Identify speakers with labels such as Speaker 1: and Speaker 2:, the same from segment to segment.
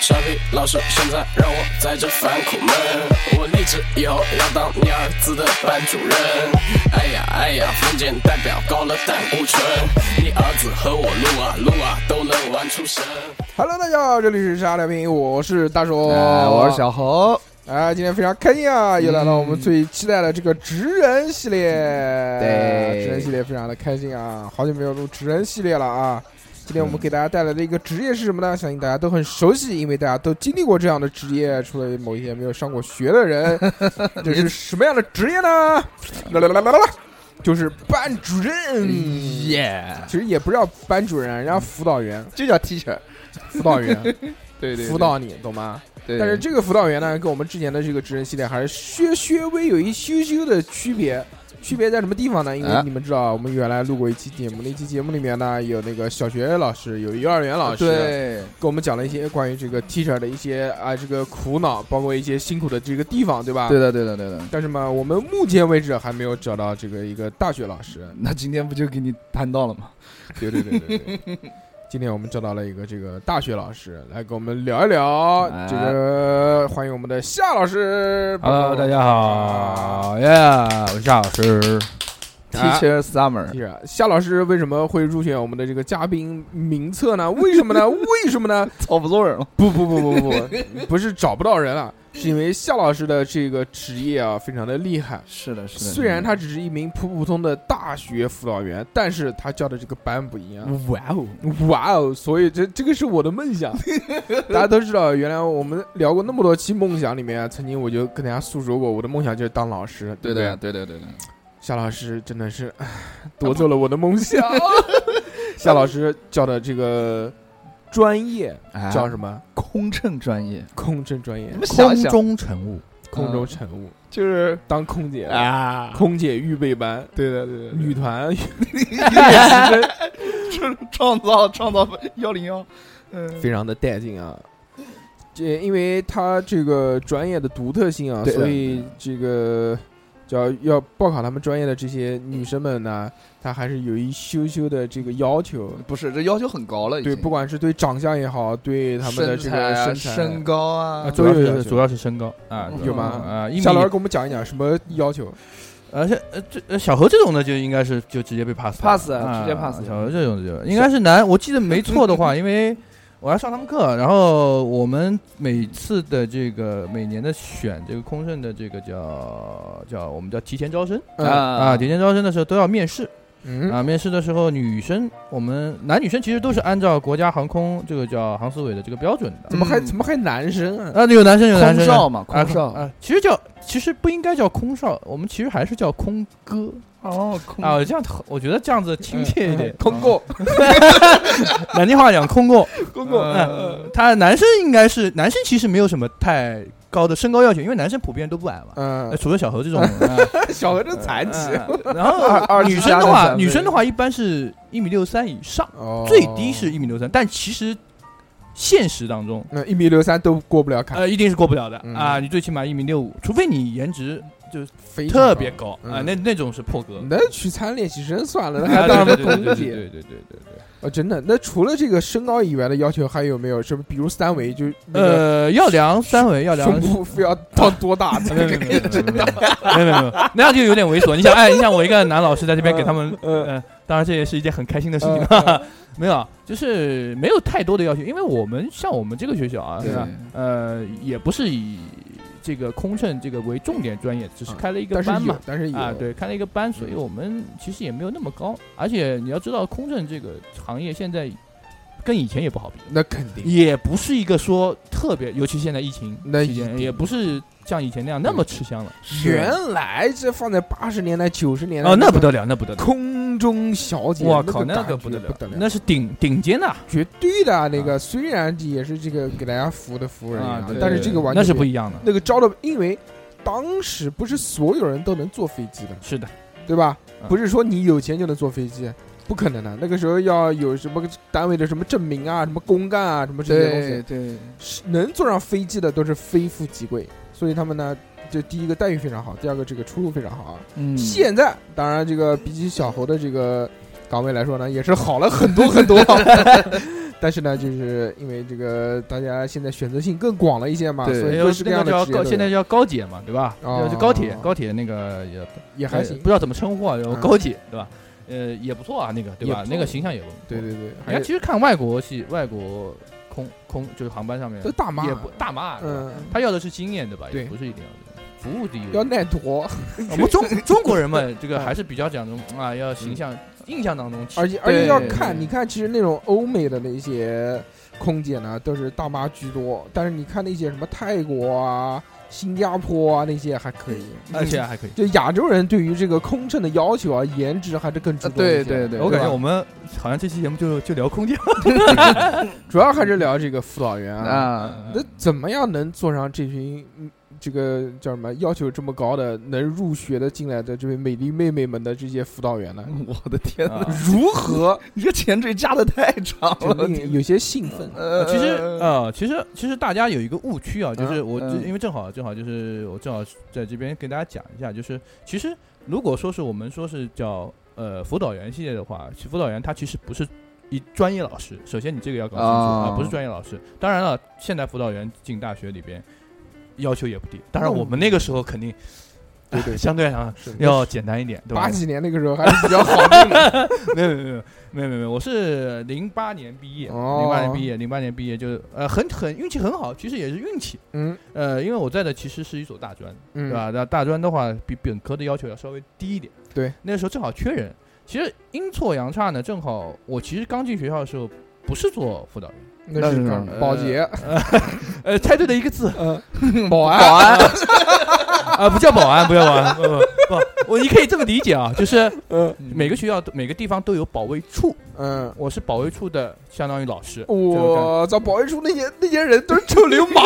Speaker 1: 傻逼老师，现在让我在这犯苦闷。我立志以后要当你儿子的班主任。哎呀哎呀，封建代表高了胆固醇，你儿子和我撸啊撸啊都能玩出神。
Speaker 2: Hello，大家好，这里是沙拉冰，我是大叔，
Speaker 3: 哎，我是小侯。
Speaker 2: 啊，今天非常开心啊，又来到我们最期待的这个职人系列。
Speaker 3: 嗯对
Speaker 2: 职人系列非常的开心啊，好久没有录职人系列了啊。今天我们给大家带来的一个职业是什么呢？相信大家都很熟悉，因为大家都经历过这样的职业。除了某一些没有上过学的 人，这是什么样的职业呢？啦啦啦啦啦啦，就是班主任。
Speaker 3: 耶，
Speaker 2: 其实也不叫班主任，人家辅导员，
Speaker 3: 嗯就叫 teacher，
Speaker 2: 辅导员
Speaker 3: 对
Speaker 2: 辅，导你，懂吗？
Speaker 3: 对
Speaker 2: 但是这个辅导员呢，跟我们之前的这个职人系列还是略略微有一羞羞的区别。区别在什么地方呢？因为
Speaker 3: 啊
Speaker 2: 你们知道，我们原来录过一期节目，那期节目里面呢，有那个小学老师，有幼儿园老师，，
Speaker 3: 对
Speaker 2: 跟我们讲了一些关于这个 teacher 的一些啊这个苦恼，包括一些辛苦的这个地方，对吧？
Speaker 3: 啊对。的，对的，对的。
Speaker 2: 但是嘛，我们目前为止还没有找到这个一个大学老 师。
Speaker 3: 那今天不就给你谈到了吗？
Speaker 2: 对对对对对。今天我们找到了一个这个大学老师来跟我们聊一聊，
Speaker 3: 哎
Speaker 2: 这个欢迎我们的夏老师。
Speaker 4: Hello，大家好呀我是夏老师。
Speaker 3: ，teacher summer，
Speaker 2: 是啊夏老师为什么会入选我们的这个嘉宾名册 呢？为什么呢？为什么呢？
Speaker 3: 操不作人了。
Speaker 2: 不不不不不 不，不是找不到人了，是因为夏老师的这个职业啊非常的厉害。
Speaker 3: 是的，是的。
Speaker 2: 虽然他只是一名普普通的大学辅导员，但是他教的这个班不一样。
Speaker 3: 哇哦，
Speaker 2: 哇哦！所以这这个是我的梦 想。大家都知道，原来我们聊过那么多期梦想里面，曾经我就跟大家诉说过，我的梦想就是当老师。
Speaker 3: 对
Speaker 2: 不
Speaker 3: 的，，对的，对的。
Speaker 2: 夏老师真的是唉夺走了我的梦想。夏老师教的这个专业
Speaker 3: 哎
Speaker 2: 叫什么？
Speaker 3: 空乘专业，
Speaker 2: 空乘专业
Speaker 3: 你，们想
Speaker 4: 空
Speaker 3: 一想，
Speaker 4: 中乘务，
Speaker 2: 空中乘务，
Speaker 3: 就是
Speaker 2: 当空姐，
Speaker 3: 啊，
Speaker 2: 空姐预备班，
Speaker 3: 对的，对的，
Speaker 2: 女团 练习生，
Speaker 3: 创造创造幺零幺，嗯，
Speaker 2: 非常的带劲啊。这因为他这个专业的独特性啊，
Speaker 3: 对的
Speaker 2: 所以这个叫要报考他们专业的这些女生们呢，她还是有一羞羞的这个要求。
Speaker 3: 不是，这要求很高了，已
Speaker 2: 对，
Speaker 3: 经
Speaker 2: 不管是对长相也好，对他们的这个
Speaker 3: 身材啊
Speaker 2: 身
Speaker 3: 身高啊
Speaker 4: 啊，，主要
Speaker 2: 主要是
Speaker 4: 是主要是身高啊，
Speaker 3: 嗯
Speaker 4: 主要
Speaker 2: 有吗
Speaker 4: 啊，一米
Speaker 2: 夏老师给我们讲一讲什么要求？
Speaker 4: 而且呃这呃小何这种呢，就应该是就直接被 pass 了
Speaker 3: pass，
Speaker 4: 啊
Speaker 3: 直接 pass
Speaker 4: 小何这种就应该是男，我记得没错的话，因为我要上他们课，然后我们每次的这个每年的选这个空乘的这个叫叫我们叫提前招生
Speaker 2: 嗯
Speaker 4: 啊，提前招生的时候都要面试。
Speaker 2: 嗯
Speaker 4: 啊，面试的时候，女生我们男女生其实都是按照国家航空这个叫航司委的这个标准的。
Speaker 2: 怎么还
Speaker 3: 嗯
Speaker 2: 怎么还男生啊？
Speaker 4: 啊，有男生有男
Speaker 3: 空
Speaker 4: 生的，
Speaker 3: 少嘛，
Speaker 4: 啊
Speaker 3: 空少
Speaker 4: 啊，其实叫其实不应该叫空少，我们其实还是叫空哥
Speaker 3: 哦，空
Speaker 4: 啊，这样我觉得这样子亲切一
Speaker 2: 嗯
Speaker 4: 点。嗯
Speaker 3: 空过
Speaker 4: 南京话讲空哥，
Speaker 3: 空
Speaker 4: 过
Speaker 3: 过，
Speaker 4: 他男生应该是男生其实没有什么太高的身高要求，因为男生普遍都不矮嘛，
Speaker 2: 嗯
Speaker 4: 呃，除了小何这 种啊
Speaker 2: 小何这残疾
Speaker 4: 嗯然后
Speaker 3: 二二
Speaker 4: 女
Speaker 3: 十
Speaker 4: 生
Speaker 3: 加
Speaker 4: 的
Speaker 3: 的
Speaker 4: 话，
Speaker 3: 三倍
Speaker 4: 女生的话一般是一米六三以上。
Speaker 2: 哦
Speaker 4: 最低是一米六三，但其实现实当中，
Speaker 2: 那一米六三都过不了坎，
Speaker 4: 呃，一定是过不了的
Speaker 2: 嗯
Speaker 4: 啊！你最起码一米六五，除非你颜值
Speaker 2: 非常
Speaker 4: 特别高
Speaker 2: 嗯
Speaker 4: 啊，那那种是破格。
Speaker 2: 那去参练习生算了，那
Speaker 4: 啊
Speaker 2: 还当什
Speaker 4: 对
Speaker 2: 么空
Speaker 4: 对对对
Speaker 2: 姐？
Speaker 4: 对对对对对对。
Speaker 2: 啊，真的。那除了这个身高以外的要求，还有没有什么？比如三围，就是那个
Speaker 4: 呃，要量三围，要量
Speaker 2: 胸。部非要到多大 才
Speaker 4: 没有
Speaker 2: 可
Speaker 4: 没
Speaker 2: 以
Speaker 4: 有没有没有没有，那样就有点猥琐。你想，哎，你想我一个男老师在这边给他们，呃，当然这也是一件很开心的事情，哈哈没有，就是没有太多的要求，因为我们像我们这个学校啊，
Speaker 3: 对
Speaker 4: 是吧？呃，也不是以这个空乘这个为重点专业，只是
Speaker 2: 啊
Speaker 4: 开了一个
Speaker 2: 但是
Speaker 4: 班嘛
Speaker 2: 有，，但是有嗯
Speaker 4: 啊，，对，开了一个班，所以我们其实也没有那么高。而且你要知道，空乘这个行业现在跟以前也不好比，
Speaker 2: 那肯定。
Speaker 4: 也不是一个说特别，尤其现在疫情
Speaker 2: 那
Speaker 4: 期
Speaker 2: 一
Speaker 4: 间，
Speaker 2: 定
Speaker 4: 也不是像以前那样那么吃香了。
Speaker 2: 原来这放在八十年代、九十年代
Speaker 4: 哦，那不得了，那不得了，
Speaker 2: 空中小姐，
Speaker 4: 我靠，那
Speaker 2: 那
Speaker 4: 个
Speaker 2: 不
Speaker 4: 不得
Speaker 2: 不得
Speaker 4: 了
Speaker 2: 了，，
Speaker 4: 那是顶顶尖的
Speaker 2: 绝对的啊那个，虽然也是这个给大家服务的服务人员
Speaker 4: 啊
Speaker 2: 啊，
Speaker 4: 对，
Speaker 2: 但是
Speaker 4: 对
Speaker 2: 这个完全
Speaker 4: 那是不一样的。
Speaker 2: 那个招的，因为当时不是所有人都能坐飞机的，
Speaker 4: 是的，
Speaker 2: 对吧？
Speaker 4: 嗯
Speaker 2: 不是说你有钱就能坐飞机，不可能的。那个时候要有什么单位的什么证明啊，什么公干啊，什么这些东
Speaker 3: 对
Speaker 2: 西
Speaker 3: 对，
Speaker 2: 是，能坐上飞机的都是非富即贵。所以他们呢，这第一个待遇非常好，第二个这个出路非常好啊。
Speaker 3: 嗯
Speaker 2: 现在当 然这个比起小猴的这个岗位来说呢，也是好了很多很多。但是呢，就是因为这个大家现在选择性更广了一些嘛，
Speaker 3: 对，
Speaker 2: 所以
Speaker 3: 还
Speaker 2: 各
Speaker 3: 有
Speaker 2: 式各
Speaker 3: 哎那
Speaker 2: 样
Speaker 3: 个
Speaker 2: 的
Speaker 3: 叫
Speaker 2: 职业
Speaker 3: 高，
Speaker 2: 都
Speaker 3: 现在
Speaker 2: 有
Speaker 3: 叫高铁嘛，对吧？
Speaker 2: 哦
Speaker 3: 就高铁，高铁那个也呃
Speaker 2: 也还行
Speaker 3: 不，知道怎么称呼啊，然后
Speaker 2: 嗯
Speaker 3: 高铁，对吧？呃，也不错啊，那个对
Speaker 2: 也
Speaker 3: 吧
Speaker 2: 不？错
Speaker 3: 那个形象也不错。
Speaker 2: 对对对，
Speaker 3: 人
Speaker 2: 还
Speaker 3: 家
Speaker 2: 有
Speaker 3: 其实看外国戏，外国空空就是航班上面
Speaker 2: 都大妈
Speaker 3: 也，不大妈，啊对吧
Speaker 2: 嗯，
Speaker 3: 他要的是经验，对吧？
Speaker 2: 对
Speaker 3: 也不是一定要这样服务第一位。
Speaker 2: 要耐驮，
Speaker 3: 我们 中中国人嘛，这个还是比较讲究嗯啊，要形象印象当中起，
Speaker 2: 而且而且要
Speaker 3: 对
Speaker 2: 看，你看，其实那种欧美的那些空姐呢，都是大妈居多，但是你看那些什么泰国啊、新加坡啊那些还可以，
Speaker 3: 而且还可以。
Speaker 2: 就亚洲人对于这个空乘的要求啊，颜值还是更注重一些、
Speaker 1: 对对对，
Speaker 3: 我感觉
Speaker 2: 吧
Speaker 3: 我们好像这期节目就就聊空调
Speaker 2: 主要还是聊这个辅导员啊，
Speaker 1: 啊，
Speaker 2: 那、怎么样能做上这群嗯这个叫什么要求这么高的能入学的进来的这位美丽妹妹们的这些辅导员呢？
Speaker 1: 我的天哪，
Speaker 3: 嗯啊
Speaker 2: 如 何？
Speaker 1: 你这前缀加的太长
Speaker 2: 就
Speaker 1: 了，
Speaker 2: 令人有些兴奋，
Speaker 1: 呃，
Speaker 3: 其实呃，其实其实大家有一个误区啊，就是我、
Speaker 1: 嗯
Speaker 3: 就因为正好正好就是我正好在这边跟大家讲一下，就是其实如果说是我们说是叫呃辅导员系列的话，其辅导员他其实不是一专业老师，首先你这个要搞清楚、
Speaker 1: 哦
Speaker 3: 啊，不是专业老师。当然了，现在辅导员进大学里边要求也不低，当然我们那个时候肯定
Speaker 2: 对对，
Speaker 3: 相对来讲
Speaker 2: 是的
Speaker 3: 要哦简单一点，对吧
Speaker 2: 八？几年那个时候还是比较好命的。
Speaker 3: 没有没有没有没有没有没有，我是零八年毕业，
Speaker 2: 哦
Speaker 3: 零八年毕业，零八年毕业就呃很很运气很好，其实也是运气。
Speaker 2: 嗯
Speaker 3: 呃，因为我在的其实是一所大专，
Speaker 2: 嗯，
Speaker 3: 对吧？那大专的话，比本科的要求要稍微低一点。
Speaker 2: 对，
Speaker 3: 那时候正好缺人。其实阴错阳差呢，正好我其实刚进学校的时候不是做辅导员，
Speaker 2: 那是
Speaker 1: 那是
Speaker 2: 干
Speaker 1: 什
Speaker 3: 么
Speaker 2: 保洁，
Speaker 3: 呃，猜对了一个 字
Speaker 2: 嗯，保安，
Speaker 1: 保安
Speaker 3: 啊，不叫保安，不叫保安，不不 不，我你可以这么理解啊，就是
Speaker 2: 嗯
Speaker 3: 每个学校都每个地方都有保卫处，
Speaker 2: 嗯。
Speaker 3: 我是保卫处的相当于老 师。
Speaker 2: 我操！保卫处那些那些人都是臭流氓！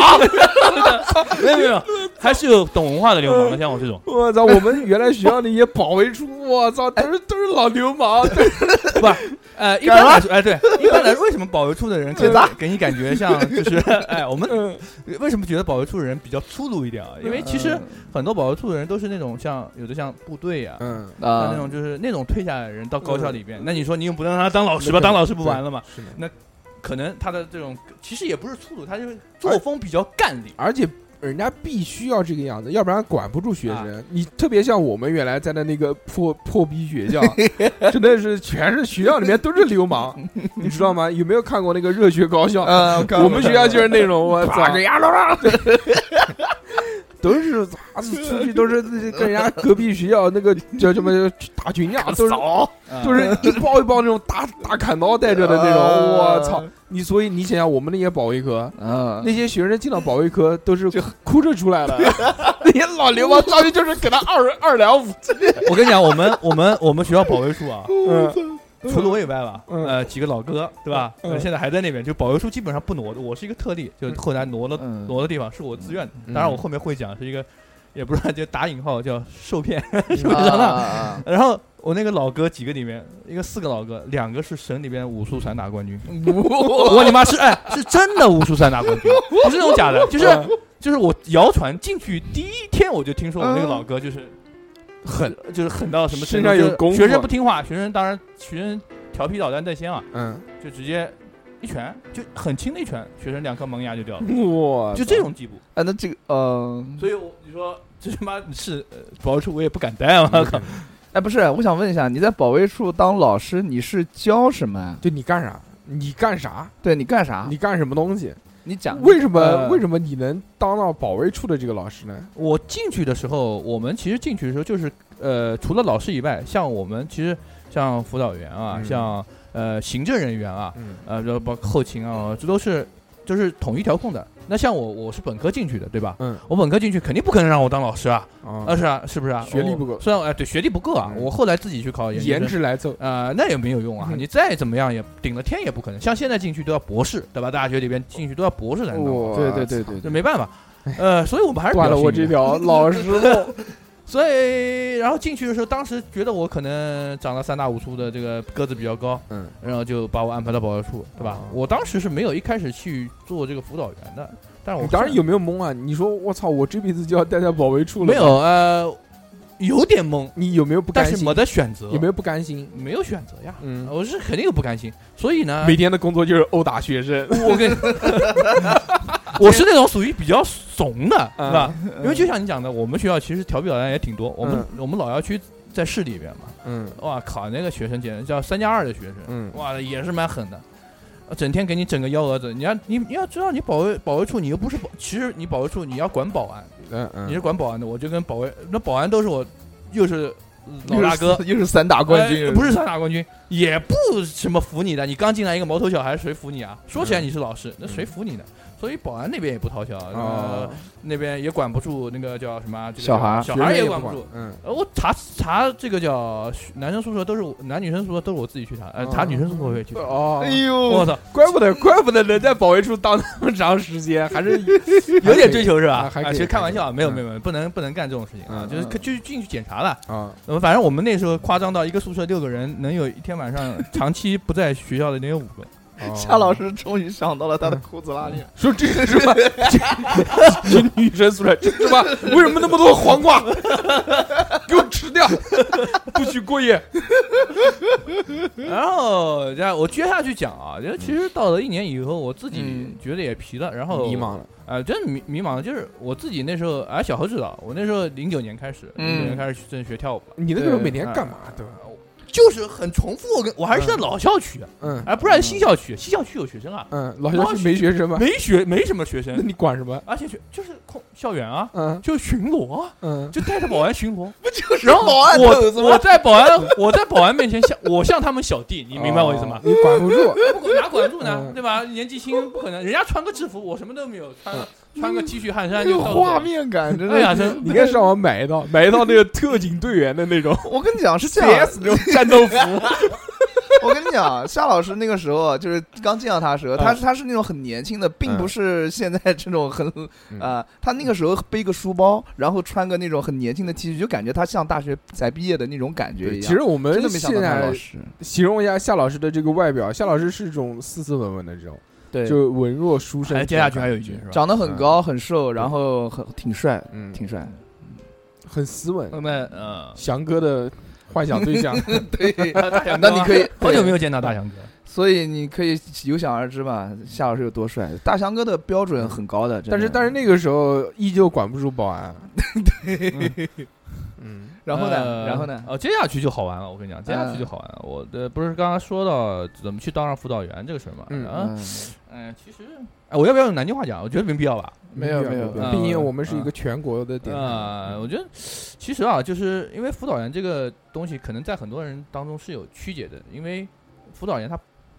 Speaker 3: 没有没有，还是有懂文化的流氓的，像我这种。
Speaker 2: 我操！我们原来学校那些保卫 处，我操，都是都是老流氓，都是
Speaker 3: 呃，一般来说，哎，对，一般来说，为什么保卫处的人给
Speaker 1: 解答
Speaker 3: 给你感觉像就是，哎，我们为什么觉得保卫处的人比较粗鲁一点啊？因为其实很多保卫处的人都是那种像有的像部队呀、
Speaker 2: 嗯，
Speaker 3: 像
Speaker 1: 啊
Speaker 3: 那种就是那种退下来的人到高校里边，那你说你又不能让他当老师吧？当老师不完了吗？
Speaker 2: 是的。
Speaker 3: 可能他的这种其实也不是粗鲁，他就是作风比较干练。
Speaker 2: 而且人家必须要这个样子，要不然管不住学生。
Speaker 3: 啊
Speaker 2: 你特别像我们原来在的那个破破逼学 校，真的是全是学校里面都是流 氓，你知道吗？有没有看过那个《热血高校》
Speaker 1: 呃，
Speaker 2: 我们学校就是那种我操
Speaker 1: 打，个牙了，
Speaker 2: 都是啊出去都是自己跟人家隔壁学校那个叫什 么打群架，都是
Speaker 1: 扫
Speaker 2: 都是一包一包那种大大砍刀带着的那种，我操！，你所以你想想，我们那些保卫科，
Speaker 1: 啊，
Speaker 2: 那些学生进到保卫科都是哭着出来了，
Speaker 1: 那些老流氓上去就是给他二二两五，
Speaker 3: 我跟你讲，我们我们我们学校保卫处啊，
Speaker 2: 嗯
Speaker 3: 除了我以外吧，
Speaker 2: 嗯
Speaker 3: 呃，几个老哥，对吧？
Speaker 2: 嗯
Speaker 3: 呃现在还在那边，就保卫处基本上不挪的，我是一个特例，就
Speaker 2: 嗯
Speaker 3: 后来挪了、
Speaker 1: 嗯
Speaker 3: 挪的地方是我自愿的。
Speaker 2: 嗯
Speaker 3: 当然，我后面会讲是一个，也不知道就打引号叫 受骗
Speaker 2: 嗯
Speaker 3: 是不是
Speaker 1: 啊
Speaker 3: 上当？
Speaker 1: 啊
Speaker 3: 然后我那个老哥几个里面，一个四个老哥，两个是省里边武术散打 冠军，我你妈是哎是真的武术散打冠军，不是那种假的，就是
Speaker 2: 嗯
Speaker 3: 就是我谣传进去第一天我就听说我那个老哥就是
Speaker 2: 狠，
Speaker 3: 就是狠到什么
Speaker 2: 嗯
Speaker 3: 程
Speaker 2: 身
Speaker 3: 度
Speaker 2: 上有
Speaker 3: 就是
Speaker 2: 功夫啊
Speaker 3: 学生不听话，学生当然学生调皮捣蛋在先啊，
Speaker 2: 嗯，
Speaker 3: 就直接一拳，就很轻的一拳，学生两颗萌芽就掉了，
Speaker 2: 哇，
Speaker 3: 就这种地步。
Speaker 1: 哎，那这个，呃，
Speaker 3: 所以我你说这他妈是呃保卫处，我也不敢当啊！靠，
Speaker 1: 哎，不是，我想问一下，你在保卫处当老师，你是教什么啊？
Speaker 2: 就你干啥？你干啥？
Speaker 1: 对你干啥？
Speaker 2: 你干什么东西？
Speaker 1: 你讲
Speaker 2: 为什么
Speaker 3: 啊呃
Speaker 2: 为什么你能当到保卫处的这个老师呢？
Speaker 3: 我进去的时候，我们其实进去的时候就是呃，除了老师以外，像我们其实像辅导员啊，
Speaker 2: 嗯
Speaker 3: 像呃行政人员啊，
Speaker 2: 嗯
Speaker 3: 呃包括后勤啊，这都是就是统一调控的。那像我，我是本科进去的，对吧？
Speaker 2: 嗯
Speaker 3: 我本科进去肯定不可能让我当老师啊，
Speaker 2: 啊
Speaker 3: 啊，是啊，是不是啊？
Speaker 2: 学历
Speaker 3: 我
Speaker 2: 不够
Speaker 3: 虽然我哎对学历不够啊，
Speaker 2: 嗯
Speaker 3: 我后来自己去考研究生
Speaker 2: 颜值来凑，
Speaker 3: 呃，那也没有用啊！
Speaker 2: 嗯
Speaker 3: 你再怎么样也顶了天也不可能。像现在进去都要博士，对吧？大学里边进去都要博士才能当，
Speaker 2: 哇
Speaker 1: 对对对对
Speaker 3: 这
Speaker 1: 对，
Speaker 3: 没办法。呃，所以我们还是比较
Speaker 2: 断哦了我
Speaker 3: 幸
Speaker 2: 这
Speaker 3: 运的。
Speaker 2: 条老师路。
Speaker 3: 所以，然后进去的时候，当时觉得我可能长得三大五粗的，这个个子比较高，
Speaker 2: 嗯，
Speaker 3: 然后就把我安排到保卫处，对吧？
Speaker 2: 哦
Speaker 3: 我当时是没有一开始去做这个辅导员的，但是我
Speaker 2: 你当时
Speaker 3: 后
Speaker 2: 有没有懵啊？你说我操，我这辈子就要待在保卫处了。
Speaker 3: 没有？呃，
Speaker 4: 有点懵，
Speaker 2: 你有没有不甘
Speaker 4: 但是
Speaker 2: 心
Speaker 4: 没？得选择，
Speaker 2: 有没有不甘心？
Speaker 4: 没有选择呀？
Speaker 2: 嗯
Speaker 4: 我是肯定有不甘心，所以呢，
Speaker 2: 每天的工作就是殴打学生，
Speaker 4: 我 跟，我是那种属于比较怂的，
Speaker 2: 嗯
Speaker 4: 是吧？因为就像你讲的，我们学校其实调皮捣蛋也挺多，我们我们老校区在市里边嘛，
Speaker 2: 嗯
Speaker 4: 哇靠，那个学生简直叫三加二的学生，
Speaker 2: 嗯
Speaker 4: 哇也是蛮狠的。呃整天给你整个幺蛾子，你要你你要知道，你保卫保卫处你又不是保，其实你保卫处你要管保安，
Speaker 2: 嗯
Speaker 4: 你
Speaker 2: 嗯
Speaker 4: 是管保安的，我就跟保卫那保安都是我，又是老大哥，
Speaker 3: 又是散打冠军
Speaker 4: 哎，不是散打冠军，也不什么服你的。你刚进来一个毛头小孩，谁服你啊？说起来你是老师，那谁服你呢？所以保安那边也不讨巧，
Speaker 2: 哦
Speaker 4: 呃，那边也管不住那个叫什么啊这个
Speaker 3: 小孩儿
Speaker 4: 小
Speaker 2: 学
Speaker 4: 孩
Speaker 2: 生
Speaker 4: 儿也
Speaker 2: 管
Speaker 4: 管不住。
Speaker 2: 嗯
Speaker 4: 呃，我查查这个叫男生宿舍都是我男女生宿舍都是我自己去查，呃，
Speaker 2: 哦
Speaker 4: 查女生宿舍我也去查。
Speaker 2: 哦，
Speaker 4: 我
Speaker 3: 呦，
Speaker 4: 操，
Speaker 2: 怪不得怪不得能在保卫处当那么长时间，还 是
Speaker 4: 有点追求是
Speaker 2: 啊
Speaker 4: 吧？
Speaker 2: 还可以
Speaker 4: 啊其实开玩笑啊，
Speaker 2: 还可以
Speaker 4: 没有
Speaker 2: 嗯
Speaker 4: 没有没有，不能不能干这种事情啊
Speaker 2: 嗯，
Speaker 4: 就是可就进去检查了。
Speaker 2: 啊
Speaker 4: 呃，反正我们那时候夸张到一个宿舍六个人，能有一天晚上长期不在学校的能有五 个。
Speaker 2: 哦
Speaker 3: 夏老师终于想到了他的裤子拉链，
Speaker 2: 说这是什么？这这女生宿舍这是什 么？为什么那么多黄瓜？ 给我吃掉， 不许过夜。
Speaker 4: 然后，然后我接下去讲啊，就其实到了一年以后，我自己
Speaker 2: 嗯
Speaker 4: 觉得也疲了，然后
Speaker 2: 迷茫了，
Speaker 4: 啊、真的迷迷茫了。就是我自己那时候，哎、小何知道，我那时候零九年开始，零
Speaker 3: 嗯
Speaker 4: 九年开始去正学跳舞，
Speaker 2: 你那个时候
Speaker 3: 对
Speaker 2: 每天干嘛的？
Speaker 4: 就是很重复。我跟我还是在老校区，
Speaker 2: 嗯
Speaker 4: 哎、不然新校区，新校区有学生啊，
Speaker 2: 嗯，老校区没学生吗？
Speaker 4: 没学没什么学
Speaker 2: 那
Speaker 4: 生，
Speaker 2: 你管什么？
Speaker 4: 而且学就是空校园啊，
Speaker 2: 嗯
Speaker 4: 就巡逻啊，
Speaker 2: 嗯
Speaker 4: 就带着保安巡逻。
Speaker 3: 不就是
Speaker 4: 然后
Speaker 3: 保安头子
Speaker 4: 我我
Speaker 3: 吗？
Speaker 4: 在保安我在保安面前像我像他们小弟，你明白我意思吗
Speaker 2: 哦？你管 不住，
Speaker 4: 我哪管得住呢
Speaker 2: 嗯？
Speaker 4: 对吧？年纪轻不可能，人家穿个制服，我什么都没有，穿
Speaker 2: 嗯
Speaker 4: 穿个 T 恤汗衫
Speaker 3: 那个
Speaker 4: 就到
Speaker 3: 画
Speaker 4: 了。
Speaker 3: 面感真
Speaker 4: 哎呀，
Speaker 3: 的是，
Speaker 4: 真
Speaker 2: 你应该上网买一套，买一套那个特警队员的那种
Speaker 3: 我跟你讲是这样，
Speaker 2: CS 那种战斗服。
Speaker 3: 我跟你讲，夏老师那个时候啊就是刚见到他的时候，
Speaker 2: 嗯
Speaker 3: 他他是那种很年轻的，并不是现在这种很
Speaker 2: 嗯
Speaker 3: 啊，他那个时候背个书包，然后穿个那种很年轻的 T 恤，就感觉他像大学才毕业的那种感觉一样。
Speaker 2: 其实我们
Speaker 3: 真的没想
Speaker 2: 现
Speaker 3: 到他老
Speaker 2: 在
Speaker 3: 师，
Speaker 2: 形容一下夏老师的这个外表，夏老师是一种斯斯文文的这种，
Speaker 3: 对
Speaker 2: 就文弱书生。
Speaker 4: 哎，接下去还有一句，是吧？
Speaker 3: 长得很高很瘦，然后很挺帅，
Speaker 2: 嗯，
Speaker 3: 挺帅。
Speaker 2: 很斯文。
Speaker 4: 那么呃，
Speaker 2: 翔哥的幻想对象，
Speaker 3: 对，
Speaker 4: 大翔哥
Speaker 3: 那你可以
Speaker 4: 好久没有见到大翔哥，
Speaker 3: 所以你可以有想而知吧，夏老师有多帅。大翔哥的标准很高的，
Speaker 2: 但是但是那个时候依旧管不住保 安。对，嗯，
Speaker 3: 然后呢，
Speaker 4: 呃
Speaker 3: 然后呢，
Speaker 4: 哦，接下去就好玩了，我跟你讲，接下去就好玩了。我的不是刚刚说到怎么去当上辅导员这个事儿嘛？
Speaker 2: 嗯
Speaker 4: 然后，
Speaker 3: 嗯，
Speaker 4: 哎，其实，哎，我要不要用南京话讲？我觉得没必要 吧。
Speaker 3: 没有没有
Speaker 2: 必要
Speaker 4: 嗯
Speaker 2: 毕竟我们是一个全国的电台。
Speaker 4: 啊、我觉得其实啊，就是因为辅导员这个东西，可能在很多人当中是有曲解的，因为辅导员他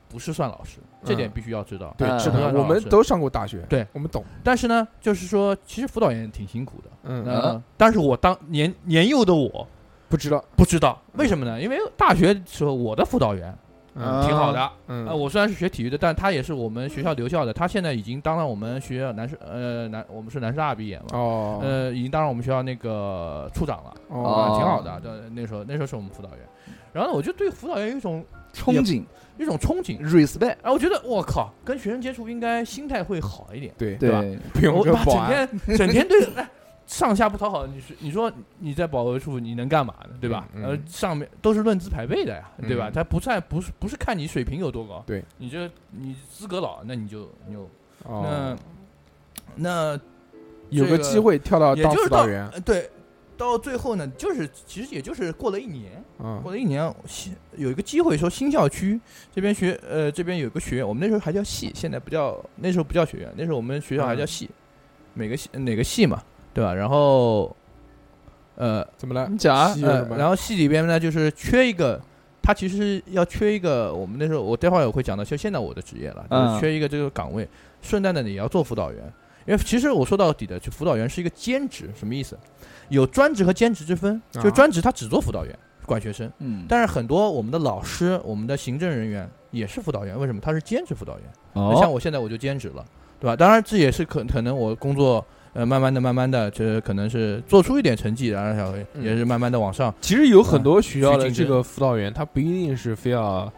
Speaker 4: 不是算老师，这点
Speaker 2: 嗯
Speaker 4: 必须要知道。
Speaker 2: 对，
Speaker 3: 嗯
Speaker 2: 是的，
Speaker 4: 嗯
Speaker 2: 我们都上过大学，
Speaker 4: 对
Speaker 2: 我们懂。
Speaker 4: 但是呢，就是说，其实辅导员挺辛苦的。
Speaker 2: 嗯，
Speaker 4: 呃，但是我当年年幼的我
Speaker 2: 不知道，
Speaker 4: 不知道为什么呢？因为大学的时候我的辅导员
Speaker 2: 嗯
Speaker 3: 啊
Speaker 4: 挺好的。啊、
Speaker 2: 嗯，
Speaker 4: 我虽然是学体育的，但他也是我们学校留校的。他现在已经当了我们学校南师呃南我们是南师大毕业嘛，
Speaker 2: 哦
Speaker 4: 呃，已经当上我们学校那个处长了。啊，
Speaker 2: 哦，
Speaker 4: 挺好的。对，那时候那时候是我们辅导员，然后呢，我就对辅导员有一种
Speaker 3: 憧憬
Speaker 4: 一种憧憬，
Speaker 3: respect，
Speaker 4: 哎，我觉得我靠，跟学生接触应该心态会好一点。
Speaker 2: 对，
Speaker 4: 吧
Speaker 3: 对，
Speaker 2: 不用
Speaker 4: 我
Speaker 2: 跟
Speaker 4: 妈
Speaker 2: 保
Speaker 4: 整
Speaker 2: 安，
Speaker 4: 天整天对哎上下不讨好，你说你说你在保卫处你能干嘛呢？对吧？
Speaker 2: 嗯嗯
Speaker 4: 呃，上面都是论资排辈的呀，对吧？
Speaker 2: 嗯
Speaker 4: 他不算不是不是看你水平有多高，
Speaker 2: 对
Speaker 4: 你这你资格老，那你就牛。
Speaker 2: 哦，
Speaker 4: 那
Speaker 2: 有个
Speaker 4: 这
Speaker 2: 机会跳到
Speaker 4: 也
Speaker 2: 当
Speaker 4: 就
Speaker 2: 辅
Speaker 4: 是到
Speaker 2: 导员，
Speaker 4: 呃对。到最后呢，就是其实也就是过了一年，
Speaker 2: 嗯
Speaker 4: 过了一年，新有一个机会说新校区这边学呃这边有个学院，我们那时候还叫系，现在不叫那时候不叫学院，那时候我们学校
Speaker 3: 嗯
Speaker 4: 还叫系，每个系哪个系嘛，对吧？然后呃
Speaker 2: 怎么了？
Speaker 3: 你讲啊
Speaker 2: 西，有
Speaker 4: 呃
Speaker 2: 什，么
Speaker 4: 然后系里边呢就是缺一个，他其实要缺一个，我们那时候我待会儿也会讲到，就现在我的职业了，就是
Speaker 3: 嗯
Speaker 4: 缺一个这个岗位，顺带的你也要做辅导员。因为其实我说到底的，就辅导员是一个兼职，什么意思？有专职和兼职之分，就
Speaker 2: 啊
Speaker 4: 专职他只做辅导员，管学生，
Speaker 3: 嗯，
Speaker 4: 但是很多我们的老师、我们的行政人员也是辅导员，为什么？他是兼职辅导员。那像
Speaker 3: 哦，
Speaker 4: 我现在我就兼职了，对吧？当然这也是可可能我工作呃慢慢的、慢慢的，就是可能是做出一点成绩，然后小黑
Speaker 2: 嗯
Speaker 4: 也是慢慢的往上。
Speaker 2: 其实有很多学校的
Speaker 4: 嗯
Speaker 2: 这个辅导员，他不一定是非要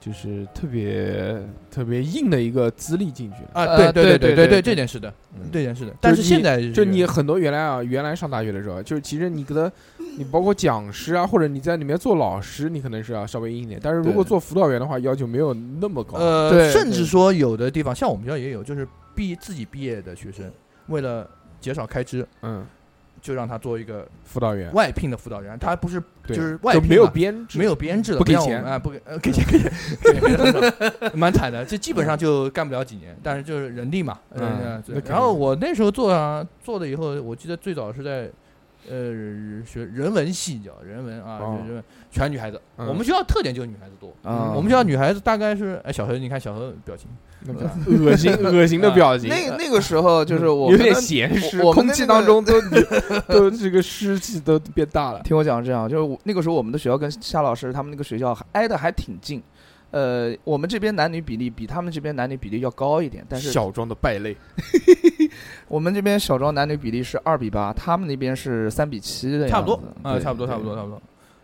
Speaker 2: 就是特别特别硬的一个资历进去了。
Speaker 4: 啊，对
Speaker 2: 呃
Speaker 4: 对
Speaker 2: 对
Speaker 4: 对
Speaker 2: 对
Speaker 4: 对，
Speaker 2: 对
Speaker 4: 这点是的，
Speaker 2: 嗯
Speaker 4: 这点是的。但是现在
Speaker 5: 你
Speaker 2: 就你很多原来啊，原来上大学的时候，就是其实你可能，你包括讲师啊，或者你在里面做老师，你可能是要稍微硬一点。但是如果
Speaker 1: 对
Speaker 2: 做辅导员的话，要求没有那么高。
Speaker 4: 呃，
Speaker 2: 对
Speaker 4: 甚至
Speaker 2: 对
Speaker 4: 说有的地方像我们学校也有，就是毕自己毕业的学生，为了减少开支，
Speaker 2: 嗯，
Speaker 4: 就让他做一个
Speaker 2: 辅导员
Speaker 4: 外聘的辅导员，他不是就
Speaker 2: 对
Speaker 4: 是外
Speaker 2: 就
Speaker 4: 聘
Speaker 2: 没有
Speaker 4: 嘛
Speaker 2: 编制，
Speaker 4: 没有编制的，
Speaker 2: 不给
Speaker 4: 像我
Speaker 2: 钱
Speaker 4: 们啊，不给呃给钱 给钱给钱，蛮惨的，这基本上就干不了几年，但是就是人力嘛，
Speaker 2: 嗯
Speaker 4: 呃
Speaker 2: 那
Speaker 4: 对。
Speaker 2: 肯定
Speaker 4: 然后我那时候做啊做了以后，我记得最早是在呃学人文系叫人文啊，
Speaker 2: 哦
Speaker 4: 人文全女孩子，
Speaker 2: 嗯
Speaker 4: 我们学校特点就是女孩子多。
Speaker 1: 啊
Speaker 4: 我们学校女孩子大概是，哎，小何，你看小何表情，
Speaker 2: 那么大恶心恶心的表情，
Speaker 1: 呃啊
Speaker 3: 呃
Speaker 1: 那那个时候就是我
Speaker 2: 有
Speaker 1: 们
Speaker 2: 点
Speaker 1: 的
Speaker 2: 咸湿，
Speaker 1: 我我们
Speaker 2: 空
Speaker 1: 的
Speaker 2: 气
Speaker 1: 那个
Speaker 2: 当中都 都 这个湿气都变大了。
Speaker 1: 听我讲，这样就是我那个时候我们的学校跟夏老师他们那个学校还挨得还挺近，呃，我们这边男女比例比他们这边男女比例要高一 点，但是
Speaker 2: 小庄的败类，
Speaker 1: 我们这边小庄男女比例是二比八，他们那边是三比七的
Speaker 4: 差不多
Speaker 1: 样子
Speaker 4: 啊，
Speaker 1: 对
Speaker 4: 差不多，
Speaker 1: 对
Speaker 4: 差不多，差不多。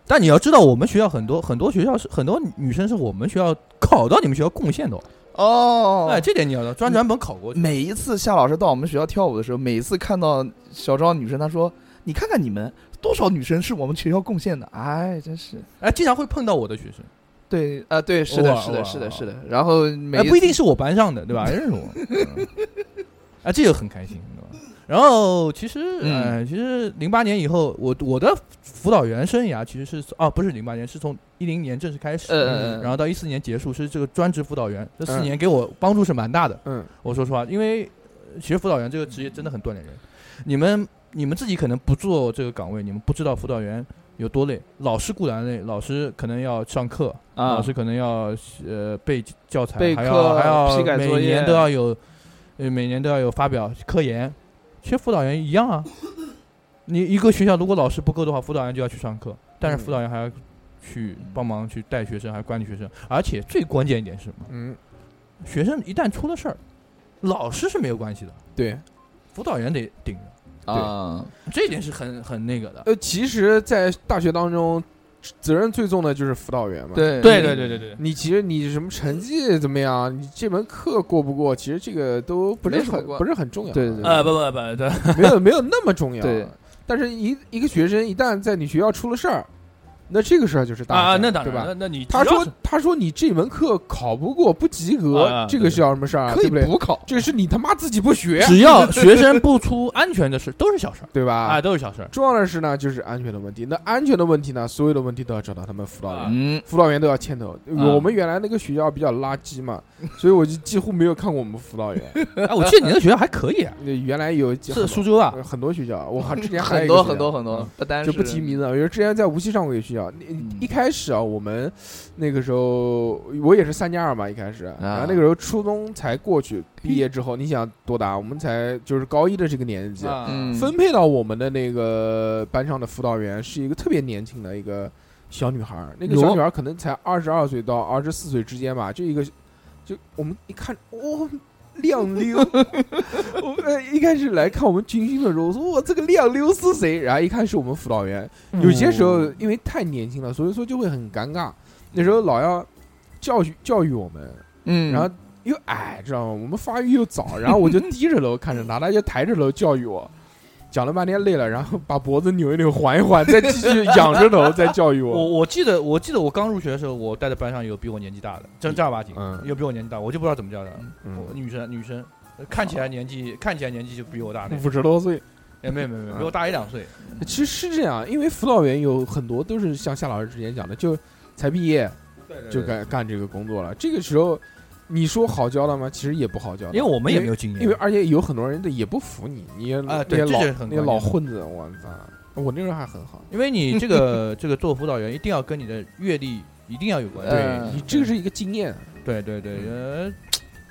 Speaker 4: 但你要知道，我们学校很多很多学校是很多女生是我们学校考到你们学校贡献的哦，
Speaker 1: 哦，
Speaker 4: 哎，这点你要知道，专转本考过去。
Speaker 1: 每一次夏老师到我们学校跳舞的时候，每一次看到小庄女生，他说：“你看看你们多少女生是我们学校贡献的，哎，真是。”
Speaker 4: 哎，经常会碰到我的学生，
Speaker 1: 对，啊，对，是的，
Speaker 4: 哇
Speaker 1: 是的，
Speaker 4: 哇
Speaker 1: 是的，
Speaker 4: 哇
Speaker 1: 是的。然后每
Speaker 4: 哎，不一定是我班上的，对吧？认识 我，嗯啊，这个很开心，对吧？然后其实，
Speaker 1: 嗯
Speaker 4: 呃，其实零八年以后，我我的辅导员生涯其实是从哦，不是零八年，是从一零年正式开始，
Speaker 1: 呃
Speaker 4: 然后到一四年结束是这个专职辅导员，这四
Speaker 2: 嗯
Speaker 4: 年给我帮助是蛮大的。
Speaker 2: 嗯，
Speaker 4: 我说实话，因为呃其实辅导员这个职业真的很锻炼人。你们你们自己可能不做这个岗位，你们不知道辅导员有多累。老师固然累，老师可能要上课，
Speaker 1: 啊
Speaker 4: 老师可能要呃背教材，
Speaker 1: 备
Speaker 4: 还
Speaker 1: 课
Speaker 4: 要还要
Speaker 1: 批改作
Speaker 4: 每
Speaker 1: 业
Speaker 4: 年都要有，呃每年都要有发表科研。其实辅导员一样啊，你一个学校如果老师不够的话，辅导员就要去上课，但是辅导员还要去帮忙去带学生，还管理学生，而且最关键一点是什么？
Speaker 2: 嗯，
Speaker 4: 学生一旦出了事儿，老师是没有关系的，
Speaker 2: 对，
Speaker 4: 辅导员得顶着，
Speaker 1: 啊，
Speaker 4: 这一点是很很那个的。
Speaker 2: 呃，其实，在大学当中，责任最重的就是辅导员嘛。，
Speaker 1: 对
Speaker 4: 对对对对，
Speaker 2: 你其实你什么成绩怎么样，你这门课过不过，其实这个都不是
Speaker 1: 没什么
Speaker 2: 很
Speaker 1: 关
Speaker 2: 不是很重要。啊
Speaker 1: 对对对
Speaker 4: 呃不不不对，
Speaker 2: 没有没有那么重要。
Speaker 1: 对，
Speaker 2: 但是一一个学生一旦在你学校出了事儿，那这个事儿就是大
Speaker 4: 啊
Speaker 2: 事儿
Speaker 4: 那当
Speaker 2: 对
Speaker 4: 然，那
Speaker 2: 吧？
Speaker 4: 那你
Speaker 2: 他
Speaker 4: 只要
Speaker 2: 说
Speaker 4: 是
Speaker 2: 他说你这门课考不过不及
Speaker 4: 啊
Speaker 2: 格
Speaker 4: 啊，
Speaker 2: 这个叫什么事儿啊？
Speaker 1: 可
Speaker 2: 对
Speaker 1: 以
Speaker 2: 不对？
Speaker 1: 补考。
Speaker 2: 这个是你他妈自己不学，
Speaker 4: 只要学生不出安全的事，都是小事儿
Speaker 2: 对吧？
Speaker 4: 啊，都是小事儿。
Speaker 2: 重要的是呢，就是安全的问题。那安全的问题呢，所有的问题都要找到他们辅导员。
Speaker 4: 啊
Speaker 1: 嗯，
Speaker 2: 辅导员都要牵头。
Speaker 4: 啊
Speaker 2: 我们原来那个学校比较垃圾嘛， 所以我就几乎没有看过我们辅 导员。
Speaker 4: 哎，我记得你的学校还可以啊，
Speaker 2: 原来有几
Speaker 4: 是苏州 啊，
Speaker 2: 呃很多学校，我还之前还有
Speaker 1: 很
Speaker 2: 一个
Speaker 1: 多
Speaker 2: 学校
Speaker 1: 很多很多，不单
Speaker 2: 就是不提名字了。因为之前在无锡上过一个学校，那
Speaker 1: 嗯
Speaker 2: 一开始啊，我们那个时候我也是三加二嘛，一开
Speaker 1: 啊
Speaker 2: 始，然后那个时候初中才过去，毕业之后你想多大？我们才就是高一的这个年纪，
Speaker 4: 啊
Speaker 1: 嗯
Speaker 2: 分配到我们的那个班上的辅导员是一个特别年轻的一个小女孩儿，那个
Speaker 4: 哟
Speaker 2: 小女孩儿可能才二十二岁到二十四岁之间吧，就一个，就我们一看，哦，亮溜，我们呃一开始来看我们军训的时候，我说我这个亮溜是谁？然后一看是我们辅导员，有些时候因为太年轻了，所以说就会很尴尬，那时候老要教育教育我们，
Speaker 1: 嗯，
Speaker 2: 然后又矮，哎知道吗？我们发育又早，然后我就 低着头看着他，他就抬着头教育我，讲了半天累了，然后把脖子扭一扭，缓一缓，再继 续仰着头再教育
Speaker 4: 我
Speaker 2: 我。
Speaker 4: 我记得我记得我刚入学的时候，我带的班上有比我年纪大的，正正儿八经
Speaker 2: 嗯
Speaker 4: 有比我年纪大，我就不知道怎么叫的，我
Speaker 2: 嗯，
Speaker 4: 女生女生。呃看起来年纪看起来年纪就比我大的，
Speaker 2: 五十多岁，
Speaker 4: 哎，没有没有没有，比我大一两岁。
Speaker 2: 其实是这样，因为辅导员有很多都是像夏老师之前讲的，就才毕业就干干这个工作了。这个时候，你说好教的吗？其实也不好教的，
Speaker 4: 因为我们也没有经验，
Speaker 2: 因为而且有很多人也不服你，你也
Speaker 4: 啊
Speaker 2: 你
Speaker 4: 对
Speaker 2: 也
Speaker 4: 这
Speaker 2: 老
Speaker 4: 就是很
Speaker 2: 你也
Speaker 4: 关
Speaker 2: 老
Speaker 4: 键
Speaker 2: 混子，我操！我那时候还很好，
Speaker 4: 因为你这个这个做辅导员一定要跟你的阅历一定要有关系。
Speaker 1: 嗯
Speaker 2: 对你这个是一个经验，
Speaker 4: 对对对，呃，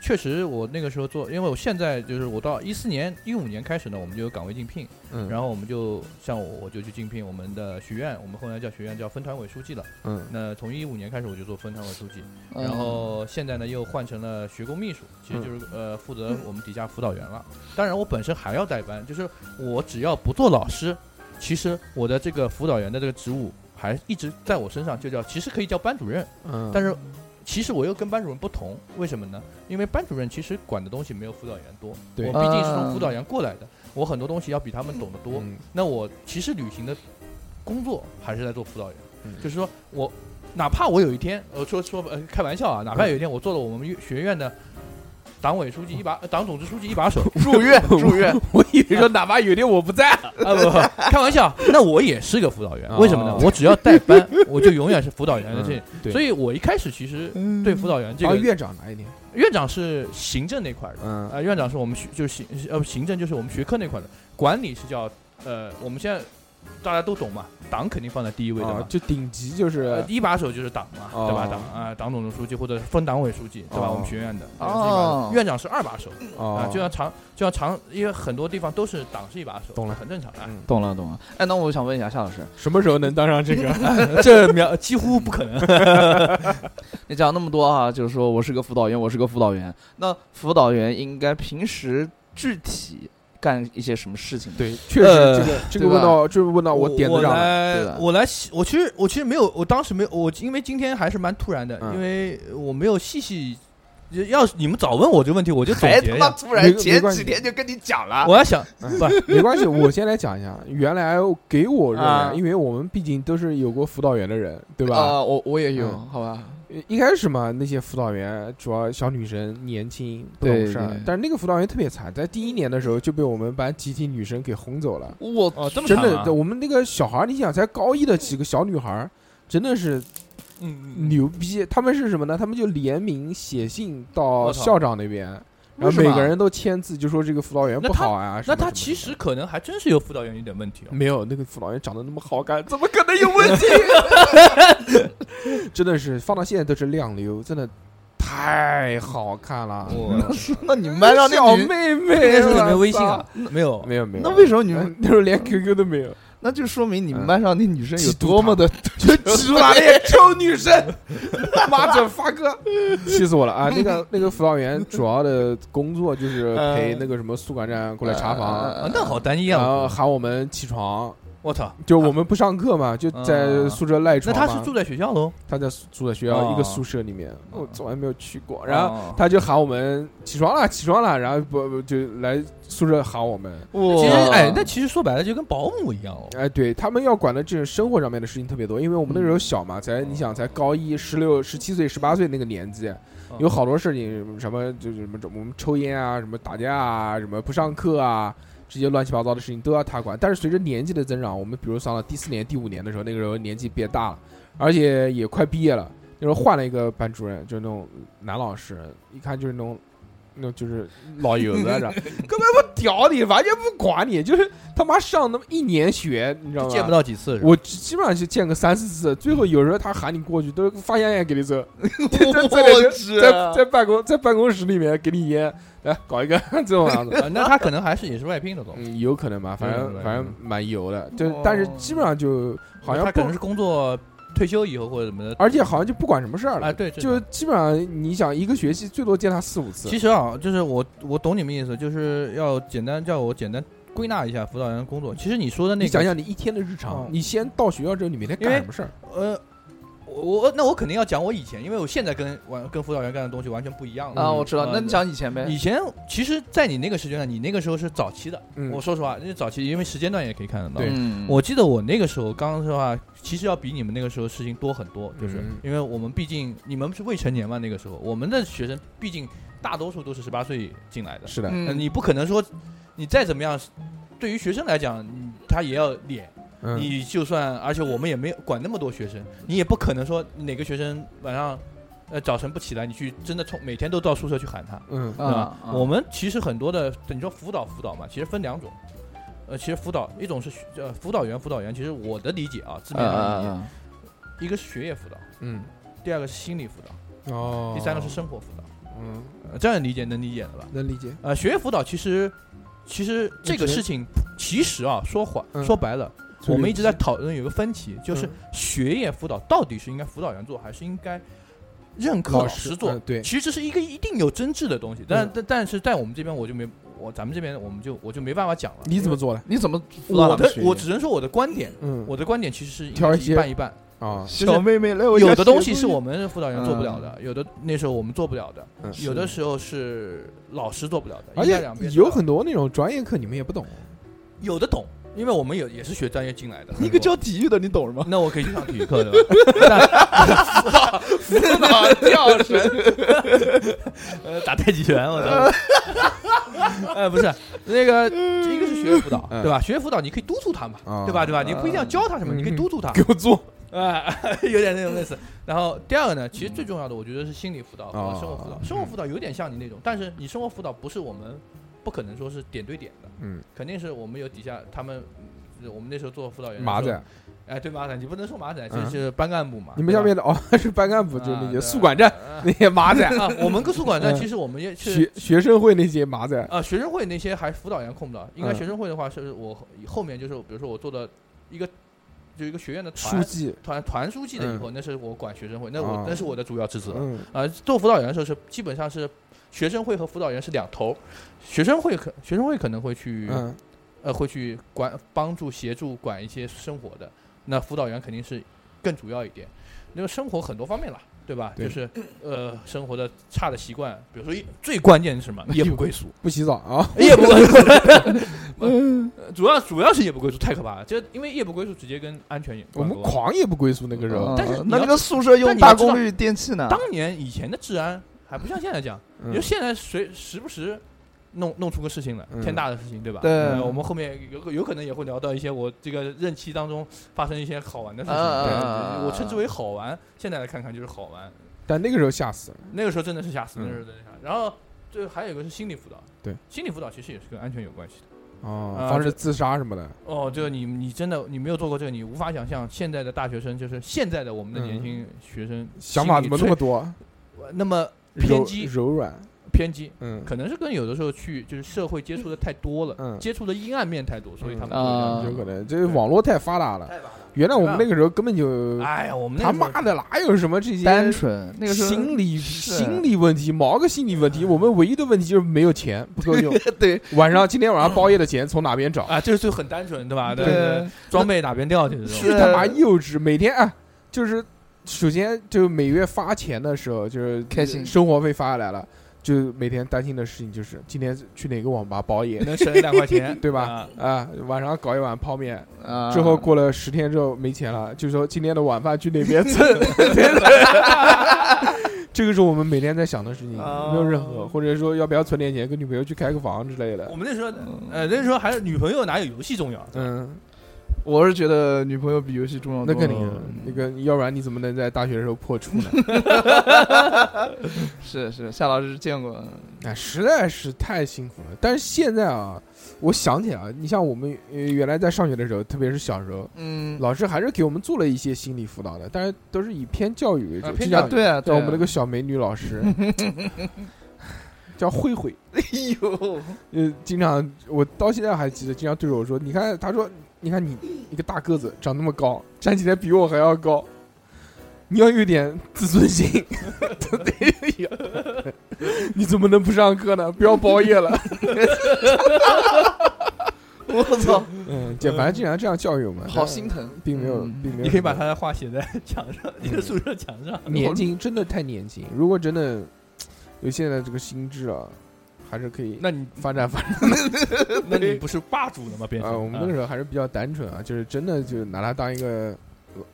Speaker 4: 确实我那个时候做，因为我现在就是我到一四年一五年开始呢，我们就有岗位竞聘，
Speaker 2: 嗯，
Speaker 4: 然后我们就像我我就去竞聘我们的学院，我们后来叫学院叫分团委书记了。
Speaker 2: 嗯。
Speaker 4: 那从一五年开始我就做分团委书记，
Speaker 1: 嗯
Speaker 4: 然后现在呢又换成了学工秘书，其实就是呃负责我们底下辅导员了。当然我本身还要带班，就是我只要不做老师，其实我的这个辅导员的这个职务还一直在我身上，就叫其实可以叫班主任，
Speaker 2: 嗯，
Speaker 4: 但是其实我又跟班主任不同，为什么呢？因为班主任其实管的东西没有辅导员多，
Speaker 2: 对
Speaker 4: 我毕竟是从
Speaker 3: 嗯
Speaker 4: 辅导员过来的，我很多东西要比他们懂得多。
Speaker 2: 嗯
Speaker 4: 那我其实履行的工作还是在做辅导员，
Speaker 2: 嗯
Speaker 4: 就是说我哪怕我有一天，呃，说说呃开玩笑啊，哪怕
Speaker 3: 嗯
Speaker 4: 有一天我做了我们院学院的党委书记一把，呃党总支书记一 把手
Speaker 3: 住院住院，
Speaker 2: 我以为说哪怕有一天我不在，
Speaker 4: 啊，不不，开玩笑，那我也是个辅导员
Speaker 2: 哦，
Speaker 4: 为什么呢？我只要带班，我就永远是辅导员的这
Speaker 2: 嗯，哦对
Speaker 4: 所以我一开始其实对辅导员这
Speaker 6: 当
Speaker 4: 个
Speaker 6: 嗯哦院长哪一天？
Speaker 4: 院长是行政那块的，
Speaker 2: 嗯
Speaker 4: 呃，院长是我们学就是行呃行政就是我们学科那块的，管理是叫呃我们现在大家都懂嘛，党肯定放在第一位的
Speaker 2: 啊
Speaker 4: 嘛，。
Speaker 2: 就顶级就是
Speaker 4: 呃，一把手就是党嘛，
Speaker 2: 哦
Speaker 4: 对吧？党啊、党总书记或者分党委书记，对吧？
Speaker 2: 哦
Speaker 4: 我们学院的，
Speaker 3: 哦
Speaker 4: 院长是二把手啊、
Speaker 2: 啊
Speaker 4: 就像长就像长，因为很多地方都是党是一把手，
Speaker 2: 懂了
Speaker 4: 很正常啊。
Speaker 2: 嗯
Speaker 3: 懂了懂了。哎，那我想问一下夏老师，
Speaker 2: 什么时候能当上这 个？
Speaker 4: 呃这秒几乎不可能。
Speaker 3: 你讲那么多啊，就是说我是个辅导员，我是个辅导员。那辅导员应该平时具体干一些什么事情呢？
Speaker 2: 呃对，确实这个这个
Speaker 3: 对吧
Speaker 2: 问到，这个问到啊我点子上
Speaker 4: 我
Speaker 2: 了。
Speaker 4: 来
Speaker 3: 对吧
Speaker 4: 我来细，我其实我其实没有，我当时没有，我因为今天还是蛮突然的，
Speaker 2: 嗯
Speaker 4: 因为我没有细细。要是你们早问我这个问题，我就总
Speaker 3: 还
Speaker 4: 结
Speaker 3: 他
Speaker 4: 一
Speaker 3: 妈
Speaker 4: 下。
Speaker 3: 突
Speaker 6: 没
Speaker 3: 然
Speaker 6: 没
Speaker 3: 前
Speaker 6: 关系
Speaker 3: 几天就跟你讲了，
Speaker 4: 我要 想，不，
Speaker 2: 没关系，我先来讲一下。原来给我认
Speaker 3: 啊
Speaker 2: 为，因为我们毕竟都是有过辅导员的人，对吧？
Speaker 4: 呃
Speaker 3: 啊，我我也有，
Speaker 2: 嗯
Speaker 3: 好吧？
Speaker 2: 一开始嘛，那些辅导员主要小女生年轻不懂
Speaker 3: 对
Speaker 2: 事
Speaker 3: 对
Speaker 2: 儿，但是那个辅导员特别惨，在第一年的时候就被我们班集体女生给轰走了。
Speaker 3: 我
Speaker 4: 哦，这么
Speaker 2: 真
Speaker 4: 长
Speaker 2: 的
Speaker 4: 啊，
Speaker 2: 对我们那个小孩儿，你想才高一的几个小女孩儿，真的是
Speaker 4: 嗯，嗯
Speaker 2: 牛逼。他们是什么呢？他们就联名写信到
Speaker 4: 我操
Speaker 2: 校长那边，然
Speaker 3: 为
Speaker 2: 后
Speaker 3: 什么
Speaker 2: 每个人都签字，就说这个辅导员
Speaker 4: 啊那
Speaker 2: 不
Speaker 4: 他
Speaker 2: 好啊。什
Speaker 4: 那
Speaker 2: 么
Speaker 4: 他
Speaker 2: 什么
Speaker 4: 其
Speaker 2: 的
Speaker 4: 实可能还真是有辅导员有点问题哦。
Speaker 2: 没有那个辅导员长得那么好看，
Speaker 3: 怎么可能有问题？
Speaker 2: 真的是放到现在都是亮流，真的太好看了。
Speaker 4: 我
Speaker 3: 嗯 那你们班上
Speaker 2: 小
Speaker 3: 那女，
Speaker 2: 妹
Speaker 4: 应
Speaker 2: 妹，
Speaker 4: 该是你
Speaker 2: 我操
Speaker 4: 们微信啊？没有，
Speaker 2: 没有没有，
Speaker 3: 那为什么你们
Speaker 2: 嗯那时候连 QQ 都没有，
Speaker 3: 那就说明你们
Speaker 2: 嗯
Speaker 3: 班上那女生
Speaker 2: 嫉
Speaker 3: 有
Speaker 2: 妒
Speaker 3: 多么的
Speaker 2: 就挤出来了臭女生，妈这发哥，气死我了 啊！那个那个辅导员主要的工作就是陪那个什么宿管站过来查
Speaker 3: 呃
Speaker 2: 房，
Speaker 4: 啊那好单一
Speaker 2: 然后
Speaker 4: 啊！
Speaker 2: 喊我们起床，
Speaker 4: 我操，
Speaker 2: 就我们不上课嘛，就在宿舍赖
Speaker 4: 那
Speaker 2: 床嘛。
Speaker 4: 他是住在学校喽？
Speaker 2: 他在住在学校
Speaker 4: 哦
Speaker 2: 一个宿舍里面，
Speaker 4: 哦
Speaker 2: 我从来没有去过。然后
Speaker 4: 后
Speaker 2: 他就喊我们起床了，起床了，然后不不就来宿舍喊我们。
Speaker 3: 哇
Speaker 4: 其实哎，那其实说白了就跟保姆一样哦。
Speaker 2: 哎，对他们要管的这种生活上面的事情特别多，因为我们那时候小嘛，才你想才高一，十六、十七岁、十八岁那个年纪，有好多事情，什么就是什么我们抽烟啊，什么打架啊，什么不上课啊，这些乱七八糟的事情都要他管。但是随着年纪的增长，我们比如上了第四年、第五年的时候，那个时候年纪变大了，而且也快毕业了，那时候换了一个班主任，就是那种男老师，一看就是那种。那种就是老油子，然后根本不屌你，完全不管你，就是他妈上那么一年学，你知道吗？
Speaker 4: 见不到几次是吧，
Speaker 2: 我基本上就见个三四次，最后有时候他喊你过去，都是发烟也给你抽，在在里面
Speaker 3: 去
Speaker 2: 在在办公在办公室里面给你烟，来搞一个 这种样子。
Speaker 4: 啊那他可能还是也是外聘的懂。
Speaker 2: 嗯，有可能吧，反正
Speaker 4: 嗯
Speaker 2: 反正蛮油的，就
Speaker 3: 哦
Speaker 2: 但是基本上就好像
Speaker 4: 他
Speaker 2: 不
Speaker 4: 可能，是工作退休以后或者怎么的，
Speaker 2: 而且好像就不管什么事儿
Speaker 4: 啊
Speaker 2: 了，
Speaker 4: 对，
Speaker 2: 就基本上你想一个学期最多见他四五次
Speaker 4: 其。实啊，就是我我懂你们意思，就是要简单叫我简单归纳一下辅导员的工作。其实你说的那
Speaker 2: 你
Speaker 4: 个
Speaker 2: 想，想你一天的日常
Speaker 4: 哦，
Speaker 2: 你先到学校之后，你每天干
Speaker 4: 因为
Speaker 2: 什么事儿？
Speaker 4: 呃，我我那我肯定要讲我以前，因为我现在跟完跟辅导员干的东西完全不一样了
Speaker 3: 啊，
Speaker 4: 嗯
Speaker 3: 我知道。那你讲以前呗
Speaker 4: 以，前其实，在你那个时间段，你那个时候是早期的。
Speaker 2: 嗯
Speaker 4: 我说实话，因为早期，因为时间段也可以看得到。
Speaker 2: 对
Speaker 3: 嗯
Speaker 4: 我记得我那个时候，刚刚说话，其实要比你们那个时候事情多很多，就是、
Speaker 2: 嗯
Speaker 4: 因为我们毕竟你们是未成年嘛，那个时候我们的学生毕竟大多数都是十八岁进来的，
Speaker 2: 是的，
Speaker 4: 呃
Speaker 3: 嗯
Speaker 4: 你不可能说你再怎么样，对于学生来讲，你他也要脸。
Speaker 2: 嗯，
Speaker 4: 你就算，而且我们也没有管那么多学生，你也不可能说哪个学生晚上，呃，早晨不起来，你去真的从每天都到宿舍去喊他，
Speaker 2: 嗯
Speaker 4: 对吧
Speaker 3: 啊，？啊
Speaker 4: 我们其实很多的，你说辅导辅导嘛，其实分两种。呃，其实辅导一种是学呃辅导员，辅导员其实我的理解啊，字
Speaker 3: 啊
Speaker 4: 面上的理解，
Speaker 3: 啊
Speaker 4: 一个是学业辅导，
Speaker 2: 嗯，
Speaker 4: 第二个是心理辅导，
Speaker 2: 哦，
Speaker 4: 第三个是生活辅导，
Speaker 2: 嗯，
Speaker 4: 呃这样理解能理解了吧？
Speaker 2: 能理解，
Speaker 4: 呃，学业辅导其实，其实这个事情，其实啊，说谎、
Speaker 2: 嗯
Speaker 4: 说白了，我们一直在讨论有个分歧，就是
Speaker 2: 嗯
Speaker 4: 学业辅导到底是应该辅导员做，还是应该认可
Speaker 2: 老
Speaker 4: 老
Speaker 2: 师
Speaker 4: 师做？
Speaker 2: 嗯对
Speaker 4: 其实这是一个一定有争执的东西，但、但但是在我们这边我就没我咱们这边我们就我就没办法讲了。
Speaker 2: 你怎么做的？
Speaker 3: 你怎么辅
Speaker 4: 我
Speaker 3: 导他们
Speaker 4: 的
Speaker 3: 学业
Speaker 4: 我只能说我的观点，
Speaker 2: 嗯，
Speaker 4: 我的观点其实是应
Speaker 2: 挑
Speaker 4: 该
Speaker 2: 一
Speaker 4: 是
Speaker 2: 些
Speaker 4: 一半一半，
Speaker 2: 啊，
Speaker 4: 就是
Speaker 3: 妹妹来我
Speaker 4: 有的东西是我们辅导员做不了
Speaker 3: 嗯
Speaker 4: 的，有的那时候我们做不了的，
Speaker 2: 嗯
Speaker 4: 有的时候是老师做不了的，
Speaker 2: 而
Speaker 4: 一下两
Speaker 2: 且
Speaker 4: 遍
Speaker 2: 哎
Speaker 4: 做
Speaker 2: 有
Speaker 4: 不了
Speaker 2: 很多那种专业课你们也不懂，
Speaker 4: 有的懂，因为我们也也是学专业进来的。
Speaker 3: 一个教体育的，你懂什么？
Speaker 4: 那我可以去上体育课的吧？ 辅导跳绳，呃，打太极拳，我操！ 呃，不是那个，一个是学业辅导，
Speaker 2: 嗯
Speaker 4: 对吧？学业辅导你可以督促他嘛，
Speaker 2: 啊嗯
Speaker 4: 对吧？对吧？你不一定要教他什么，你可以督促他
Speaker 2: 给 我做
Speaker 4: 啊，有点那种类似。然后第二个呢，其实最重要的，我觉得是心理辅导和生活辅导。
Speaker 2: 哦
Speaker 4: 生活辅导有点像你那种，但是你生活辅导不是我们不可能说是点对点的，
Speaker 2: 嗯，
Speaker 4: 肯定是我们有底下他们，嗯我们那时候做辅导员的时候
Speaker 2: 马仔，
Speaker 4: 哎，对马仔，你不能说马仔，
Speaker 2: 嗯
Speaker 4: 就是班干部嘛。
Speaker 2: 你们下面的哦 是班干部，
Speaker 4: 啊
Speaker 2: 就是那些宿管站
Speaker 4: 站
Speaker 2: 那些马 仔，
Speaker 4: 啊，我们跟宿管站
Speaker 2: 嗯
Speaker 4: 其实我们也是
Speaker 2: 学学生会那些马仔
Speaker 4: 啊，学生会那些还辅导员控不了，应该
Speaker 2: 嗯
Speaker 4: 学生会的话是我后后面就是，比如说我做了一个就一个学院的
Speaker 2: 书
Speaker 4: 团
Speaker 2: 记，嗯
Speaker 4: 团团书记了以后，那是我管学生会，那
Speaker 2: 哦
Speaker 4: 我那是我的主要职责
Speaker 2: 嗯，
Speaker 4: 啊。做辅导员的时候是基本上是学生会和辅导员是两头儿，学生会可学生会可能会去
Speaker 2: 嗯
Speaker 4: 呃，会去管、帮助、协助管一些生活的。那辅导员肯定是更主要一点，因为生活很多方面了，对吧？
Speaker 2: 对
Speaker 4: 就是呃，生活的差的习惯，比如说一最关键是 什么？夜不归宿，
Speaker 2: 不洗澡啊，
Speaker 4: 夜哎不归宿。呃主要主要是夜不归宿太可怕了，就因为夜不归宿直接跟安全有
Speaker 2: 我
Speaker 4: 挂
Speaker 2: 们
Speaker 4: 钩。
Speaker 2: 狂也不归宿那个
Speaker 3: 嗯
Speaker 2: 人，
Speaker 4: 但是你
Speaker 3: 那
Speaker 4: 要
Speaker 3: 那个宿舍用
Speaker 4: 但你要
Speaker 3: 大
Speaker 4: 知道
Speaker 3: 功率电器呢？
Speaker 4: 当年以前的治安还不像现在这样，
Speaker 2: 嗯
Speaker 4: 因为现在谁时不时。弄弄出个事情来，
Speaker 2: 嗯
Speaker 4: 天大的事情，对吧？
Speaker 3: 对
Speaker 4: 呃我们后面有有可能也会聊到一些我这个任期当中发生一些好玩的事情，
Speaker 3: 啊啊
Speaker 4: 对
Speaker 3: 啊
Speaker 4: 对
Speaker 3: 啊啊
Speaker 4: 我称之为好玩。现在来看看就是好玩，
Speaker 2: 但那个时候吓死了，
Speaker 4: 那个时候真的是吓死，
Speaker 2: 嗯
Speaker 4: 那个时候真的吓死。然后这还有一个是心理辅导，
Speaker 2: 对，
Speaker 4: 心理辅导其实也是跟安全有关系的。
Speaker 2: 哦，
Speaker 4: 啊
Speaker 2: 防止
Speaker 4: 这
Speaker 2: 自杀什么的，
Speaker 4: 哦，这个你你真的你没有做过这个，你无法想象现在的大学生，就是现在的我们的
Speaker 2: 嗯
Speaker 4: 年轻学生，
Speaker 2: 想法怎么那么多，
Speaker 4: 那么
Speaker 2: 柔
Speaker 4: 偏激
Speaker 2: 柔软，
Speaker 4: 偏激？
Speaker 2: 嗯
Speaker 4: 可能是跟有的时候去就是社会接触的太多了，
Speaker 2: 嗯
Speaker 4: 接触的阴暗面太多，所以他们
Speaker 3: 嗯
Speaker 4: 会这样
Speaker 3: 啊
Speaker 2: 有可能，这网络太发达了。
Speaker 4: 太麻烦了
Speaker 2: 原来我们那个时候根本就
Speaker 4: 哎呀，我啊们那
Speaker 2: 他
Speaker 4: 个时候
Speaker 2: 妈的哪有什么这些
Speaker 3: 单纯那个时候
Speaker 2: 心理
Speaker 3: 是
Speaker 2: 心理问题，毛个心理
Speaker 4: 啊
Speaker 2: 问题。我们唯一的问题就是没有钱，不够用。
Speaker 3: 对
Speaker 2: 晚上今天晚上包夜的钱从哪边找？
Speaker 4: 啊，这是很单纯，对吧？
Speaker 3: 对
Speaker 4: 对，装备哪边掉就是这
Speaker 3: 是
Speaker 4: 种。
Speaker 2: 他妈幼稚，每天啊，就是首先就每月发钱的时候，就是
Speaker 3: 开心
Speaker 2: 生活费发下来了，就每天担心的事情就是今天去哪个网吧包夜
Speaker 4: 能省两块钱，
Speaker 2: 对吧
Speaker 4: 啊？
Speaker 2: 啊，晚上搞一碗泡面，
Speaker 3: 啊，
Speaker 2: 之后过了十天之后没钱了，就说今天的晚饭去哪边蹭。这个是我们每天在想的事情，没有任何，或者说要不要存点钱跟女朋友去开个房之类的
Speaker 4: 我。们那时候，呃，那时候还是女朋友哪有游戏重要？
Speaker 2: 嗯，
Speaker 3: 我是觉得女朋友比游戏重要
Speaker 2: 那
Speaker 3: 多了。
Speaker 2: 肯定的，那个要不然你怎么能在大学的时候破处呢？
Speaker 3: 是是，夏老师见过，
Speaker 2: 哎，实在是太辛苦了。但是现在啊，我想起来啊，你像我们呃原来在上学的时候，特别是小时候，
Speaker 3: 嗯，
Speaker 2: 老师还是给我们做了一些心理辅导的，但是都是以偏教育为主
Speaker 4: 啊，
Speaker 2: 就
Speaker 4: 偏
Speaker 2: 像
Speaker 3: 啊对啊，
Speaker 2: 叫
Speaker 3: 对啊
Speaker 2: 我们那个小美女老师，叫慧慧，
Speaker 3: 哎
Speaker 2: 呃，经常我到现在还记得，经常对着我说：“你看，她说，你看你一个大个子，长那么高，站起来比我还要高，你要有点自尊心。” 对呀，你怎么能不上课呢？不要包夜了。
Speaker 3: 呦，我操，
Speaker 2: 嗯，姐，反正经常这样教育我们，
Speaker 3: 好心疼，
Speaker 2: 并没有，
Speaker 3: 嗯
Speaker 2: 并没有。
Speaker 4: 你可以把他的话写在墙上，
Speaker 2: 嗯
Speaker 4: 你的宿舍墙上。
Speaker 2: 年轻，真的太年轻。如果真的有现在这个心智啊，还是可以
Speaker 4: 那你
Speaker 2: 发展发展。
Speaker 4: 那你不是霸主了吗？变
Speaker 2: 啊，我
Speaker 4: 成
Speaker 2: 们那个时候还是比较单纯啊，就是真的就拿她当一个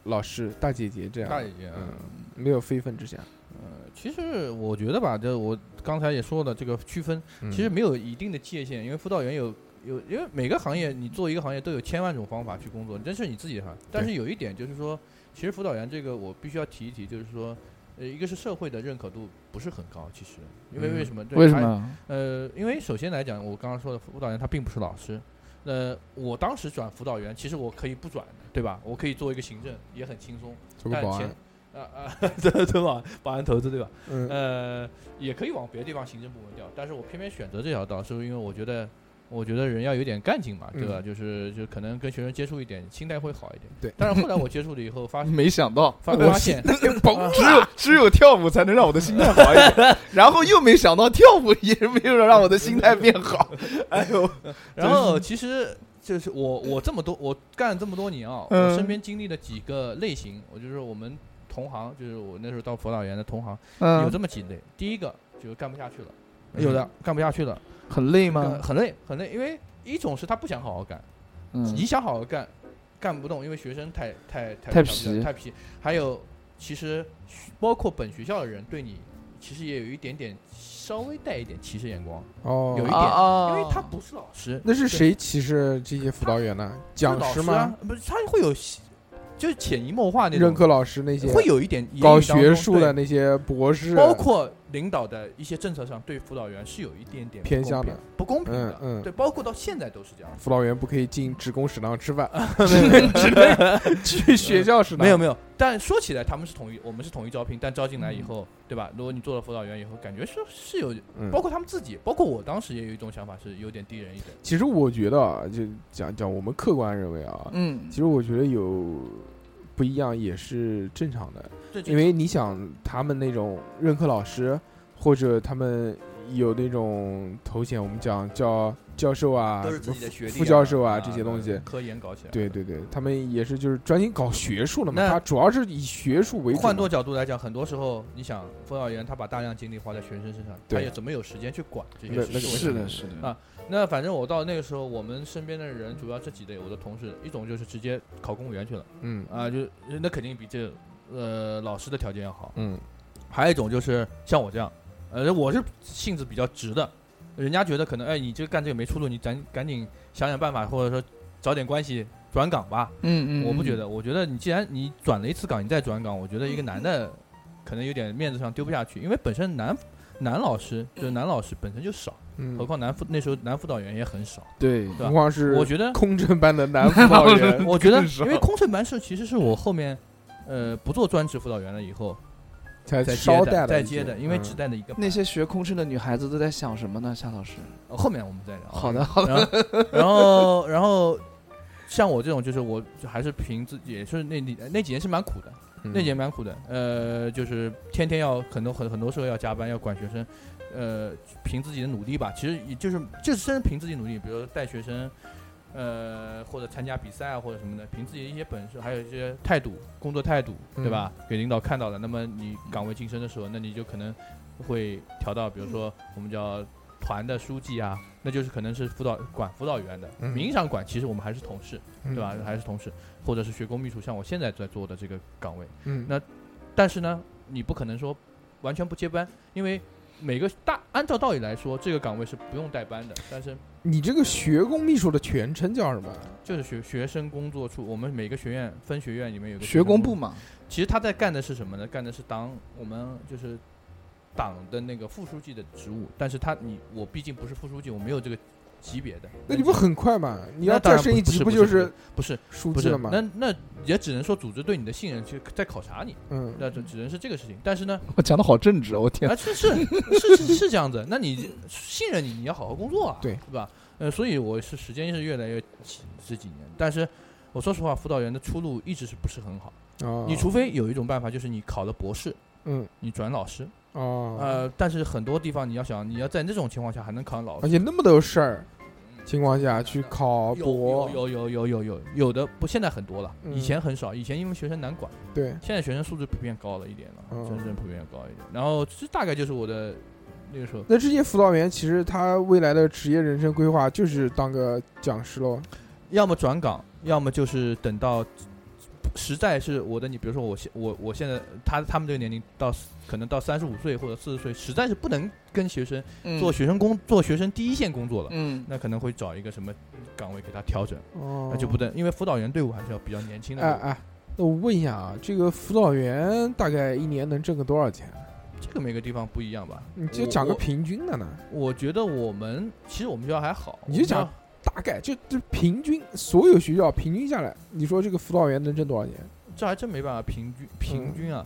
Speaker 2: 老师、大姐姐这样。
Speaker 4: 大姐姐，
Speaker 2: 嗯，没有非分之想。
Speaker 4: 呃其实我觉得吧，这我刚才也说了，这个区分
Speaker 1: 嗯
Speaker 4: 其
Speaker 3: 嗯
Speaker 4: 实没有一定的界限，因为辅导员有有，因为每个行业你做一个行业都有千万种方法去工作，这是你自己哈。但是有一点就是说，其实辅导员这个我必须要提一提，就是说，呃，一个是社会的认可度不是很高，其实因为
Speaker 2: 嗯
Speaker 4: 为什么？对
Speaker 3: 为什？
Speaker 4: 还
Speaker 3: 么？
Speaker 4: 呃，因为首先来讲，我刚刚说的辅导员他并不是老师。呃，我当时转辅导员，其实我可以不转，对吧？我可以做一个行政，也很轻松。
Speaker 2: 做个
Speaker 4: 但
Speaker 2: 保
Speaker 4: 前
Speaker 2: 安，
Speaker 4: 啊啊， 对对吧？保安头子 对吧？
Speaker 2: 嗯，
Speaker 4: 呃，也可以往别的地方行政部门调，但是我偏偏选择这条道，是因为我觉得，我觉得人要有点干劲嘛，对吧？就是就可能跟学生接触一点，心态会好一点。
Speaker 2: 嗯对
Speaker 4: 但是后来我接触了以后，发
Speaker 3: 没想到，
Speaker 4: 发发现
Speaker 3: 只有只有跳舞才能让我的心态好一点，然后又没想到跳舞也没有让我的心态变好。哎呦，
Speaker 4: 然后其实就是我我这么多我干了这么多年啊，
Speaker 2: 嗯
Speaker 4: 我身边经历的几个类型，我就是我们同行，就是我那时候到辅导员的同行，有
Speaker 3: 嗯，
Speaker 4: 这么几类。第一个就是干不下去了，有的干不下去了，
Speaker 3: 很累
Speaker 4: 干
Speaker 3: 吗？
Speaker 4: 很累很累，因为一种是他不想好好干，
Speaker 3: 嗯
Speaker 4: 你想好好干，干不动，因为学生太太太
Speaker 3: 太
Speaker 4: 皮
Speaker 3: 皮
Speaker 4: 太皮。还有，其实学包括本学校的人对你，其实也有一点点稍微带一点歧视眼光，
Speaker 2: 哦，
Speaker 4: 有一
Speaker 3: 啊
Speaker 4: 点因
Speaker 3: 啊，
Speaker 4: 为他不是老师，
Speaker 2: 那是谁歧视这些辅导员呢？讲
Speaker 4: 老
Speaker 2: 师
Speaker 4: 师
Speaker 2: 吗？
Speaker 4: 啊？不是，他会有就是潜移默化那
Speaker 2: 任
Speaker 4: 种，
Speaker 2: 课老师那些
Speaker 4: 会有一点言语
Speaker 2: 搞
Speaker 4: 当中
Speaker 2: 学术的
Speaker 4: 对
Speaker 2: 那些博士，
Speaker 4: 包括领导的一些政策上对辅导员是有一点点不
Speaker 2: 偏
Speaker 4: 公
Speaker 2: 向
Speaker 4: 平
Speaker 2: 的，
Speaker 4: 不公平的，
Speaker 2: 嗯嗯
Speaker 4: 对，包括到现在都是这样。
Speaker 2: 辅导员不可以进职工食堂吃 饭，
Speaker 4: 只能
Speaker 2: 去学校食堂
Speaker 4: 没有没有，但说起来他们是统一，我们是统一招聘，但招进来以后，对吧？如果你做了辅导员以后，感觉是是有，
Speaker 2: 嗯
Speaker 4: 包括他们自己，包括我当时也有一种想法，是有点低人一等。
Speaker 2: 其实我觉得啊，就讲讲我们客观认为啊，
Speaker 3: 嗯
Speaker 2: 其实我觉得有不一样也是正常的，
Speaker 4: 对，这
Speaker 2: 因为你想他们那种任课老师，或者他们有那种头衔，我们讲叫教授啊，
Speaker 4: 都是
Speaker 2: 什
Speaker 4: 自
Speaker 2: 么
Speaker 4: 己的学历啊、
Speaker 2: 副教授啊
Speaker 4: 啊
Speaker 2: 这些东西。
Speaker 4: 科研搞起来。
Speaker 2: 对对对，他们也是就是专心搞学术的嘛，
Speaker 4: 那
Speaker 2: 他主要是以学术为主嘛。
Speaker 4: 换多角度来讲，很多时候你想，辅导员他把大量精力花在学生身上，他
Speaker 2: 对
Speaker 4: 也怎么有时间去管这些
Speaker 2: 那
Speaker 4: 事
Speaker 2: 那
Speaker 4: 情？
Speaker 2: 个
Speaker 3: 是的，是的
Speaker 4: 啊那反正我到那个时候，我们身边的人主要这几类，我的同事，一种就是直接考公务员去了
Speaker 2: 嗯
Speaker 4: 啊，就那肯定比这呃老师的条件要好。
Speaker 2: 嗯
Speaker 4: 还有一种就是像我这样，呃，我是性子比较直的，人家觉得可能哎，你这干这个没出路，你咱赶紧想想办法，或者说找点关系转岗吧。
Speaker 3: 嗯嗯，
Speaker 4: 我不觉得，我觉得你既然你转了一次岗，你再转岗，我觉得一个
Speaker 2: 嗯
Speaker 4: 男的可能有点面子上丢不下去，因为本身男男老师就是男老师本身就少，
Speaker 2: 嗯
Speaker 4: 何，况男辅那时候男辅导员也很少。
Speaker 3: 对，
Speaker 4: 对吧
Speaker 2: 何况是
Speaker 4: 我觉得，，
Speaker 2: 空乘班的男辅导员
Speaker 4: 我觉得
Speaker 2: 更，少
Speaker 4: 因为空乘班是其实是我后面呃不做专职辅导员了以后
Speaker 2: 才
Speaker 4: 再
Speaker 2: 稍
Speaker 4: 接
Speaker 2: 带
Speaker 4: 的
Speaker 2: 了
Speaker 4: 再
Speaker 2: 一
Speaker 4: 接
Speaker 2: 些
Speaker 4: 的，因为
Speaker 2: 嗯
Speaker 4: 只带了一个班
Speaker 3: 那些学空乘的女孩子都在想什么呢？夏老师，
Speaker 4: 呃后面我们再 聊啊。
Speaker 3: 好的好的，
Speaker 4: 然后，然后，然后，像我这种，就是我就还是凭自己，也是那里那几年是蛮苦的，
Speaker 2: 嗯
Speaker 4: 那几年蛮苦的。呃，就是天天要很多很很多时候要加班，要管学生，呃，凭自己的努力吧。其实也就是就是真的凭自己努力，比如说带学生，呃，或者参加比赛啊，或者什么的，凭自己的一些本事，还有一些态度，工作态度，对吧？
Speaker 2: 嗯
Speaker 4: 给领导看到了，那么你岗位晋升的时候，那你就可能会调到，比如说
Speaker 2: 嗯
Speaker 4: 我们叫团的书记啊，那就是可能是辅导管辅导员的，
Speaker 2: 嗯
Speaker 4: 名义上管，其实我们还是同事，对吧？？
Speaker 2: 嗯
Speaker 4: 还是同事，或者是学工秘书，像我现在在做的这个岗位。
Speaker 2: 嗯，
Speaker 4: 那但是呢，你不可能说完全不接班，因为每个大按照道理来说，这个岗位是不用带班的，但是
Speaker 2: 你这个学工秘书的全称叫什么？
Speaker 4: 就是学学生工作处，我们每个学院分学院里面有个
Speaker 3: 学工
Speaker 4: 工
Speaker 3: 部嘛，
Speaker 4: 其实他在干的是什么呢？干的是党我们就是党的那个副书记的职务，但是他你我毕竟不是副书记，我没有这个级别的。
Speaker 2: 那你不很快嘛？你
Speaker 4: 那
Speaker 2: 要
Speaker 4: 当
Speaker 2: 再
Speaker 4: 然
Speaker 2: 升一
Speaker 4: 不
Speaker 2: 级，
Speaker 4: 不
Speaker 2: 就是是
Speaker 4: 不是
Speaker 2: 书
Speaker 4: 不
Speaker 2: 记
Speaker 4: 是
Speaker 2: 了吗？
Speaker 4: 那那也只能说组织对你的信任去在考察你，
Speaker 2: 嗯，
Speaker 4: 那就只能是这个事情。但是呢，
Speaker 3: 我讲的好正直，我 天
Speaker 4: 啊，是是是是是这样子，那你信任你，你要好好工作啊，
Speaker 2: 对
Speaker 4: 对吧？呃，所以我是时间是越来越紧这几年，但是我说实话，辅导员的出路一直是不是很好。
Speaker 2: 哦
Speaker 4: 你除非有一种办法，就是你考了博士，
Speaker 2: 嗯
Speaker 4: 你转老师，
Speaker 2: 哦，
Speaker 4: 呃，但是很多地方你要想，你要在那种情况下还能考老
Speaker 2: 而
Speaker 4: 师，
Speaker 2: 且那么多事儿情况下去考博
Speaker 4: 嗯有，有有有有有有的不，现在很多了，
Speaker 2: 嗯
Speaker 4: 以前很少，以前因为学生难管，
Speaker 2: 对，
Speaker 4: 现在学生素质普遍高了一点了，
Speaker 2: 嗯
Speaker 4: 真正普遍高一点。然后这大概就是我的那个时候，
Speaker 2: 那这些辅导员其实他未来的职业人生规划就是当个讲师喽。
Speaker 4: 要么转岗，要么就是等到呃实在是我的你，比如说我现我我现在他他们这个年龄到可能到三十五岁或者四十岁，实在是不能跟学生
Speaker 2: 嗯
Speaker 4: 做学生工做学生第一线工作了，
Speaker 3: 嗯
Speaker 4: 那可能会找一个什么岗位给他调整。
Speaker 2: 哦，
Speaker 4: 那就不。对，因为辅导员队伍还是要比较年轻的
Speaker 2: 哎
Speaker 4: 队伍，
Speaker 2: 哎，那我问一下啊，这个辅导员大概一年能挣个多少钱？啊
Speaker 4: 这个每个地方不一样吧？
Speaker 2: 你就讲个
Speaker 4: 我
Speaker 2: 平均的呢？
Speaker 4: 我觉得我们其实我们学校还好，
Speaker 2: 你就讲
Speaker 4: 我们学
Speaker 2: 大概就就平均所有学校平均下来，你说这个辅导员能挣多少钱？
Speaker 4: 校这还真没办法平均
Speaker 2: 嗯
Speaker 4: 平均啊。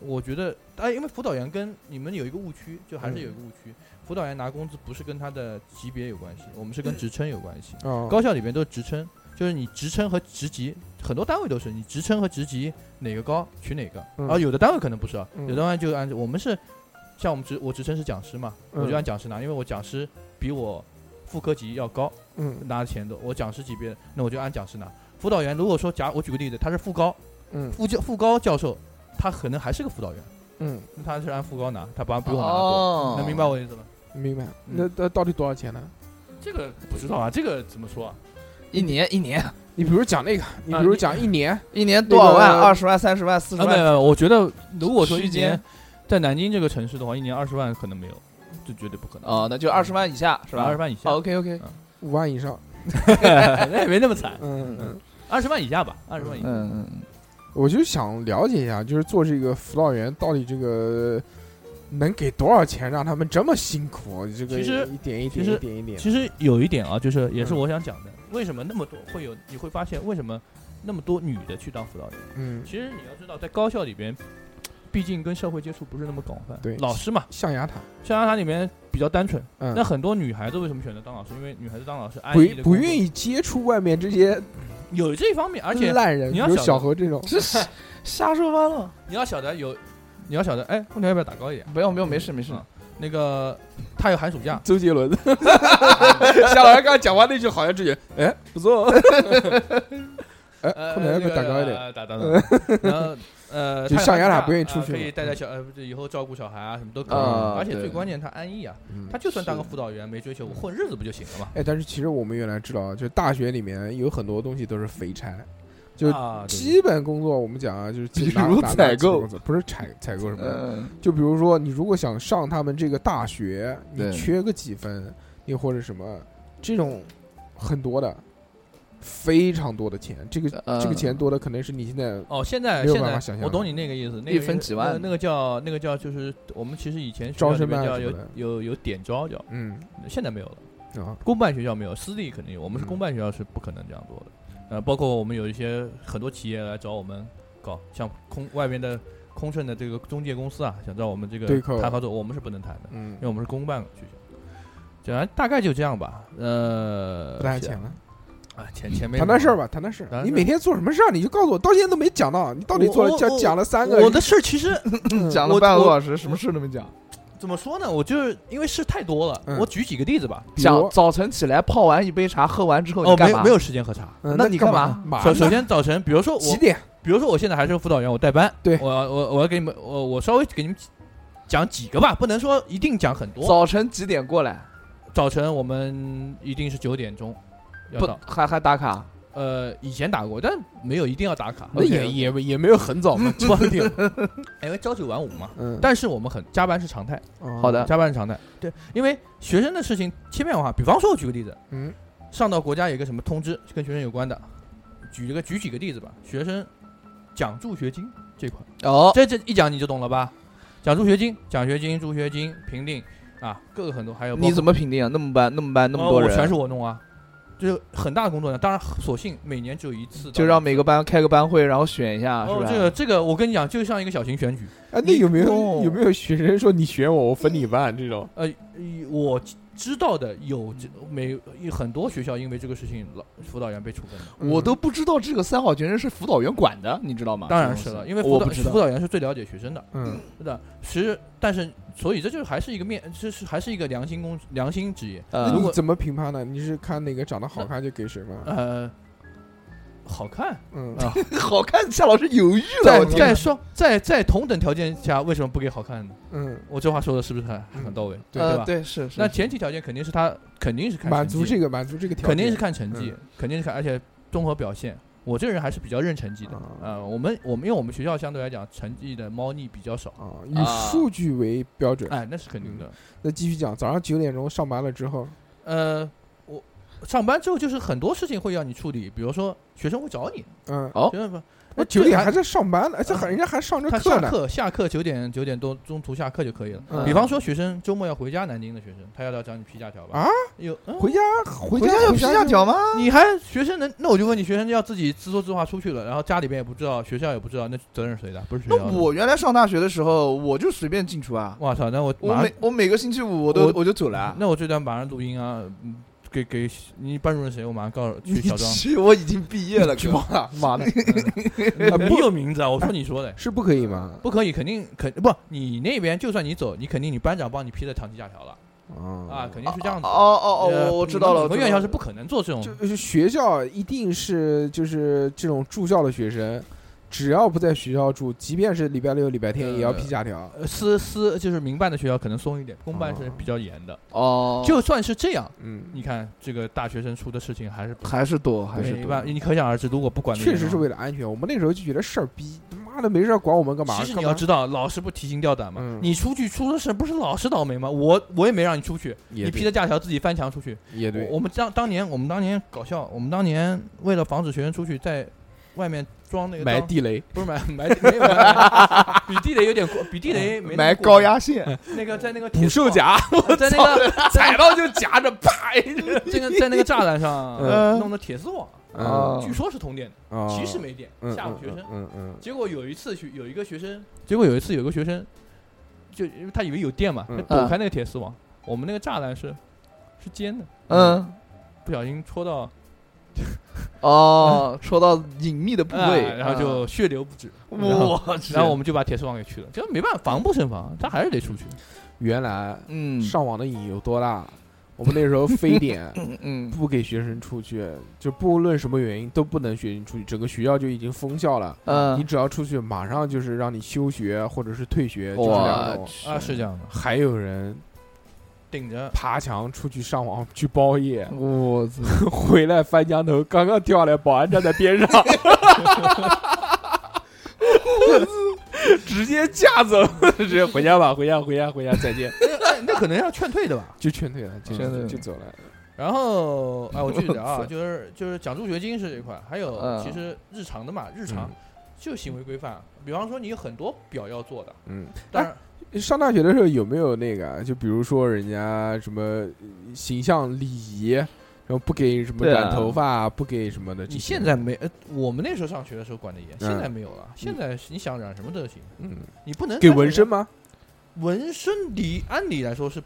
Speaker 4: 我觉得，哎，因为辅导员跟你们有一个误区，就
Speaker 2: 嗯
Speaker 4: 还是有一个误区，辅导员拿工资不是跟他的级别有关系，我们是跟职称有关系。
Speaker 2: 嗯哦，
Speaker 4: 高校里边都是职称，就是你职称和职级，很多单位都是你职称和职级哪个高取哪个。
Speaker 2: 嗯
Speaker 4: 啊，有的单位可能不是啊，
Speaker 2: 嗯
Speaker 4: 有的单位就按我们是，像我们职我职称是讲师嘛，
Speaker 2: 嗯
Speaker 4: 我就按讲师拿，因为我讲师比我副科级要高，
Speaker 2: 嗯
Speaker 4: 拿的钱多。我讲师级别，那我就按讲师拿。辅导员如果说假，我举个例子，他是副高，
Speaker 2: 嗯
Speaker 4: 副教副高教授，他可能还是个辅导员，
Speaker 2: 嗯，
Speaker 4: 那他是按副高拿，他把比我拿得多。
Speaker 3: 哦，
Speaker 4: 能明白我的意思吗？
Speaker 2: 明白。
Speaker 4: 嗯
Speaker 2: 那那到底多少钱呢？
Speaker 4: 这个不知道啊，这个怎么说啊？
Speaker 3: 一年一年
Speaker 2: 你比如讲那个，你
Speaker 4: 啊
Speaker 2: 比如
Speaker 4: 你
Speaker 2: 讲一年，
Speaker 3: 一年多少
Speaker 2: 那
Speaker 3: 万？
Speaker 2: 个
Speaker 3: 二十万、三十万、四十
Speaker 4: 啊，没有
Speaker 3: 万？
Speaker 4: 没有，我觉得如果说
Speaker 3: 区
Speaker 4: 一
Speaker 3: 间
Speaker 4: 年在南京这个城市的话，一年二十万可能没有，这绝对不可能，
Speaker 3: 哦，那就二十万以下是吧？哦
Speaker 4: 二十万以下，
Speaker 3: OK OK，
Speaker 2: 五万以上，
Speaker 4: 那也没那么惨，
Speaker 2: 嗯嗯。
Speaker 4: 二十万以下吧，二十万以下。
Speaker 3: 嗯嗯，
Speaker 2: 我就想了解一下，就是做这个辅导员到底这个能给多少钱，让他们这么辛苦？这个
Speaker 4: 其实
Speaker 2: 一点一
Speaker 4: 其
Speaker 2: 点
Speaker 4: 实
Speaker 2: 一点一点，
Speaker 4: 其实有一点啊，就是也是
Speaker 2: 嗯
Speaker 4: 我想讲的，为什么那么多会有？你会发现为什么那么多女的去当辅导员？
Speaker 2: 嗯，
Speaker 4: 其实你要知道，在高校里边，毕竟跟社会接触不是那么广泛，
Speaker 2: 对
Speaker 4: 老师嘛，
Speaker 2: 象牙塔，
Speaker 4: 象牙塔里面比较单纯。
Speaker 2: 嗯
Speaker 4: 那，很多女孩子为什么选择当老师？因为女孩子当老师安逸
Speaker 2: 不
Speaker 4: 的
Speaker 2: 不
Speaker 4: 工作
Speaker 2: 愿意接触外面这些
Speaker 4: 有这一方面，而且
Speaker 2: 烂人，
Speaker 4: 你
Speaker 2: 比
Speaker 4: 要
Speaker 2: 如
Speaker 4: 晓得
Speaker 2: 小何这种，，
Speaker 3: 这是瞎说八道。
Speaker 4: 你要晓得有，你要晓得，哎，空调要不要打高一点？
Speaker 3: 不用不用，没事没事。
Speaker 4: 嗯那个他有寒暑假
Speaker 2: 周杰伦，夏老师刚刚讲完那句，好像这觉，哎，不错， 哎，
Speaker 4: 哦呃，
Speaker 2: 后面要不要打高一点？嗯
Speaker 4: 呃？打打打。然后呃，
Speaker 2: 就
Speaker 4: 他有
Speaker 2: 象牙塔
Speaker 4: 寒暑假
Speaker 2: 不愿意出去
Speaker 4: 啊可
Speaker 2: 嘛
Speaker 4: 以带带小呃，这以后照顾小孩啊，什么都可以。
Speaker 3: 啊
Speaker 4: 而且最
Speaker 3: 对
Speaker 4: 关键，他安逸啊，
Speaker 2: 嗯
Speaker 4: 他就算当个辅导员，没追求，我混日子不就行了嘛？
Speaker 2: 哎，但是其实我们原来知道啊，就大学里面有很多东西都是肥差，就
Speaker 4: 啊，对
Speaker 2: 基本工作我们讲啊，就是
Speaker 3: 比
Speaker 2: 拿
Speaker 3: 如
Speaker 2: 拿拿
Speaker 3: 采
Speaker 2: 基本
Speaker 3: 购
Speaker 2: 工作不是采采购什么
Speaker 4: 呃
Speaker 2: 的，
Speaker 3: 嗯，
Speaker 2: 就比如说你如果想上他们这个大学，你
Speaker 3: 对
Speaker 2: 缺个几分，你或者什么这种很多的，非常多的钱，这个
Speaker 3: 呃
Speaker 2: 这个钱多的可能是你现在
Speaker 4: 哦，现在
Speaker 2: 没有
Speaker 4: 现
Speaker 2: 办法
Speaker 4: 在
Speaker 2: 想象
Speaker 4: 我懂你那个意思，那
Speaker 3: 一
Speaker 4: 个
Speaker 3: 分
Speaker 4: 意思
Speaker 3: 几万
Speaker 4: 呃那个叫那个叫就是我们其实以前学
Speaker 2: 招
Speaker 4: 校里
Speaker 2: 生
Speaker 4: 面
Speaker 2: 办
Speaker 4: 叫
Speaker 2: 什
Speaker 4: 有
Speaker 2: 么的
Speaker 4: 有有点招叫，
Speaker 2: 嗯
Speaker 4: 现在没有了。
Speaker 2: 啊
Speaker 4: 公办学校没有，私立肯定有。我们是
Speaker 2: 嗯
Speaker 4: 公办学校是不可能这样做的。呃，包括我们有一些很多企业来找我们搞，像空外面的空乘的这个中介公司啊，想找我们这个
Speaker 2: 对口
Speaker 4: 谈合作，我们是不能谈的，
Speaker 2: 嗯
Speaker 4: 因为，我们是公办学校。讲完大概就这样吧。呃，
Speaker 2: 不谈钱了，
Speaker 4: 啊，钱钱没
Speaker 2: 谈谈事儿吧，谈谈事
Speaker 4: 谈
Speaker 2: 儿。
Speaker 4: 谈
Speaker 2: 你
Speaker 4: 事
Speaker 2: 每天做什么事儿，你就告诉我，到现在都没讲到，你到底做了
Speaker 4: 我
Speaker 2: 讲
Speaker 4: 我
Speaker 2: 讲了三个，
Speaker 4: 我的事儿其实
Speaker 2: 嗯
Speaker 3: 讲了
Speaker 4: 我
Speaker 3: 半个
Speaker 4: 我
Speaker 3: 多小时，什么事都没讲。
Speaker 4: 怎么说呢？我就是因为事太多了，
Speaker 2: 嗯
Speaker 4: 我举几个例子吧。
Speaker 2: 比如
Speaker 3: 讲早晨起来泡完一杯茶，喝完之后
Speaker 4: 哦，
Speaker 3: 你
Speaker 4: 没
Speaker 3: 干
Speaker 4: 有
Speaker 3: 嘛？
Speaker 4: 没有时间喝茶。
Speaker 2: 嗯
Speaker 3: 那
Speaker 2: 那
Speaker 3: 你干
Speaker 2: 嘛
Speaker 3: 嘛？
Speaker 2: 嘛
Speaker 4: 首
Speaker 2: 呢
Speaker 4: 首先早晨，比如说我
Speaker 2: 几点？
Speaker 4: 比如说我现在还是个辅导员，我带班，
Speaker 2: 对
Speaker 4: 我我我要给你们，我我稍微给你们讲几个吧，不能说一定讲很多。
Speaker 3: 早晨几点过来？
Speaker 4: 早晨我们一定是九点钟要
Speaker 3: 不
Speaker 4: 到，，
Speaker 3: 还还打卡？
Speaker 4: 呃，以前打过，但没有一定要打卡，
Speaker 2: 那也也也没有很早 嘛，九点。
Speaker 4: 因为朝九晚五嘛。
Speaker 2: 嗯，
Speaker 4: 但是我们很加班是常态，
Speaker 2: 哦
Speaker 3: 好的，
Speaker 4: 加班是常态。对，因为学生的事情千变万化。比方说，我举个例子，
Speaker 2: 嗯
Speaker 4: 上到国家有一个什么通知跟学生有关的，举一个举几个例子吧。学生奖助学金这块，
Speaker 3: 哦，
Speaker 4: 这这一讲你就懂了吧？讲助学金、奖学金、助学金评定啊，各个很多，还有
Speaker 3: 你怎
Speaker 4: 么
Speaker 3: 么评定啊？那么班那么班那么多
Speaker 4: 我全
Speaker 3: 人
Speaker 4: 是，我弄啊，就是很大的工作量。当然，所幸每年只有一次到，
Speaker 3: 就让每个班开个班会，然后选一下，是
Speaker 4: 哦
Speaker 3: 吧？，
Speaker 4: 这个这个，我跟你讲，就像一个小型选举。
Speaker 2: 啊，那有没有
Speaker 3: 哦
Speaker 2: 有没有学生说你选我，我分你一半这种？
Speaker 4: 呃，我知道的有这每有很多学校因为这个事情，老辅导员被处分了。
Speaker 3: 我都不知道这个三好学生是辅导员管的，你知道吗？
Speaker 4: 当然是了，因为辅
Speaker 3: 我
Speaker 4: 导
Speaker 3: 不知
Speaker 4: 辅
Speaker 3: 道。
Speaker 4: 导员是最了解学生的，
Speaker 2: 嗯
Speaker 4: 是的。其实，但是，所以这就是还是一个面，这是还是一个良心工良心职业。
Speaker 2: 那
Speaker 3: 呃，
Speaker 4: 如
Speaker 2: 你
Speaker 4: 果
Speaker 2: 怎么评判呢？你是看哪个长得好看就给谁吗？
Speaker 4: 呃，好看，
Speaker 2: 嗯
Speaker 4: 啊
Speaker 3: 好看，夏老师犹豫了，
Speaker 4: 在
Speaker 3: 我天
Speaker 4: 在双在在同等条件下，为什么不给好看呢？
Speaker 2: 嗯，
Speaker 4: 我这话说的是不是很很到位？
Speaker 2: 对
Speaker 3: 呃
Speaker 4: 吧？
Speaker 3: 对是是，
Speaker 4: 那前提条件肯定是他肯定是看
Speaker 2: 满足
Speaker 4: 成绩
Speaker 2: 这个满足这个条件，
Speaker 4: 肯定是看成绩
Speaker 2: 嗯，
Speaker 4: 肯定是看，而且综合表现。我这个人还是比较认成绩的
Speaker 2: 啊
Speaker 4: 啊，我们我们因为我们学校相对来讲成绩的猫腻比较少，
Speaker 2: 啊，以
Speaker 3: 啊
Speaker 2: 数据为标准。
Speaker 4: 哎，那是肯定的。
Speaker 2: 那继续讲，早上九点钟上班了之后，
Speaker 4: 呃，我上班之后就是很多事情会要你处理，比如说学生会找你，
Speaker 2: 嗯，
Speaker 3: 哦
Speaker 4: 学生不，
Speaker 2: 我
Speaker 4: 哎
Speaker 2: 九点
Speaker 4: 这
Speaker 2: 还在上班呢，而且还
Speaker 4: 啊
Speaker 2: 人家还啊上着
Speaker 4: 他
Speaker 2: 课
Speaker 4: 下
Speaker 2: 呢。
Speaker 4: 课下课九点九点多中途下课就可以了。
Speaker 2: 嗯
Speaker 4: 比方说学生周末要回家，南京的学生他要不要找你批假条吧？
Speaker 2: 啊，
Speaker 4: 有嗯
Speaker 2: 回家回
Speaker 3: 回家
Speaker 2: 家
Speaker 3: 要 批假条吗？
Speaker 4: 你还学生能？那我就问你，学生要自己自说自话出去了，然后家里边也不知道，学校也不知道，那责任是谁的？不是学
Speaker 3: 那
Speaker 4: 校的。
Speaker 3: 我原来上大学的时候，我就随便进出啊，
Speaker 4: 我操！那我马
Speaker 3: 我
Speaker 4: 上
Speaker 3: 每我每个星期五我都
Speaker 4: 我
Speaker 3: 我就走了啊。
Speaker 4: 那我这段马上录音啊，嗯给给你班主任谁？我马上告诉去小庄。
Speaker 3: 去，我已经毕 业了，哥
Speaker 2: 了，妈的，
Speaker 4: 嗯你有名字啊？我说你说 的，
Speaker 2: 是不可以吗？
Speaker 4: 不可以，肯定肯不，你那边就算你走，你肯定你班长帮你批的长期假条了，啊，肯定是这样子。
Speaker 3: 哦哦哦，
Speaker 4: 呃
Speaker 3: 我我知道了。
Speaker 4: 我们
Speaker 3: 知道
Speaker 4: 院校
Speaker 3: 了
Speaker 4: 是不可能做这种，
Speaker 2: 就是学校一定是就是这种住校的学生，只要不在学校住，即便是礼拜六、礼拜
Speaker 4: 嗯
Speaker 2: 天，也要批假条。
Speaker 4: 呃私私就是民办的学校可能松一点，公办是比较严的。
Speaker 3: 哦，
Speaker 4: 就算是这样，
Speaker 2: 嗯，
Speaker 4: 你看这个大学生出的事情还是不
Speaker 3: 还是多，还是
Speaker 4: 没
Speaker 3: 多
Speaker 4: 办。你可想而知，如果不管得啊
Speaker 2: 确
Speaker 4: 严
Speaker 2: 实
Speaker 4: 的
Speaker 2: 是
Speaker 4: 话
Speaker 2: 为了安全。我们那时候就觉得事儿逼，他妈的没事儿管我们干嘛？
Speaker 4: 其实你
Speaker 2: 干
Speaker 4: 要
Speaker 2: 嘛
Speaker 4: 知道，老师不提心吊胆嘛。
Speaker 2: 嗯
Speaker 4: 你出去出了事，不是老师倒霉吗？我我也没让你出去，
Speaker 2: 也
Speaker 4: 你批的假条自己翻墙出去。
Speaker 2: 对也对
Speaker 4: 我，我们当当年我们当年搞笑，我们当年为了防止学生出去，在外面装那个
Speaker 2: 埋
Speaker 4: 装
Speaker 2: 地雷，
Speaker 4: 不是埋埋没有 埋比地雷有点过，比地雷没那么
Speaker 7: 埋
Speaker 4: 过
Speaker 7: 高压 线，
Speaker 4: 那个在那个
Speaker 2: 捕兽
Speaker 4: 夹，
Speaker 2: 夹，
Speaker 4: 在那个
Speaker 2: 踩到就夹着，啪！
Speaker 4: 这个在那个栅栏上
Speaker 7: 嗯
Speaker 4: 弄的铁丝网，啊
Speaker 2: 嗯，
Speaker 4: 据说是通电的，
Speaker 2: 啊
Speaker 4: 其实没电，
Speaker 2: 嗯
Speaker 4: 吓唬学生。
Speaker 2: 嗯嗯
Speaker 4: 结果有一次学有一个学生，结果有一次有个学生，就因为他以为有电嘛，
Speaker 2: 嗯
Speaker 4: 就躲开那个铁丝网。我们那个栅栏是是尖的，
Speaker 3: 嗯
Speaker 4: 不小心戳到，
Speaker 3: 哦，戳到隐秘的部
Speaker 4: 啊
Speaker 3: 位，
Speaker 4: 然后就血流不止。
Speaker 3: 嗯
Speaker 4: 然后
Speaker 3: 我去，
Speaker 4: 然后我们就把铁丝网给去了，这没办法，防不胜防，他还是得出去。
Speaker 2: 嗯，原来
Speaker 3: 嗯
Speaker 2: 上网的瘾有多大？我们那时候非典
Speaker 3: 嗯
Speaker 2: 不给学生出去，就不论什么原因都不能学生出去，整个学校就已经封校了。啊你
Speaker 3: 嗯，
Speaker 2: 只要出去，马上就是让你休学或者是退学，就是两
Speaker 3: 我
Speaker 2: 种。
Speaker 3: 去
Speaker 4: 啊，是这样的，
Speaker 2: 哦还有人
Speaker 4: 顶着。
Speaker 2: 爬墙出去上网去包夜，
Speaker 3: 嗯我操，
Speaker 2: 回来翻墙头，刚刚跳下来，保安站在 边上，直接架走，直接回家吧，回家，回家，回家，再见，
Speaker 4: 哎那那可能要劝退的吧。
Speaker 2: 就劝退了，就
Speaker 3: 劝退了
Speaker 2: 就走了。
Speaker 4: 然后，哎，我继续聊
Speaker 3: 我操
Speaker 4: 啊，就是就是奖助学金是这一块，还有
Speaker 3: 嗯
Speaker 4: 其实日常的嘛，日常就行为规范，比方说你有很多表要做的，
Speaker 2: 嗯，
Speaker 4: 当然
Speaker 2: 上大学的时候有没有那个？啊就比如说人家什么呃形象礼仪，然后不给什么
Speaker 3: 对啊
Speaker 2: 染头发，不给什么的这些。
Speaker 4: 你现在没，呃，我们那时候上学的时候管得严，
Speaker 2: 嗯
Speaker 4: 现在没有了。现在你想染什么都行，
Speaker 2: 嗯，
Speaker 4: 你不能
Speaker 2: 给
Speaker 4: 在
Speaker 2: 纹
Speaker 4: 学校
Speaker 2: 身。吗？
Speaker 4: 纹身理按理来说是，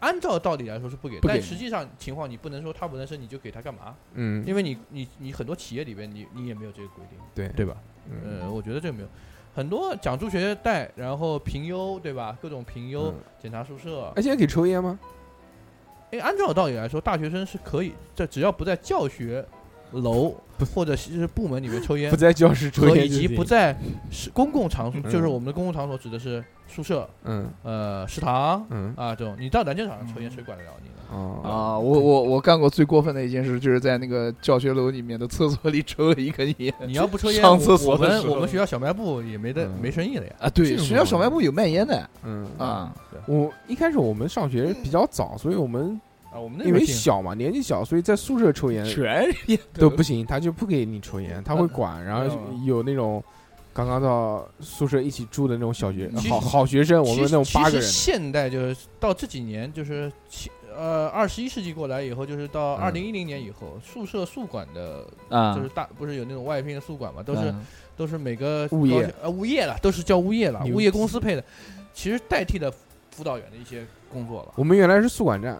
Speaker 4: 按照道理来说是不给，
Speaker 2: 不给
Speaker 4: 但实际上情况你不能说他纹了身你就给他干嘛，
Speaker 2: 嗯，
Speaker 4: 因为你你你很多企业里边你你也没有这个规定，
Speaker 2: 对
Speaker 4: 对吧？
Speaker 2: 嗯
Speaker 4: 呃，我觉得这个没有。很多讲助学贷，然后评优，对吧？各种评优
Speaker 2: 嗯，
Speaker 4: 检查宿舍
Speaker 2: 哎，。现在给抽烟吗？
Speaker 4: 哎，按照道理来说，大学生是可以，这只要不在教学楼或者是部门里面抽烟
Speaker 2: 不，在教室抽
Speaker 4: 和
Speaker 2: 烟
Speaker 4: 以
Speaker 2: 就
Speaker 4: 及
Speaker 2: 行，
Speaker 4: 不在是公共场所，
Speaker 2: 嗯
Speaker 4: 就是我们的公共场所指的是宿舍、
Speaker 2: 嗯
Speaker 4: 呃食堂
Speaker 2: 嗯
Speaker 4: 啊这种。你到篮球场上抽烟，谁管得了你呢？
Speaker 2: 哦
Speaker 3: 啊，我我我干过最过分的一件事，就是在那个教学楼里面的厕所里抽了一根烟
Speaker 2: 呃
Speaker 4: 你要不抽烟，
Speaker 3: 上厕
Speaker 4: 我
Speaker 3: 所
Speaker 4: 我
Speaker 3: 的
Speaker 4: 们
Speaker 3: 时候
Speaker 4: 我们学校小卖部也没得
Speaker 2: 嗯
Speaker 4: 没生意了呀。
Speaker 3: 啊。对，
Speaker 2: 这种
Speaker 3: 学校小卖部有卖烟的
Speaker 2: 嗯啊！
Speaker 3: 啊。
Speaker 2: 我一开始我们上学比较早，所以我们
Speaker 4: 啊，我们那
Speaker 2: 因
Speaker 4: 时候
Speaker 2: 为
Speaker 4: 进
Speaker 2: 小嘛，年纪小，所以在宿舍抽烟
Speaker 7: 全
Speaker 2: 都不行，他就不给你抽烟，他会管。然后
Speaker 4: 嗯
Speaker 2: 有那种刚刚到宿舍一起住的那种小学
Speaker 4: 其实
Speaker 2: 好好学生，我们
Speaker 4: 其
Speaker 2: 那
Speaker 4: 实
Speaker 2: 种八个
Speaker 4: 其实
Speaker 2: 人，
Speaker 4: 现代就是到这几年，就是七呃二十一世纪过来以后，就是到
Speaker 2: 嗯
Speaker 4: 二零一零年以后，宿舍宿管的，
Speaker 3: 啊
Speaker 4: 就是大不是有那种外聘的宿管嘛，都是
Speaker 3: 嗯
Speaker 4: 都是每个
Speaker 2: 物业
Speaker 4: 高呃物业了，都是叫物业了，
Speaker 2: 牛
Speaker 4: 物业公司配的，其实代替了辅导员的一些工作了。
Speaker 2: 我们原来是宿管站。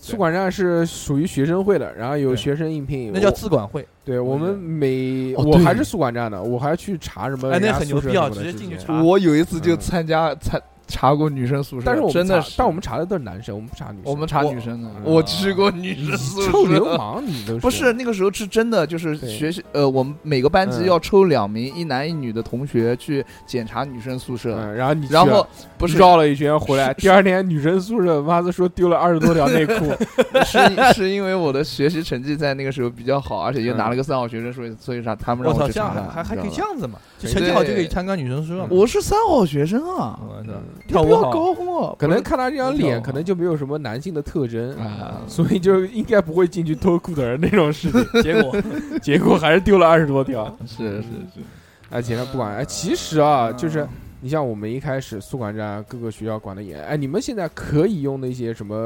Speaker 2: 宿管站是属于学生会的，然后有
Speaker 4: 对
Speaker 2: 学生应聘，
Speaker 4: 那叫
Speaker 2: 我
Speaker 4: 自管会，
Speaker 2: 对我们
Speaker 4: 对
Speaker 2: 每
Speaker 3: 哦
Speaker 2: 我
Speaker 3: 对
Speaker 2: 还是宿管站的，我还去查什么
Speaker 4: 哎
Speaker 2: 人
Speaker 4: 那
Speaker 2: 家
Speaker 4: 很
Speaker 2: 宿
Speaker 4: 牛
Speaker 2: 舍
Speaker 4: 逼
Speaker 2: 什
Speaker 4: 啊
Speaker 2: 么的
Speaker 4: 直接
Speaker 2: 这
Speaker 4: 进
Speaker 2: 些
Speaker 4: 去查
Speaker 3: 我有一次就
Speaker 2: 嗯
Speaker 3: 参加参查过女生宿舍，
Speaker 2: 但是我们
Speaker 3: 真
Speaker 2: 查
Speaker 3: 的是，
Speaker 2: 但我们查的都是男生，我们不查女生。
Speaker 3: 我们查女生的，
Speaker 4: 嗯
Speaker 2: 我
Speaker 3: 我去过女
Speaker 2: 你
Speaker 3: 生宿舍。
Speaker 2: 臭流氓，你都
Speaker 3: 不是那个时候是真的，就是
Speaker 2: 对
Speaker 3: 学习呃，我们每个班级
Speaker 2: 嗯
Speaker 3: 要抽两名一男一女的同学去检查女生宿舍，
Speaker 2: 嗯，然后你去
Speaker 3: 然后不是
Speaker 2: 绕了一圈回来，
Speaker 3: 是
Speaker 2: 第二天女生宿舍妈的说丢了二十多条内 裤，
Speaker 3: 是 是因为我的学习成绩在那个时候比较好，而且又拿了个三好学生，所以所以啥他们
Speaker 4: 我
Speaker 3: 让
Speaker 4: 操，
Speaker 3: 去
Speaker 4: 这样
Speaker 3: 查
Speaker 4: 还
Speaker 3: 的，
Speaker 4: 还还
Speaker 3: 你
Speaker 4: 可以
Speaker 3: 知
Speaker 4: 这
Speaker 3: 道吧
Speaker 4: 样子嘛？就成绩好就可以参加女生宿舍嘛？
Speaker 3: 我是三好学生啊，
Speaker 4: 我操，
Speaker 3: 你
Speaker 4: 跳
Speaker 3: 不
Speaker 4: 舞
Speaker 3: 要啊
Speaker 4: 好，
Speaker 3: 搞我，
Speaker 2: 可能看她这张脸，
Speaker 4: 嗯
Speaker 2: 可能就没有什么男性的特征
Speaker 3: 啊
Speaker 2: 所以就应该不会进去偷裤腿儿那种事情，
Speaker 4: 结果
Speaker 2: 结果还是丢了二十多条。
Speaker 3: 是是是，
Speaker 2: 哎，前面不管，哎，其实啊，就是你像我们一开始宿管站啊各个学校管的严，哎，你们现在可以用那些什么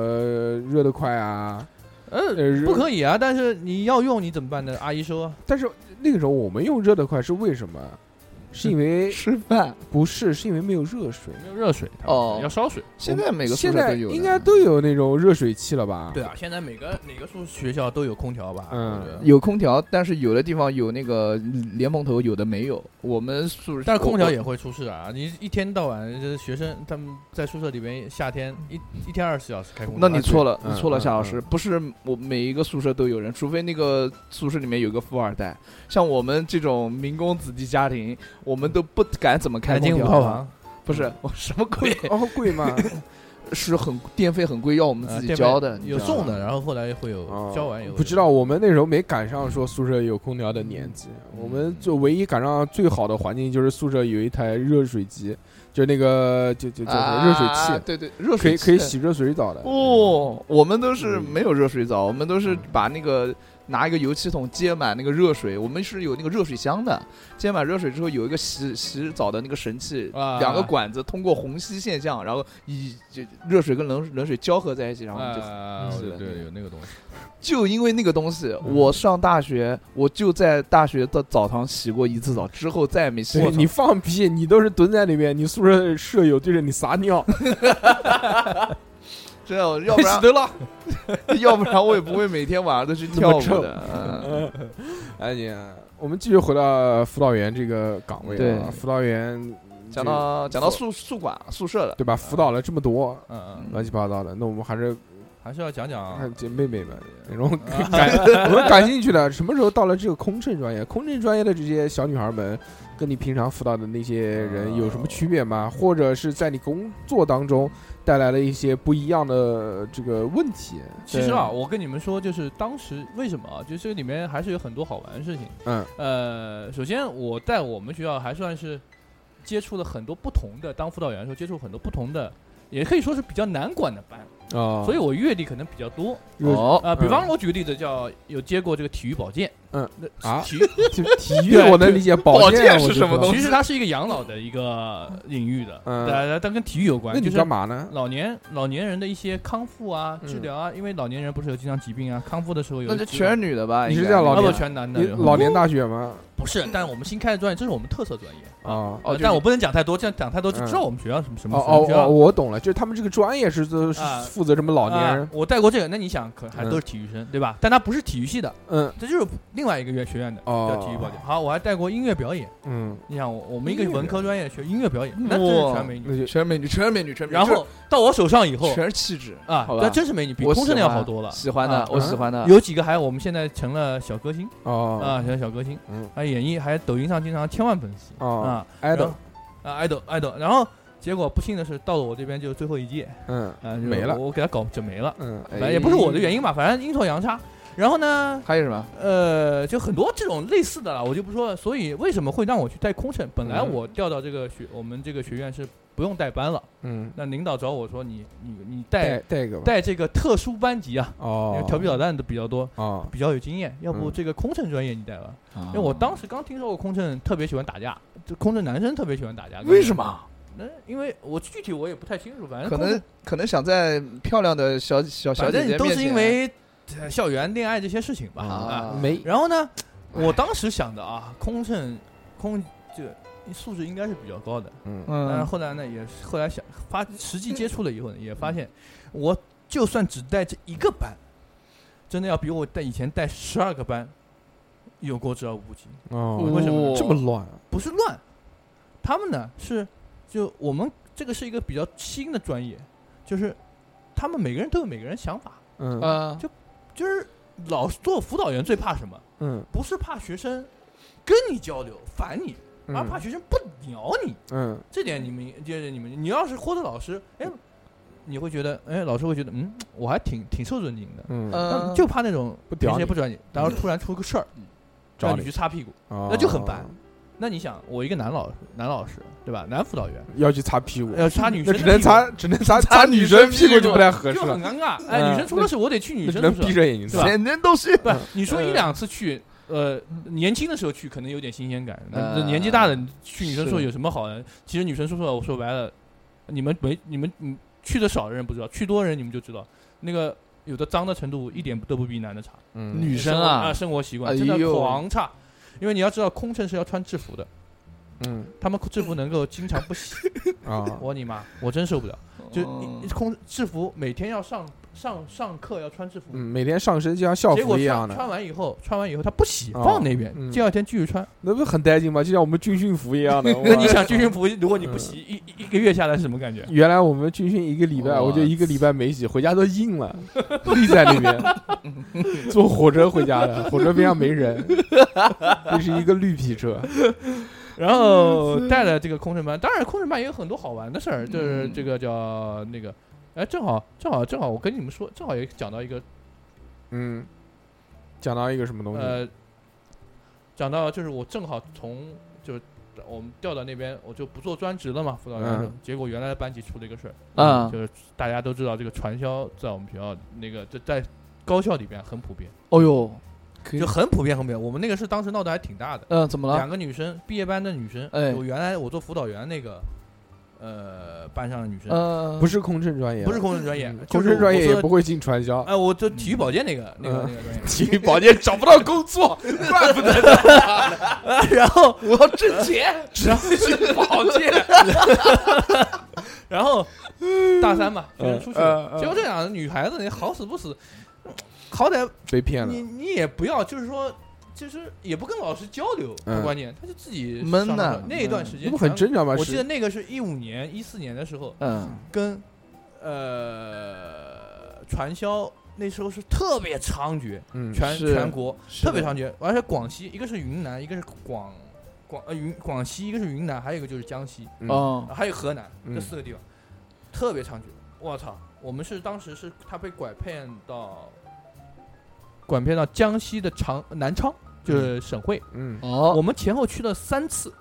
Speaker 2: 热得快啊，
Speaker 4: 嗯。
Speaker 2: 呃，
Speaker 4: 不可以啊！但是你要用你怎么办呢？阿姨说啊，
Speaker 2: 但是那个时候我们用热得快是为什么？是因为
Speaker 3: 吃饭。
Speaker 2: 不是，是因为没有热水。
Speaker 4: 没有热水它
Speaker 3: 哦
Speaker 4: 要烧水。
Speaker 3: 现在每个宿
Speaker 2: 现
Speaker 3: 舍
Speaker 2: 在
Speaker 3: 都有的，
Speaker 2: 应该都有那种热水器了吧？
Speaker 4: 对啊，现在每个哪个宿学校都有空调吧？
Speaker 2: 嗯
Speaker 4: 我觉得，
Speaker 3: 有空调，但是有的地方有那个莲蓬头，有的没有。我们宿舍，
Speaker 4: 但是空调
Speaker 3: 我
Speaker 4: 也会出事啊！你一天到晚，这学生他们在宿舍里边，夏天一一天二十四小时开空调。
Speaker 3: 那你错了，
Speaker 2: 嗯
Speaker 3: 你错了，
Speaker 2: 嗯
Speaker 3: 夏老师，不是我每一个宿舍都有人，除非那个宿舍里面有个富二代，像我们这种民工子弟家庭，我们都不敢怎么开
Speaker 4: 南京
Speaker 3: 空
Speaker 4: 五套
Speaker 3: 调。
Speaker 4: 房，
Speaker 3: 不
Speaker 2: 嗯
Speaker 3: 是，我什么鬼？
Speaker 2: 哦，贵 吗？
Speaker 3: 是很电费很贵，要我们
Speaker 4: 呃
Speaker 3: 自己
Speaker 4: 电
Speaker 3: 交
Speaker 4: 费
Speaker 3: 的，你知
Speaker 4: 有
Speaker 3: 道
Speaker 4: 送
Speaker 3: 吗。
Speaker 4: 的，然后后来会有
Speaker 2: 哦
Speaker 4: 交完有
Speaker 2: 不知道，我们那时候没赶上说宿舍有空调的年纪，
Speaker 3: 嗯
Speaker 2: 我们就唯一赶上最好的环境就是宿舍有一台热水机，就那个就就就
Speaker 3: 啊
Speaker 2: 是热水器，
Speaker 3: 对对，热
Speaker 2: 可
Speaker 3: 水
Speaker 2: 以
Speaker 3: 器
Speaker 2: 可以洗热水澡的。
Speaker 3: 哦，我们都
Speaker 2: 嗯
Speaker 3: 是没有热水澡，我们都是把那个拿一个油漆桶接满那个热水，我们是有那个热水箱的，接满热水之后有一个洗洗澡的那个神器，
Speaker 4: 啊
Speaker 3: 两个管子通过虹吸现象，然后以就热水跟冷冷水交合在一起，然后我们就、
Speaker 4: 啊，
Speaker 3: 是
Speaker 4: 对
Speaker 3: 的
Speaker 4: 对，有那个东西。
Speaker 3: 就因为那个东西，
Speaker 2: 嗯
Speaker 3: 我上大学我就在大学的澡堂洗过一次澡，之后再也没洗
Speaker 2: 对
Speaker 3: 过澡
Speaker 2: 你。放屁，你都是蹲在里面，你宿舍舍友对着你撒尿，
Speaker 3: 真的， 要不然
Speaker 2: 得了。
Speaker 3: 要不然我也不会每天晚上都去跳舞
Speaker 2: 这么
Speaker 3: 的。嗯
Speaker 2: 哎呀，我们继续回到辅导员这个岗位
Speaker 3: 对
Speaker 2: 啊，辅导员
Speaker 3: 嗯讲
Speaker 2: 这个
Speaker 3: 到讲到宿宿管宿舍了，
Speaker 2: 对吧？辅导了这么多
Speaker 4: 嗯嗯，
Speaker 2: 乱七八糟的，那我们还是
Speaker 4: 还是要讲啊
Speaker 3: 啊
Speaker 4: 讲
Speaker 2: 看姐妹妹们那种 感， 我们感兴趣的，什么时候到了这个空乘专业？空乘专业的这些小女孩们，跟你平常辅导的那些人有什么区 别吗？或者是在你工作当中带来了一些不一样的这个问题？
Speaker 4: 其实啊，我跟你们说，就是当时为什么啊，就是这里面还是有很多好玩的事情。
Speaker 2: 嗯，
Speaker 4: 呃，首先我在我们学校还算是接触了很多不同的，当辅导员的时候接触很多不同的，也可以说是比较难管的班，
Speaker 2: 啊
Speaker 4: 所以我阅历可能比较多。
Speaker 3: 哦
Speaker 4: 啊、比方说我举个例子，叫有接过这个体育保健，
Speaker 2: 嗯，
Speaker 4: 那
Speaker 2: 啊
Speaker 4: 体育
Speaker 2: 就体育我能理解，保 啊
Speaker 3: 健
Speaker 2: 我
Speaker 3: 是
Speaker 2: 就
Speaker 3: 什么
Speaker 2: 知道
Speaker 3: 东西
Speaker 4: 其实它是一个养老的一个领域的，
Speaker 2: 嗯
Speaker 4: 但但跟体育有关，
Speaker 2: 那
Speaker 4: 就
Speaker 2: 你
Speaker 4: 是
Speaker 2: 干嘛嗯呢？
Speaker 4: 老年老年人的一些康复啊、治疗啊，因为老年人不是有经常疾病啊，康复的时候有
Speaker 3: 那就
Speaker 4: 治疗
Speaker 3: 全是女的吧？
Speaker 2: 你是
Speaker 3: 应该
Speaker 2: 在老
Speaker 4: 啊
Speaker 2: 年
Speaker 4: 不全男的
Speaker 2: 你，
Speaker 4: 有
Speaker 2: 老年大学吗？
Speaker 4: 不是，但我们新开的专业，这是我们特色专业。
Speaker 2: 啊。
Speaker 3: 哦
Speaker 4: 呃
Speaker 3: 就是
Speaker 4: 但我不能讲太多，这样讲太多就知道
Speaker 2: 嗯
Speaker 4: 我们学校什么什么
Speaker 2: 哦
Speaker 4: 什么
Speaker 2: 哦
Speaker 4: 学
Speaker 2: 哦，
Speaker 4: 校。
Speaker 2: 我懂了，就是他们这个专业是都是
Speaker 4: 啊
Speaker 2: 负责什么老年
Speaker 4: 啊
Speaker 2: 人，
Speaker 4: 我带过这个，那你想，可还都是体育生对吧？但他不是体育系的，
Speaker 2: 嗯
Speaker 4: 这就是另外一个院学院的
Speaker 2: 哦
Speaker 4: 叫体育保健。好，我还带过音乐表演。
Speaker 2: 嗯，
Speaker 4: 你想，我我们一
Speaker 2: 音
Speaker 4: 个
Speaker 2: 乐
Speaker 4: 文科专业学音乐表演，那真
Speaker 3: 哇
Speaker 4: 是全美女。
Speaker 2: 那就
Speaker 3: 全是美女，全是美女，全是美女
Speaker 4: 然后到我手上以后
Speaker 3: 就是全是气质
Speaker 4: 啊，
Speaker 3: 好吧
Speaker 4: 那，真是美女，比
Speaker 3: 我
Speaker 4: 空乘的要
Speaker 3: 喜欢
Speaker 4: 好多了。
Speaker 3: 喜欢的
Speaker 4: 啊，
Speaker 3: 我喜欢的。
Speaker 4: 有几个还我们现在成了小歌星
Speaker 2: 哦
Speaker 4: 啊，成了小歌星
Speaker 2: 嗯，
Speaker 4: 还演艺，还抖音上经常千万粉丝
Speaker 2: 哦
Speaker 4: 啊。
Speaker 2: 爱
Speaker 4: 然
Speaker 2: 豆
Speaker 4: 后，啊，爱豆爱豆，然后结果不幸的是，到了我这边就是最后一届，
Speaker 2: 嗯
Speaker 4: 啊，就是
Speaker 2: 没了
Speaker 4: 我我给他搞整没了，
Speaker 2: 嗯，
Speaker 4: 反正也不是我的原因吧，反正阴错阳差。然后呢，
Speaker 3: 还有什么？
Speaker 4: 呃，就很多这种类似的了，我就不说了。所以为什么会让我去带空乘？本来
Speaker 2: 嗯
Speaker 4: 我调到这个学，我们这个学院是不用带班了。
Speaker 2: 嗯，
Speaker 4: 那领导找我说，你你你
Speaker 2: 带
Speaker 4: 带
Speaker 2: 带一个吧，
Speaker 4: 带这个特殊班级啊，因
Speaker 2: 哦
Speaker 4: 为，调皮捣蛋的比较多，
Speaker 2: 哦，
Speaker 4: 比较有经验。要不
Speaker 2: 嗯哦
Speaker 4: 这个空乘专业你带吧？
Speaker 3: 因
Speaker 4: 因为我当时刚听说过空乘特别喜欢打架，这空乘男生特别喜欢打架。
Speaker 3: 为什？么？啊
Speaker 4: 那因为我具体我也不太清楚，反正
Speaker 3: 可
Speaker 4: 空乘
Speaker 3: 能可能想在漂亮的小小小
Speaker 4: 反
Speaker 3: 姐姐
Speaker 4: 正都
Speaker 3: 面
Speaker 4: 是
Speaker 3: 前
Speaker 4: 因为呃校园恋爱这些事情吧。
Speaker 3: 啊哎
Speaker 4: 啊，
Speaker 2: 没
Speaker 4: 然后呢，我当时想的啊，空乘空就素质应该是比较高的，
Speaker 2: 嗯
Speaker 4: 但是
Speaker 3: 嗯
Speaker 4: 后来呢，也是后来想发实际接触了以后呢，也发现我就算只带这一个班，真的要比我带以前带十二个班有过之而无不及。
Speaker 2: 哦，
Speaker 3: 为什么呢
Speaker 2: 这么乱啊？
Speaker 4: 不是乱，他们呢是就我们这个是一个比较新的专业，就是他们每个人都有每个人想法，
Speaker 2: 嗯
Speaker 3: 啊
Speaker 4: 就就是老师做辅导员最怕什么？
Speaker 2: 嗯
Speaker 4: 不是怕学生跟你交流烦你，而怕
Speaker 2: 嗯
Speaker 4: 学生不鸟你。
Speaker 2: 嗯
Speaker 4: 这点你们就是你们，你要是豁得老师，哎，你会觉得，哎，老师会觉得，嗯，我还挺挺受尊敬的。
Speaker 2: 嗯，
Speaker 4: 但
Speaker 3: 嗯，
Speaker 4: 就怕那种
Speaker 2: 不屌
Speaker 4: 平时也
Speaker 2: 你嗯
Speaker 4: 不转你，然后突然出个事儿，
Speaker 2: 找
Speaker 4: 让你
Speaker 2: 你
Speaker 4: 去擦屁股，
Speaker 2: 那
Speaker 3: 哦
Speaker 4: 那就很烦。那你想，我一个男老男老师，对吧？男辅导员
Speaker 2: 要去擦屁股，
Speaker 4: 要擦女生的
Speaker 2: 那只
Speaker 4: 屁股，
Speaker 2: 能擦，只能擦擦女生屁股就不太合适
Speaker 4: 就
Speaker 2: 了
Speaker 4: 很，尴尬。哎，
Speaker 2: 嗯
Speaker 4: 女生出了事，我得去女
Speaker 2: 那只
Speaker 4: 生
Speaker 2: 能
Speaker 4: 宿舍
Speaker 2: 闭着眼睛
Speaker 4: 对吧
Speaker 2: 擦。
Speaker 3: 人人都是
Speaker 4: 不，你说一两次去，呃，年轻的时候去可能有点新鲜感，那那
Speaker 3: 呃
Speaker 4: 年纪大的你去女生宿舍
Speaker 3: 是
Speaker 4: 有什么好的？其实女生宿舍，我说白了，你们没你们嗯去的少的人不知道，去多的人你们就知道，那个有的脏的程度一点都不比男的差。
Speaker 2: 嗯
Speaker 3: 女生
Speaker 4: 生活
Speaker 3: 啊
Speaker 4: 啊，，生活习
Speaker 3: 哎
Speaker 4: 惯真的
Speaker 3: 呦
Speaker 4: 狂差，因为你要知道，空乘是要穿制服的，
Speaker 2: 嗯
Speaker 4: 他们制服能够经常不洗，
Speaker 2: 啊，
Speaker 4: 我你妈，我真受不了。就
Speaker 3: 嗯
Speaker 4: 一一空制服每天要上上上课要穿制服，
Speaker 2: 嗯，每天上身就像校
Speaker 4: 结
Speaker 2: 服
Speaker 4: 果
Speaker 2: 一样
Speaker 4: 穿
Speaker 2: 的，
Speaker 4: 穿完以后穿完以后他不洗
Speaker 2: 哦
Speaker 4: 放那边
Speaker 2: 嗯，
Speaker 4: 第二天继续穿。
Speaker 2: 那不是很带劲吗？就像我们军训服一样的。
Speaker 4: 那
Speaker 2: 哇
Speaker 4: 你想军训服如果
Speaker 2: 嗯
Speaker 4: 你不洗一一一个月下来是什么感觉？
Speaker 2: 原来我们军训一个礼拜，
Speaker 3: 哇
Speaker 2: 我就一个礼拜没洗，回家都硬了， 立在那边。坐火车回家的，火车边上没人，这是一个绿皮车。
Speaker 4: 然后带了这个空乘班，当然空乘班也有很多好玩的事儿，就是
Speaker 3: 嗯
Speaker 4: 这个叫那个，哎，正好正好正好，我跟你们说，正好也讲到一个
Speaker 2: 嗯，讲到一个什么东西？
Speaker 4: 呃，讲到就是我正好从就是我们调到那边，我就不做专职了嘛，辅导员
Speaker 2: 嗯。
Speaker 4: 结果原来的班级出了一个事儿，嗯
Speaker 3: 啊
Speaker 4: 就是大家都知道这个传销在我们学校那个在在高校里边很普遍，
Speaker 3: 哦 呦，
Speaker 2: 可以
Speaker 4: 就很普遍很普遍。我们那个是当时闹得还挺大的，
Speaker 3: 嗯，怎么了？
Speaker 4: 两个女生，毕业班的女生，
Speaker 3: 哎
Speaker 4: 我原来我做辅导员那个呃班上的女生，
Speaker 3: 呃，
Speaker 2: 不是空乘专业，
Speaker 4: 不是空乘专业
Speaker 2: 嗯，
Speaker 4: 就
Speaker 2: 空
Speaker 4: 是
Speaker 2: 乘专业
Speaker 4: 我
Speaker 2: 也
Speaker 4: 做
Speaker 2: 不会进传销。
Speaker 4: 哎，我做体育保健那个那个
Speaker 2: 嗯
Speaker 4: 那个专业，
Speaker 2: 体育保健找不到工作，怪不得。
Speaker 4: 然后
Speaker 3: 我要挣钱。
Speaker 4: 然后去保健， 然后大三嘛， 就是出去
Speaker 2: 嗯
Speaker 4: 了。
Speaker 2: 嗯
Speaker 4: 结果这两个女孩子，你好死不死，嗯好歹
Speaker 2: 嗯被骗了
Speaker 4: 你。你也不要，就是说，就是也不跟老师交流，
Speaker 2: 嗯
Speaker 4: 关键他就自己
Speaker 3: 闷
Speaker 4: 上
Speaker 3: 呐
Speaker 4: 课那一段时
Speaker 2: 那
Speaker 4: 间
Speaker 2: 不很
Speaker 4: 全。
Speaker 2: 正常吗？
Speaker 4: 我记得
Speaker 2: 是
Speaker 4: 那个是一五年、一四年的时候，
Speaker 3: 嗯，
Speaker 4: 跟呃传销那时候是特别猖獗，
Speaker 2: 嗯
Speaker 4: 全
Speaker 3: 是
Speaker 4: 全国
Speaker 3: 是
Speaker 4: 特别
Speaker 3: 的
Speaker 4: 猖獗，而且广西一个是云南，一个是广广呃云广西，一个是云南，还有一个就是江西，
Speaker 2: 嗯
Speaker 3: 哦，
Speaker 4: 还有河南，这
Speaker 2: 嗯
Speaker 4: 四个地方、特别猖獗。我操，我们是当时是他被拐骗到拐骗到江西的长南昌，就是省会。
Speaker 2: 嗯
Speaker 3: 哦，
Speaker 4: 我们前后去了三次，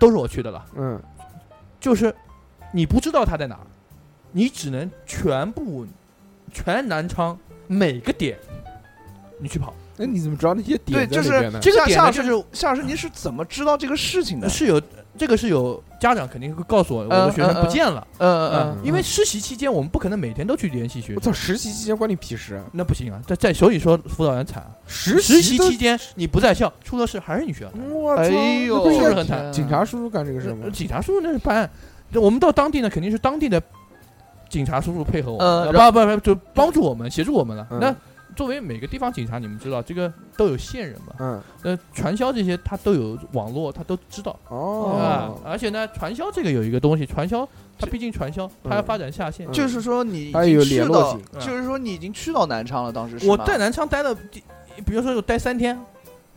Speaker 4: 都是我去的了。
Speaker 2: 嗯
Speaker 4: 就是你不知道他在哪儿，你只能全部全南昌每个点你去跑。
Speaker 2: 那你怎么知道那些
Speaker 3: 对，
Speaker 2: 点在
Speaker 3: 就
Speaker 2: 那
Speaker 3: 是
Speaker 2: 边呢？
Speaker 4: 这个点呢
Speaker 3: 像
Speaker 4: 就是
Speaker 3: 是像是您是怎么知道这个事情的？
Speaker 4: 是有这个是有家长肯定会告诉我，我
Speaker 3: 嗯
Speaker 4: 的学生
Speaker 3: 嗯
Speaker 4: 不见了，
Speaker 3: 嗯
Speaker 4: 嗯
Speaker 3: 嗯，
Speaker 4: 因为实习期间我们不可能每天都去联系学
Speaker 2: 我
Speaker 4: 生。
Speaker 2: 操，实习期间关你屁事啊！
Speaker 4: 那不行啊，在在所以说辅导员惨啊，
Speaker 2: 实嗯
Speaker 4: 实习
Speaker 2: 都
Speaker 4: 期间你不在校，出了事还是你学校。
Speaker 2: 我操，
Speaker 3: 哎
Speaker 2: 那
Speaker 3: 呦，
Speaker 2: 不
Speaker 4: 是
Speaker 2: 应该
Speaker 4: 嗯不是很惨
Speaker 3: 天啊
Speaker 2: 警察叔叔干这个事吗
Speaker 4: 呃？警察叔叔那是办案，这我们到当地呢肯定是当地的警察叔叔配合我
Speaker 3: 呃
Speaker 4: 们，呃不不不，就帮助我们协助我们了。
Speaker 2: 嗯
Speaker 4: 呃那作为每个地方警察，你们知道这个都有线人嘛？
Speaker 2: 嗯，
Speaker 4: 那传销这些他都有网络，他都知道啊
Speaker 2: 哦。，
Speaker 4: 而且呢，传销这个有一个东西，传销它
Speaker 3: 这
Speaker 4: 毕竟传销，
Speaker 3: 嗯
Speaker 4: 它要发展下线。
Speaker 3: 就是说你已
Speaker 2: 它
Speaker 3: 经
Speaker 2: 有
Speaker 3: 去
Speaker 2: 联络
Speaker 3: 到
Speaker 2: 性
Speaker 4: 嗯
Speaker 3: 就是说你已经去到南昌了，当时是
Speaker 4: 我
Speaker 3: 吗
Speaker 4: 在南昌待了，比如说有待三天，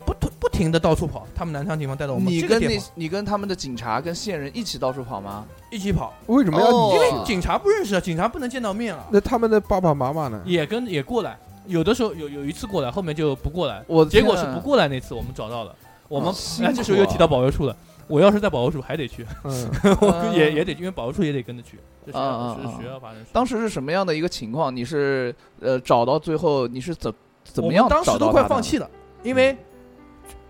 Speaker 4: 不停不停的到处跑，他们南昌地方带到我们
Speaker 3: 你
Speaker 4: 这个
Speaker 3: 跟
Speaker 4: 地
Speaker 3: 那
Speaker 4: 方，
Speaker 3: 你跟他们的警察跟线人一起到处跑吗？
Speaker 4: 一起跑，
Speaker 2: 为什么要
Speaker 3: 哦
Speaker 2: 你？
Speaker 4: 因为警察不认识啊，警察不能见到面啊，
Speaker 2: 那他们的爸爸妈妈呢？
Speaker 4: 也跟也过来，有的时候有有一次过来，后面就不过来，
Speaker 3: 我的
Speaker 4: 结果
Speaker 3: 天
Speaker 4: 是
Speaker 3: 啊
Speaker 4: 不过来那次我们找到了，我们
Speaker 3: 哦辛
Speaker 4: 哎
Speaker 3: 苦
Speaker 4: 这时候又
Speaker 3: 啊
Speaker 4: 提到保卫处了。我要是在保卫处还得去，
Speaker 2: 嗯，
Speaker 4: 我也
Speaker 3: 嗯
Speaker 4: 也得去，因为保卫处也得跟着去。这学
Speaker 3: 嗯
Speaker 4: 校
Speaker 3: 嗯
Speaker 4: 是
Speaker 3: 嗯
Speaker 4: 学校发生事。
Speaker 3: 当时是什么样的一个情况？你是呃找到最后你是怎怎么样
Speaker 4: 我们当
Speaker 3: 找
Speaker 4: 时都
Speaker 3: 到他
Speaker 4: 快
Speaker 3: 的
Speaker 4: 放。弃了，因为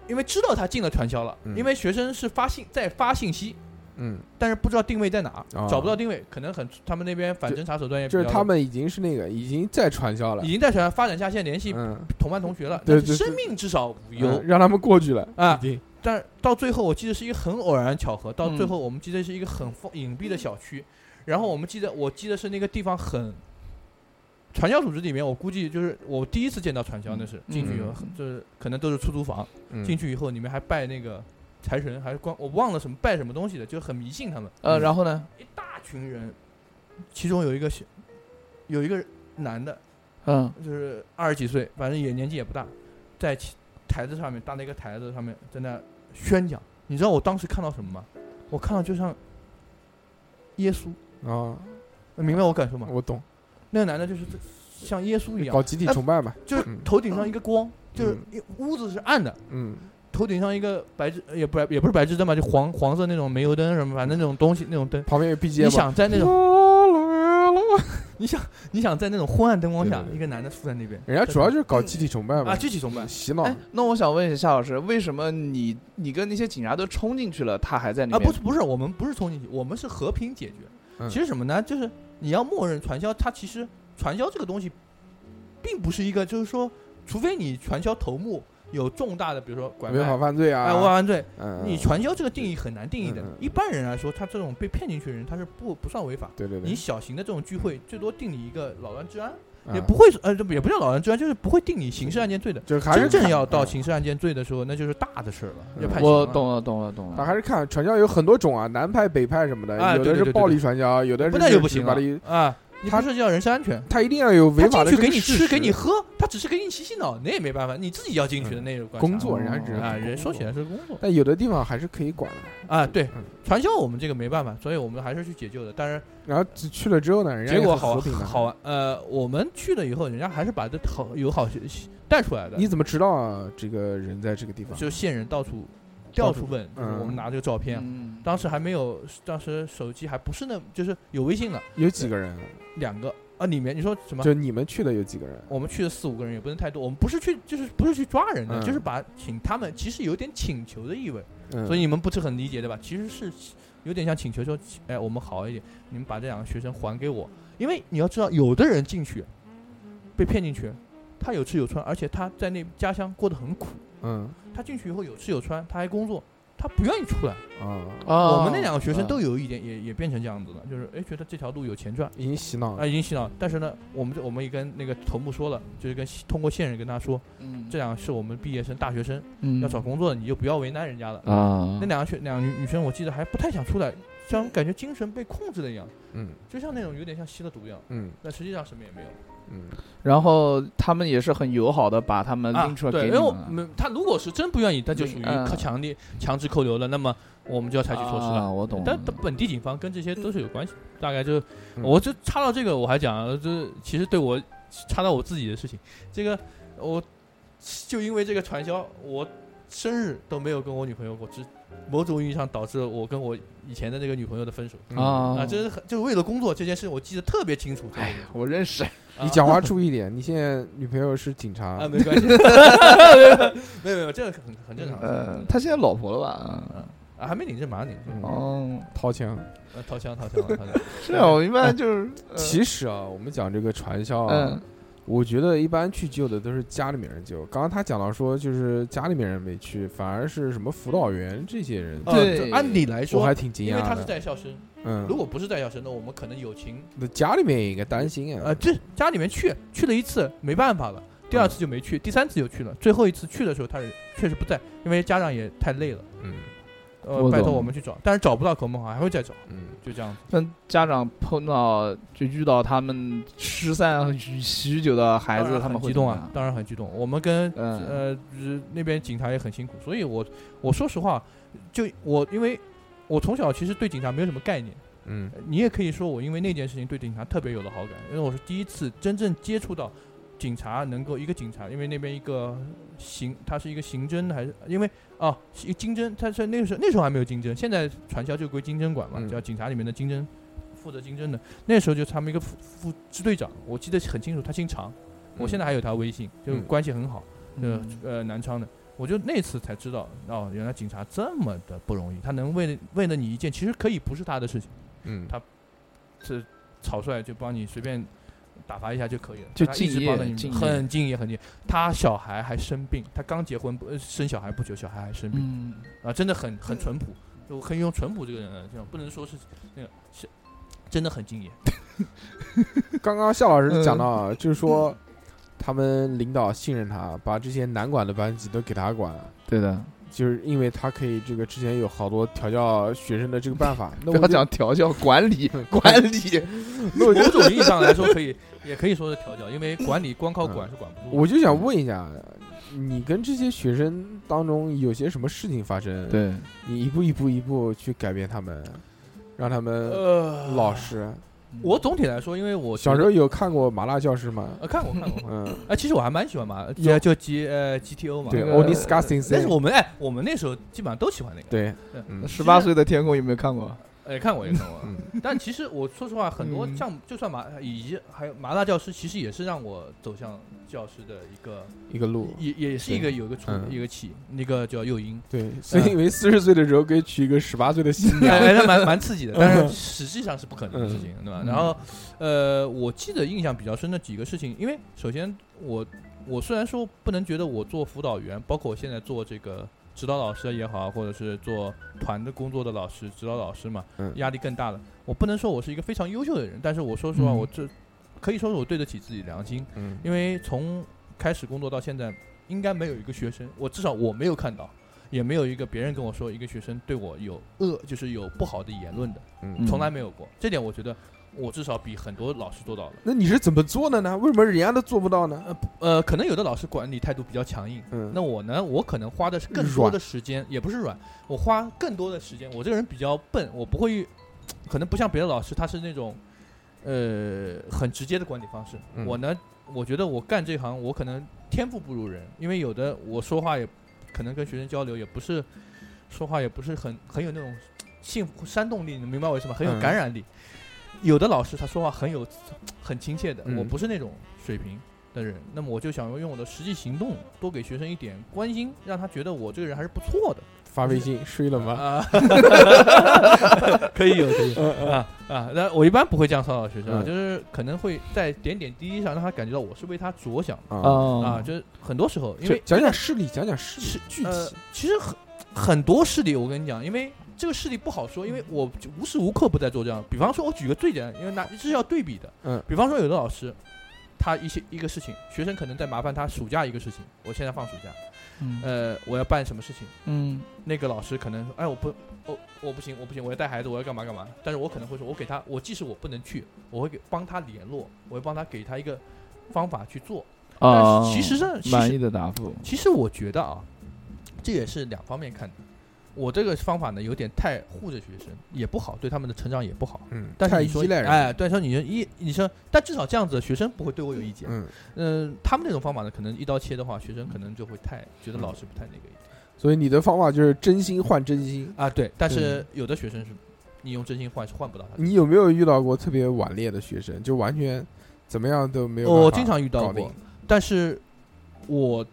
Speaker 4: 因为知道他进了传销了，
Speaker 2: 嗯
Speaker 4: 因为学生是发信在发信息，
Speaker 2: 嗯，
Speaker 4: 但是不知道定位在哪儿，
Speaker 2: 啊
Speaker 4: 找不到定位，可能很他们那边反侦查手段也比
Speaker 2: 就是
Speaker 4: 较
Speaker 2: 他们已经是那个已经在传销了
Speaker 4: 已，经在传发展下线联系
Speaker 2: 嗯，
Speaker 4: 同班同学了，
Speaker 2: 对
Speaker 4: 但是
Speaker 2: 对嗯
Speaker 4: 生命至少无忧
Speaker 2: 有。让他们过去了
Speaker 4: 啊
Speaker 2: 已经
Speaker 4: 但到最后，我记得是一个很偶然巧合。到最
Speaker 3: 嗯
Speaker 4: 后，我们记得是一个很封隐蔽的小区，然后我们记得，我记得是那个地方很传销组织里面，我估计就是我第一次见到传销，那是进去以后
Speaker 3: 嗯
Speaker 4: 就是可能都是出租房，
Speaker 2: 嗯
Speaker 4: 进去以后，你们还拜那个财神，还是关我忘了什么拜什么东西的，就很迷信他们。
Speaker 3: 呃，
Speaker 2: 嗯
Speaker 3: 然后呢？
Speaker 4: 一大群人，其中有一个小，有一个男的，
Speaker 3: 嗯，
Speaker 4: 就是二十几岁，反正也年纪也不大，在其台子上面搭了一个台子上面在那宣讲。你知道我当时看到什么吗？我看到就像耶稣，
Speaker 2: 啊，
Speaker 4: 明白我感受吗？
Speaker 2: 我懂，
Speaker 4: 那个男的就是像耶稣一
Speaker 2: 嗯搞
Speaker 4: 样，
Speaker 2: 集体崇拜嘛，
Speaker 4: 就是
Speaker 2: 嗯
Speaker 4: 头顶上一个光，就是一屋子是暗的，
Speaker 2: 嗯
Speaker 4: 头顶上一个白炽，也不是也不是白炽灯吧，就黄黄色那种煤油灯什么，反正那种东西那种灯。
Speaker 2: 旁边有
Speaker 4: 你
Speaker 2: BGM，
Speaker 4: 想在 那种，
Speaker 2: 种，
Speaker 4: 你想在那种昏暗灯光下
Speaker 2: 对对，对
Speaker 4: 一个男的竖在那边，
Speaker 2: 人家主要就是搞集体崇拜嘛
Speaker 4: 啊，，具体怎么办？
Speaker 2: 洗脑
Speaker 3: 哎，那我想问一下夏老师，为什么你你跟那些警察都冲进去了，他还在那
Speaker 4: 啊，
Speaker 3: 边？
Speaker 4: 不是不是，我们不是冲进去，我们是和平解决。
Speaker 2: 嗯
Speaker 4: 其实什么呢？就是你要默认传销，它其实传销这个东西，并不是一个，就是说，除非你传销头目有重大的，比如说拐
Speaker 2: 违
Speaker 4: 卖、
Speaker 2: 法犯罪
Speaker 4: 哎，
Speaker 2: 啊，
Speaker 4: 违法犯罪，
Speaker 2: 嗯，
Speaker 4: 你传销这个定义很难定义的
Speaker 2: 嗯嗯。
Speaker 4: 一般人来说，他这种被骗进去的人，他是不不算违法。
Speaker 2: 对对对，
Speaker 4: 你小型的这种聚会，最多定你一个扰乱治安，
Speaker 2: 嗯
Speaker 4: 也不会呃，这不也不叫扰乱治安，就是不会定你刑事案件罪的。
Speaker 2: 就是还是
Speaker 4: 真正
Speaker 2: 看
Speaker 4: 要到
Speaker 2: 嗯
Speaker 4: 刑事案件罪的时候，那就是大的事儿了，
Speaker 2: 嗯
Speaker 4: 要判刑了
Speaker 3: 我。懂了，懂了，懂
Speaker 2: 啊，
Speaker 3: 了。
Speaker 2: 还是看传销有很多种啊，南派、北派什么的，
Speaker 4: 啊
Speaker 2: 有
Speaker 4: 对对
Speaker 2: 的是
Speaker 4: 对
Speaker 2: 暴
Speaker 4: 对
Speaker 2: 力传销，有的
Speaker 4: 不
Speaker 2: 是
Speaker 4: 那就
Speaker 2: 只
Speaker 4: 不
Speaker 2: 是
Speaker 4: 行
Speaker 2: 把
Speaker 4: 了
Speaker 2: 你，
Speaker 4: 啊！你不涉及到人身安全，
Speaker 2: 他一定要有违
Speaker 4: 他
Speaker 2: 法的
Speaker 4: 进去给
Speaker 2: 这个
Speaker 4: 你
Speaker 2: 事
Speaker 4: 吃，给
Speaker 2: 实
Speaker 4: 你喝，他只是给你洗洗脑，那也没办法，你自己要进去的那种
Speaker 2: 嗯工作，人家只是
Speaker 4: 啊，
Speaker 2: 工
Speaker 4: 人说
Speaker 2: 作
Speaker 4: 起来是工作
Speaker 2: 但有的地方还是可以管的。
Speaker 4: 啊，对
Speaker 2: 嗯，
Speaker 4: 传销我们这个没办法，所以我们还是去解救的。但是
Speaker 2: 然后只去了之后呢，人家
Speaker 4: 结
Speaker 2: 也
Speaker 4: 果
Speaker 2: 很
Speaker 4: 好
Speaker 2: 和平的。
Speaker 4: 好玩，呃，我们去了以后，人家还是把这好有好学习带出来的。
Speaker 2: 你怎么知道啊这个人在这个地方？
Speaker 4: 就线人到处
Speaker 2: 嗯到
Speaker 4: 到
Speaker 2: 处
Speaker 4: 处问，就是
Speaker 2: 嗯
Speaker 4: 我们拿这个照片，
Speaker 3: 嗯，
Speaker 4: 当时还没有，当时手机还不是那，就是有微信了，
Speaker 2: 有几个人？
Speaker 4: 两个啊，里面你说什么？
Speaker 2: 就你们去的有几个人？
Speaker 4: 我们去了四五个人，也不能太多。我们不是去，就是不是去抓人的，
Speaker 2: 嗯
Speaker 4: 就是把请他们，其实有点请求的意味，
Speaker 2: 嗯，
Speaker 4: 所以你们不是很理解对吧？其实是有点像请求说，哎，我们好一点，你们把这两个学生还给我，因为你要知道，有的人进去被骗进去，他有吃有穿，而且他在那家乡过得很苦，
Speaker 2: 嗯
Speaker 4: 他进去以后有吃有穿，他还工作，他不愿意出来。
Speaker 2: 啊，
Speaker 3: 哦
Speaker 4: 我们那两个学生都
Speaker 3: 嗯
Speaker 4: 有一点也也变成这样子的，就是哎觉得这条路有钱赚。
Speaker 2: 已经洗脑
Speaker 3: 哦
Speaker 4: 啊，
Speaker 2: 了。
Speaker 4: 已经洗脑，但是呢，我们这我们也跟那个头目说了，就是跟通过线人跟他说，
Speaker 3: 嗯
Speaker 4: 这两个是我们毕业生、大学生，
Speaker 3: 嗯
Speaker 4: 要找工作的你就不要为难人家了。
Speaker 3: 啊
Speaker 4: 那两个学两个女女生，我记得还不太想出来，像感觉精神被控制了一样，
Speaker 2: 嗯
Speaker 4: 就像那种有点像吸了毒一样，
Speaker 2: 嗯
Speaker 4: 但实际上什么也没有。
Speaker 2: 嗯，
Speaker 3: 然后他们也是很友好的把他们
Speaker 4: 啊
Speaker 3: 拎出，来
Speaker 4: 对，
Speaker 3: 给
Speaker 4: 因
Speaker 3: 你
Speaker 4: 为我
Speaker 3: 们了。
Speaker 4: 们他如果是真不愿意，那就属于
Speaker 3: 嗯
Speaker 4: 可强力强制扣留了，那么我们就要采取措施了
Speaker 3: 啊，。我懂了。
Speaker 4: 但但本地警方跟这些都是有关系，大概就
Speaker 2: 嗯
Speaker 4: 我就插到这个，我还讲，呃这其实对我插到我自己的事情，这个我就因为这个传销，我生日都没有跟我女朋友过，只某种意义上导致我跟我以前的那个女朋友的分手
Speaker 2: 啊，
Speaker 4: 啊，
Speaker 3: 啊，
Speaker 4: 这是很就是为了工作这件事，我记得特别清楚。
Speaker 3: 哎呀，我认识。
Speaker 2: 你讲
Speaker 4: 话
Speaker 2: 话注意点。你现在女朋友是警察
Speaker 4: 啊，，没关系， 没有没有，这个很很正常
Speaker 3: 呃，他现在老婆了吧？
Speaker 4: 啊，还没领证，马上领证，
Speaker 2: 嗯
Speaker 3: 哦，
Speaker 2: 掏枪。
Speaker 4: 呃掏枪掏枪掏枪，
Speaker 3: 是啊，我一般就是
Speaker 2: 其实啊，我们讲这个传销啊
Speaker 3: 嗯，
Speaker 2: 我觉得一般去救的都是家里面人救。刚刚他讲到说，就是家里面人没去，反而是什么辅导员这些人，
Speaker 4: 啊
Speaker 3: 对
Speaker 4: 这按理来
Speaker 2: 我
Speaker 4: 说
Speaker 2: 还，挺惊
Speaker 4: 因为他
Speaker 2: 讶
Speaker 4: 是
Speaker 2: 的。
Speaker 4: 在校生。
Speaker 2: 嗯
Speaker 4: 如，果不是在校生，那我们可能友情，
Speaker 2: 那家里面也应该担
Speaker 3: 嗯
Speaker 2: 心啊
Speaker 4: 呃，。这家里面去去了一次，没办法了，第
Speaker 3: 嗯
Speaker 4: 二次就没去，第三次就去了，最后一次去的时候，他是确实不在，因为家长也太累了，
Speaker 2: 嗯
Speaker 4: 呃，
Speaker 3: 我
Speaker 4: 拜托
Speaker 3: 懂
Speaker 4: 我们去找，但是找不到口梦好还会再找，
Speaker 2: 嗯，
Speaker 4: 就这样子。
Speaker 3: 跟家长碰到就遇到他们失散许许久的孩
Speaker 4: 当
Speaker 3: 子，
Speaker 4: 然
Speaker 3: 他们
Speaker 4: 很
Speaker 3: 会
Speaker 4: 激
Speaker 3: 怎
Speaker 4: 动
Speaker 3: 么
Speaker 4: 啊
Speaker 3: 样，，
Speaker 4: 当然很激动。我们跟
Speaker 3: 嗯
Speaker 4: 呃呃那边警察也很辛苦，所以我我说实话，就我因为我从小其实对警察没有什么概念，
Speaker 2: 嗯
Speaker 4: 呃你也可以说我因为那件事情对警察特别有了好感，因为我是第一次真正接触到警察能够一个警察，因为那边一个刑，他是一个刑侦还是因为哦是一个经侦，他是那个时候那时候还没有经侦，现在传销就归经侦管嘛，
Speaker 2: 嗯
Speaker 4: 叫警察里面的经侦负责经侦的，那时候就是他们一个副副支队长，我记得很清楚，他姓常，我现在还有他微信，就
Speaker 2: 嗯
Speaker 4: 关系很好，呃
Speaker 3: 嗯
Speaker 4: 呃南昌的，我就那次才知道哦，原来警察这么的不容易，他能为了为了你一件其实可以不是他的事情。
Speaker 2: 嗯，
Speaker 4: 是草率就帮你随便打发一下就可以了，
Speaker 3: 就
Speaker 4: 他一直
Speaker 3: 敬业
Speaker 4: 帮着你
Speaker 3: 敬业
Speaker 4: 很敬业很敬业。他小孩还生病，他刚结婚不、呃生小孩不久，小孩还生病、
Speaker 3: 嗯，
Speaker 4: 啊，真的很很淳朴，就可以用淳朴这个人来这样，不能说是那个是真的很敬业。
Speaker 2: 刚刚夏老师讲
Speaker 4: 嗯
Speaker 2: 到啊，就是说他们领导信任他，把这些难管的班级都给他管，
Speaker 3: 对的，
Speaker 2: 就是因为他可以这个之前有好多调教学生的这个办 法。那
Speaker 3: 不
Speaker 2: 我
Speaker 3: 要
Speaker 2: 就
Speaker 3: 讲调教管 理管理，
Speaker 4: 某种意义上来说，可以也可以说是调教，因为管理光靠管是管
Speaker 3: 嗯
Speaker 4: 不住的。
Speaker 2: 我就想问一下，你跟这些学生当中有些什么事情发生？，
Speaker 3: 对，
Speaker 2: 你一步一步一步去改变他们，让他们
Speaker 4: 呃
Speaker 2: 老，实。
Speaker 4: 我总体来说，因为我
Speaker 2: 小时
Speaker 4: 候
Speaker 2: 候有看过《麻辣教师》吗？
Speaker 4: 呃看过看过看过，
Speaker 2: 嗯，
Speaker 4: 哎，其实我还蛮喜欢嘛，就
Speaker 2: 有
Speaker 4: 就 G 呃 GTO 嘛，
Speaker 2: 对
Speaker 3: 那个
Speaker 2: ，All disgusting
Speaker 4: 但是
Speaker 2: thing。
Speaker 4: 我们哎，我们那时候基本上都喜欢那个。
Speaker 2: 对，
Speaker 4: 对
Speaker 2: 嗯
Speaker 3: 十八岁的天空有没有看过？
Speaker 4: 哎，看过也看过
Speaker 2: 嗯，
Speaker 4: 但其实我说实话，很多
Speaker 3: 嗯
Speaker 4: 像就算麻以及还有麻辣教师，其实也是让我走向教师的一个，
Speaker 2: 一个路。
Speaker 4: 也也是一个有一个出
Speaker 2: 嗯
Speaker 4: 一个起，那个叫诱因，
Speaker 2: 对，所以因为四十岁的时候可以娶一个十八岁的新娘。
Speaker 4: 哎，那蛮蛮刺激的，但是实际上是不可能的事情，对吧？
Speaker 3: 嗯
Speaker 4: 然后，呃，我记得印象比较深的几个事情，因为首先我我虽然说不能觉得我做辅导员，包括我现在做这个指导老师也好，或者是做团的工作的老师、指导老师嘛
Speaker 2: 嗯，
Speaker 4: 压力更大了。我不能说我是一个非常优秀的人，但是我说实话，
Speaker 3: 嗯
Speaker 4: 我这可以说是我对得起自己良心，
Speaker 2: 嗯
Speaker 4: 因为从开始工作到现在，应该没有一个学生，我至少我没有看到。也没有一个别人跟我说一个学生对我有恶，就是有不好的言论的，
Speaker 2: 嗯
Speaker 4: 从来没有过。这点我觉得我至少比很多老师做到了。
Speaker 2: 那你是怎么做的呢？为什么人家都做不到呢？
Speaker 4: 呃不呃，可能有的老师管理态度比较强硬，
Speaker 2: 嗯，
Speaker 4: 那我呢，我可能花的是更多
Speaker 2: 软
Speaker 4: 的时间，也不是软，我花更多的时间。我这个人比较笨，我不会，可能不像别的老师，他是那种，呃，很直接的管理方式。
Speaker 2: 嗯
Speaker 4: 我呢，我觉得我干这行，我可能天赋不如人，因为有的我说话也，可能跟学生交流也不是，说话也不是很很有那种幸福煽动力，你明白我意思吗？很有
Speaker 2: 嗯
Speaker 4: 感染力。有的老师他说话很有很亲切的，
Speaker 2: 嗯
Speaker 4: 我不是那种水平的人，那么我就想用我的实际行动多给学生一点关心，让他觉得我这个人还是不错的。
Speaker 2: 发微信睡了吗？
Speaker 4: 啊，可以有可以有啊啊！那我一般不会这样骚扰学生啊，
Speaker 2: 嗯
Speaker 4: 就是可能会在点点滴滴上让他感觉到我是为他着想
Speaker 2: 啊，
Speaker 4: 啊，
Speaker 3: 啊，
Speaker 4: 就是很多时候因
Speaker 2: 就
Speaker 4: 为
Speaker 2: 讲讲事例，讲讲事
Speaker 4: 是
Speaker 2: 例，具
Speaker 4: 呃
Speaker 2: 体。，
Speaker 4: 其实很很多事例，我跟你讲，因为这个事例不好说，因为我就无时无刻不在做这样。比方说，我举个最简单，因为拿这是要对比的，
Speaker 2: 嗯，
Speaker 4: 比方说有的老师，他一些一个事情，学生可能在麻烦他暑假一个事情，我现在放暑假，
Speaker 3: 嗯
Speaker 4: 呃，我要办什么事情，
Speaker 3: 嗯
Speaker 4: 那个老师可能说，哎，我不，我我不行，我不行，我要带孩子，我要干嘛干嘛。但是我可能会说，我给他，我即使我不能去，我会给帮他联络，我会帮他给他一个方法去做。但
Speaker 3: 啊
Speaker 4: 是其实上，其
Speaker 3: 满
Speaker 4: 实
Speaker 3: 意的答复，
Speaker 4: 其实我觉得啊，这也是两方面看的。我这个方法呢，有点太护着学生，也不好，对他们的成长也不好。
Speaker 2: 嗯，
Speaker 4: 但是
Speaker 2: 太
Speaker 4: 你说
Speaker 2: 依赖，人，
Speaker 4: 哎，对，说你说一，你说，但至少这样子，学生不会对我有意见。
Speaker 2: 嗯，
Speaker 4: 嗯、他们那种方法呢，可能一刀切的话，学生可能就会太觉得老师不太那个一点
Speaker 2: 所以你的方法就是真心换真心。
Speaker 4: 啊。对，但是有的学生是，你用真心换是换不到他的。
Speaker 2: 你有没有遇到过特别顽劣的学生，就完全怎么样都没有办法搞
Speaker 4: 我
Speaker 2: 定？
Speaker 4: 经常遇到过，但是我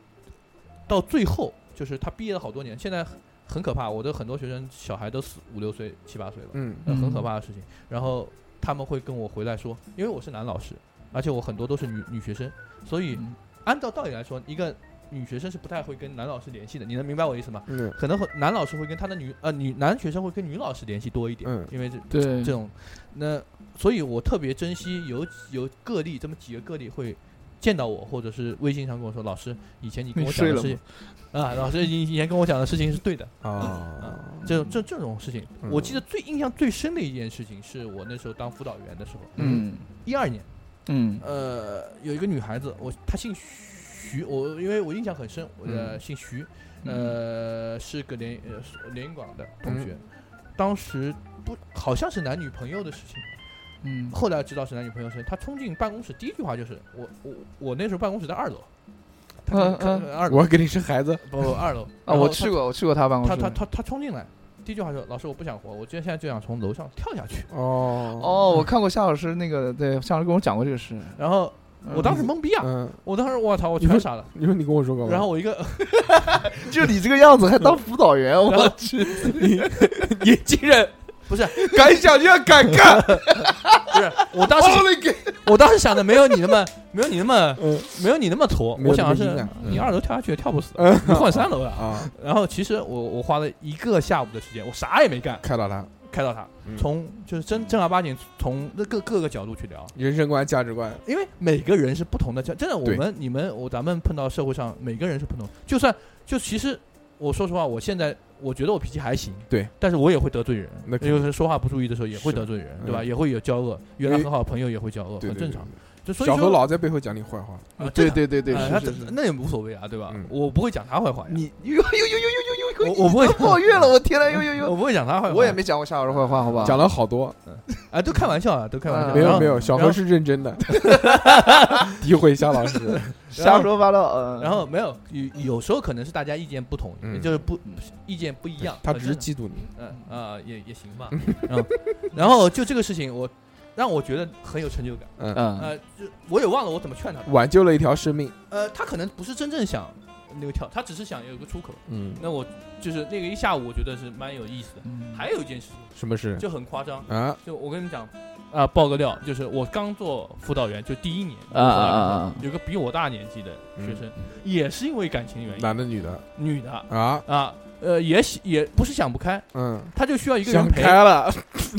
Speaker 4: 到最后就是他毕业了好多年，现在很很可怕，我的很多学生小孩都四五六岁、七八岁了。
Speaker 2: 嗯，
Speaker 4: 呃，很
Speaker 3: 嗯
Speaker 4: 可怕的事情。然后他们会跟我回来说，因为我是男老师，而且我很多都是女女学生，所以
Speaker 3: 嗯
Speaker 4: 按照道理来说，一个女学生是不太会跟男老师联系的。你能明白我意思吗？
Speaker 2: 嗯
Speaker 4: 可能会男老师会跟他的女呃女男学生会跟女老师联系多一点，
Speaker 2: 嗯
Speaker 4: 因为这
Speaker 3: 对
Speaker 4: 这种，那所以我特别珍惜有有个例这么几个个例会。见到我，或者是微信上跟我说，老师，以前你跟
Speaker 3: 你
Speaker 4: 我讲的
Speaker 3: 睡了
Speaker 4: 事情，啊，老师，你以前跟我讲的事情是对的，
Speaker 2: 啊，
Speaker 4: 这这这种事情，
Speaker 2: 嗯
Speaker 4: 我记得最印象最深的一件事情，是我那时候当辅导员的时候，
Speaker 3: 嗯
Speaker 4: 一二年，
Speaker 3: 嗯
Speaker 4: 呃，有一个女孩子，我她姓徐，我因为我印象很深，我的
Speaker 2: 嗯
Speaker 4: 姓徐，
Speaker 3: 嗯
Speaker 4: 呃，是个连呃是连云港的同学，当时不好像是男女朋友的事情，
Speaker 3: 嗯
Speaker 4: 后来知道是男女朋友的事情，她冲进办公室第一句话就是我我我那时候办公室在二楼，她
Speaker 3: 嗯
Speaker 4: 看
Speaker 3: 嗯
Speaker 4: 二楼
Speaker 2: 我给你生孩子，
Speaker 4: 不不二楼
Speaker 3: 啊，
Speaker 4: 然后
Speaker 3: 我
Speaker 4: 她
Speaker 3: 去过，我去过他办公
Speaker 4: 他
Speaker 3: 室，
Speaker 4: 他他他冲进来，第一句话说：“老师，我不想活，我今天现在就想从楼上跳下去。
Speaker 2: 哦
Speaker 3: 哦，我看过夏老师那个，对，夏老师跟我讲过这个事，”
Speaker 4: 然后我当时
Speaker 3: 嗯
Speaker 4: 懵逼啊，
Speaker 2: 嗯，
Speaker 4: 我当时我操，我
Speaker 2: 你嗯
Speaker 4: 全
Speaker 2: 说
Speaker 4: 傻了。
Speaker 2: 你说你跟我说干嘛？
Speaker 4: 然后我一个
Speaker 3: 就你这个样子还当辅导员，我去，
Speaker 4: 年轻人，不是
Speaker 3: 敢想就要 敢干，
Speaker 4: 不是，我当时
Speaker 3: 我勒个，
Speaker 4: 我当时想的没有你那么没有你那么
Speaker 2: 嗯
Speaker 4: 没有你那么挫，
Speaker 2: 没有
Speaker 4: 我想的
Speaker 2: 那么阴
Speaker 4: 是
Speaker 2: 暗
Speaker 4: 你二楼跳下去也跳不死，
Speaker 2: 嗯
Speaker 4: 你换三楼啊。
Speaker 2: 啊，
Speaker 4: 然后其实我我花了一个下午的时间，我啥也没干，
Speaker 2: 看到他
Speaker 4: 开导他
Speaker 2: 嗯，
Speaker 4: 从就是正正儿八经从那各各个角度去聊。
Speaker 2: 人生观、价值观，
Speaker 4: 因为每个人是不同的，真真的，我
Speaker 2: 对
Speaker 4: 们你们我咱们碰到社会上每个人是不同，就算就其实我说实话，我现在我觉得我脾气还行，
Speaker 2: 对，
Speaker 4: 但是我也会得罪人，
Speaker 2: 那肯定
Speaker 4: 有时候说话不注意的时候也会
Speaker 2: 是
Speaker 4: 得罪人，
Speaker 2: 嗯
Speaker 4: 对吧？也会有交恶，原来
Speaker 2: 因为
Speaker 4: 很好的朋友也会交恶，
Speaker 2: 对，
Speaker 4: 很
Speaker 2: 对
Speaker 4: 正常。。
Speaker 2: 对
Speaker 4: 就所以
Speaker 2: 小
Speaker 4: 说
Speaker 2: 何老在背后讲你坏话，
Speaker 4: 啊
Speaker 3: 对
Speaker 4: 正常
Speaker 3: 对对对，
Speaker 4: 啊
Speaker 3: 是
Speaker 4: 那
Speaker 3: 是是，
Speaker 4: 那也无所谓啊，对吧
Speaker 2: 嗯？
Speaker 4: 我不会讲他坏话呀，
Speaker 3: 你呦呦呦呦呦呦呦，
Speaker 4: 我我不会
Speaker 3: 你都 抱怨了，我天呐，呦呦
Speaker 4: 我
Speaker 3: 呦，
Speaker 4: 不会讲他坏话，
Speaker 3: 我也没讲过夏老师坏话，好不好？
Speaker 2: 讲了好多，
Speaker 4: 啊，都开玩笑啊，都开玩笑。
Speaker 3: 嗯
Speaker 2: 没
Speaker 4: 然
Speaker 2: 有
Speaker 4: 后
Speaker 2: 没有，小
Speaker 4: 然
Speaker 2: 何
Speaker 4: 后
Speaker 2: 是认真的， 诋毁夏老师，
Speaker 3: 瞎说八道，嗯，
Speaker 4: 然后没有有有时候可能是大家意见不同，
Speaker 2: 嗯
Speaker 4: 就是不意见不一样，
Speaker 2: 他
Speaker 4: 很
Speaker 2: 只是
Speaker 4: 正常
Speaker 2: 嫉妒你，
Speaker 4: 嗯啊、也也行吧。嗯，然后就这个事情，我让我觉得很有成就感。
Speaker 2: 嗯，
Speaker 3: 嗯
Speaker 4: 呃，就我也忘了我怎么劝他的。
Speaker 2: 挽救了一条生命，
Speaker 4: 呃，他可能不是真正想那个跳，他只是想有个出口。
Speaker 2: 嗯，
Speaker 4: 那我就是那个一嗯下午，我觉得是蛮有意思的。还有一件事情
Speaker 2: 什么事
Speaker 4: 就很夸张，
Speaker 2: 啊？
Speaker 4: 就我跟你讲，啊，爆个料，就是我刚做辅导员就第一年，
Speaker 3: 啊啊啊啊啊嗯
Speaker 4: 有个比我大年纪的学生，也是因为感情原因，
Speaker 2: 男的女的
Speaker 4: 女的
Speaker 2: 啊？
Speaker 4: 啊，呃，也喜也不是想不开，
Speaker 2: 嗯，
Speaker 4: 她就需要一个人
Speaker 3: 想
Speaker 4: 陪，
Speaker 3: 开了，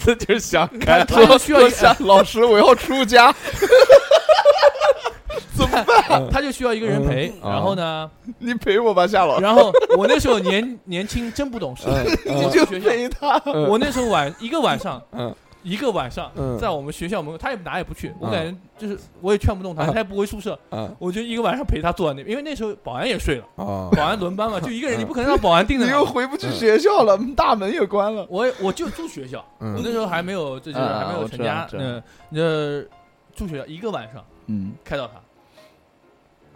Speaker 3: 那就是想开了。
Speaker 4: 他他需要一
Speaker 3: 我想老师，我要出家。
Speaker 4: 她就需要一个人陪。
Speaker 3: 嗯
Speaker 4: 然后呢，
Speaker 3: 你陪我吧，夏老师，
Speaker 4: 然后我那时候年 年轻，真不懂事，
Speaker 3: 你
Speaker 4: 我
Speaker 3: 就
Speaker 4: 们学校，
Speaker 3: 陪他。
Speaker 4: 我那时候晚一个晚 上
Speaker 2: 嗯，
Speaker 4: 一个晚上
Speaker 2: 嗯
Speaker 4: 在我们学校门口，她也哪也不去，我
Speaker 2: 嗯
Speaker 4: 感觉就是我也劝不动她，她也不回宿舍
Speaker 2: 嗯，
Speaker 4: 我就一个晚上陪她坐在那边，因为那时候保安也睡了，
Speaker 2: 哦，
Speaker 4: 保安轮班嘛，就一个人，你不可能让保安盯着
Speaker 3: 嗯你
Speaker 4: 她
Speaker 3: 又回不去学校了，大门也关了。
Speaker 4: 我也我就住学校，
Speaker 2: 嗯
Speaker 4: 我那时候还没有，这就是
Speaker 3: 啊
Speaker 4: 还没有
Speaker 3: 我
Speaker 4: 成
Speaker 3: 知道
Speaker 4: 家，
Speaker 3: 知道
Speaker 4: 嗯，呃，住学校一个晚上
Speaker 3: 嗯，
Speaker 4: 开导他，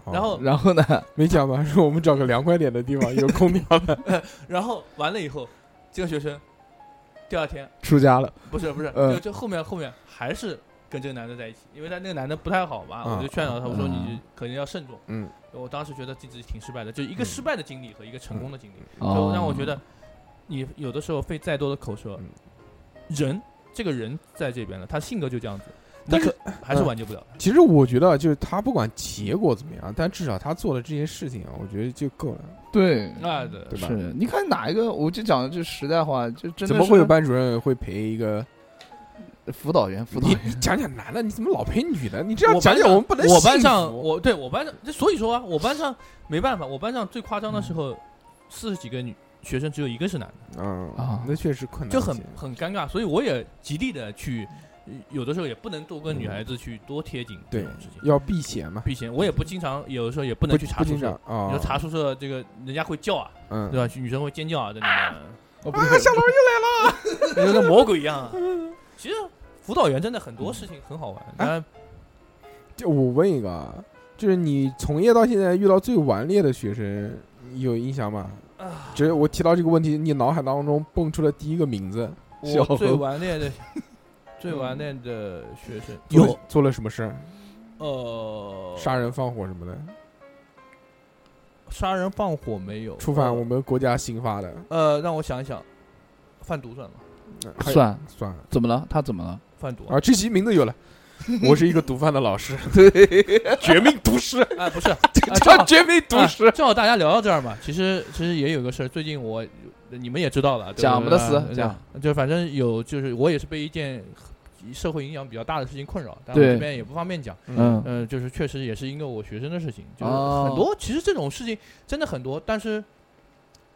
Speaker 2: 好
Speaker 4: 然后
Speaker 3: 然后呢？
Speaker 2: 哦没讲吧？说我们找个凉快点的地方，有 空调的。
Speaker 4: 然后完了以后，这个学生第二天
Speaker 3: 出家了。
Speaker 4: 不是不是，
Speaker 3: 嗯
Speaker 4: 就就后面后面还是跟这个男的在一起，因为他那个男的不太好嘛，
Speaker 2: 啊
Speaker 4: 我就劝导他，我说
Speaker 3: 嗯
Speaker 4: 你可能要慎重。
Speaker 2: 嗯，
Speaker 4: 我当时觉得自己挺失败的，就一个失败的经历和一个成功的经历，
Speaker 3: 嗯
Speaker 4: 就
Speaker 3: 哦
Speaker 4: 让我觉得你有的时候费再多的口舌
Speaker 2: 嗯，
Speaker 4: 人这个人在这边了，他性格就这样子，你
Speaker 2: 但是
Speaker 4: 可还是挽救不了。
Speaker 2: 其实我觉得，啊就是他不管结果怎么样，但至少他做的这些事情啊，我觉得就够了，
Speaker 3: 对，
Speaker 4: 那的
Speaker 2: 对吧？
Speaker 3: 是你看哪一个？我就讲的句实在话，就真的
Speaker 2: 怎么会有
Speaker 3: 是
Speaker 2: 班主任会陪一个？
Speaker 3: 辅导员？辅导
Speaker 2: 你
Speaker 3: 员
Speaker 2: 你讲讲男的，你怎么老陪女的？你这样
Speaker 4: 我
Speaker 2: 讲
Speaker 4: 班
Speaker 2: 讲，
Speaker 4: 上
Speaker 2: 我们不能
Speaker 4: 我班
Speaker 2: 信服
Speaker 4: 上，我对我班上，所以说啊，我班上没办法，我班上最夸张的时候，四十几个女学生只有一个是男的，
Speaker 2: 嗯
Speaker 3: 啊
Speaker 2: 那确实困难，
Speaker 4: 就很很尴尬，所以我也极力的去，呃有的时候也不能多跟女孩子去多贴近这
Speaker 2: 嗯对
Speaker 4: 种事情，
Speaker 2: 要避嫌嘛，
Speaker 4: 避嫌。我也不经常，有的时候也不
Speaker 2: 不
Speaker 4: 能去查
Speaker 2: 不
Speaker 4: 宿
Speaker 2: 经常
Speaker 4: 舍，
Speaker 2: 啊，
Speaker 4: 你说查宿舍这个人家会叫啊，
Speaker 2: 嗯啊
Speaker 4: 对吧？女生会尖叫啊，在那边。
Speaker 3: 哦，不是，
Speaker 4: 跟个魔鬼一样啊。其实辅导员真的很
Speaker 2: 嗯
Speaker 4: 多事情很好
Speaker 2: 啊
Speaker 4: 玩，但
Speaker 2: 就我问一个啊，就是你从业到现在遇到最顽劣的学生，你有印象吗？只我提到这个问题，你脑海当中蹦出了第一个名字，哦
Speaker 3: 小
Speaker 4: 我
Speaker 3: 猴
Speaker 4: 最顽劣的、最顽劣的学生
Speaker 2: 做了做了什么事儿？
Speaker 4: 呃
Speaker 2: 嗯杀人放火什么的，
Speaker 4: 杀人放火没有
Speaker 2: 触犯我们国家刑法的，
Speaker 4: 呃，让我想一想，贩毒算吗？
Speaker 2: 还
Speaker 3: 嗯算
Speaker 2: 算了
Speaker 3: 怎么了？他怎么 了？
Speaker 4: 贩毒啊
Speaker 2: 啊，这期名字有了。我是一个毒贩的老师，对，绝命毒师，
Speaker 4: 哎，不是，
Speaker 2: 这
Speaker 4: 正好
Speaker 2: 叫绝命毒师。
Speaker 4: 哎正好大家聊到这儿嘛。其实其实也有个事儿，最近我你们也知道了，对吧
Speaker 3: 讲我们的事
Speaker 4: 对
Speaker 3: 讲
Speaker 4: 就反正有就是我也是被一件社会影响比较大的事情困扰，但我
Speaker 3: 对
Speaker 4: 这边也不方便讲。
Speaker 3: 嗯
Speaker 4: 呃，就是确实也是因为我学生的事情，就是
Speaker 3: 哦
Speaker 4: 很多、其实这种事情真的很多，但是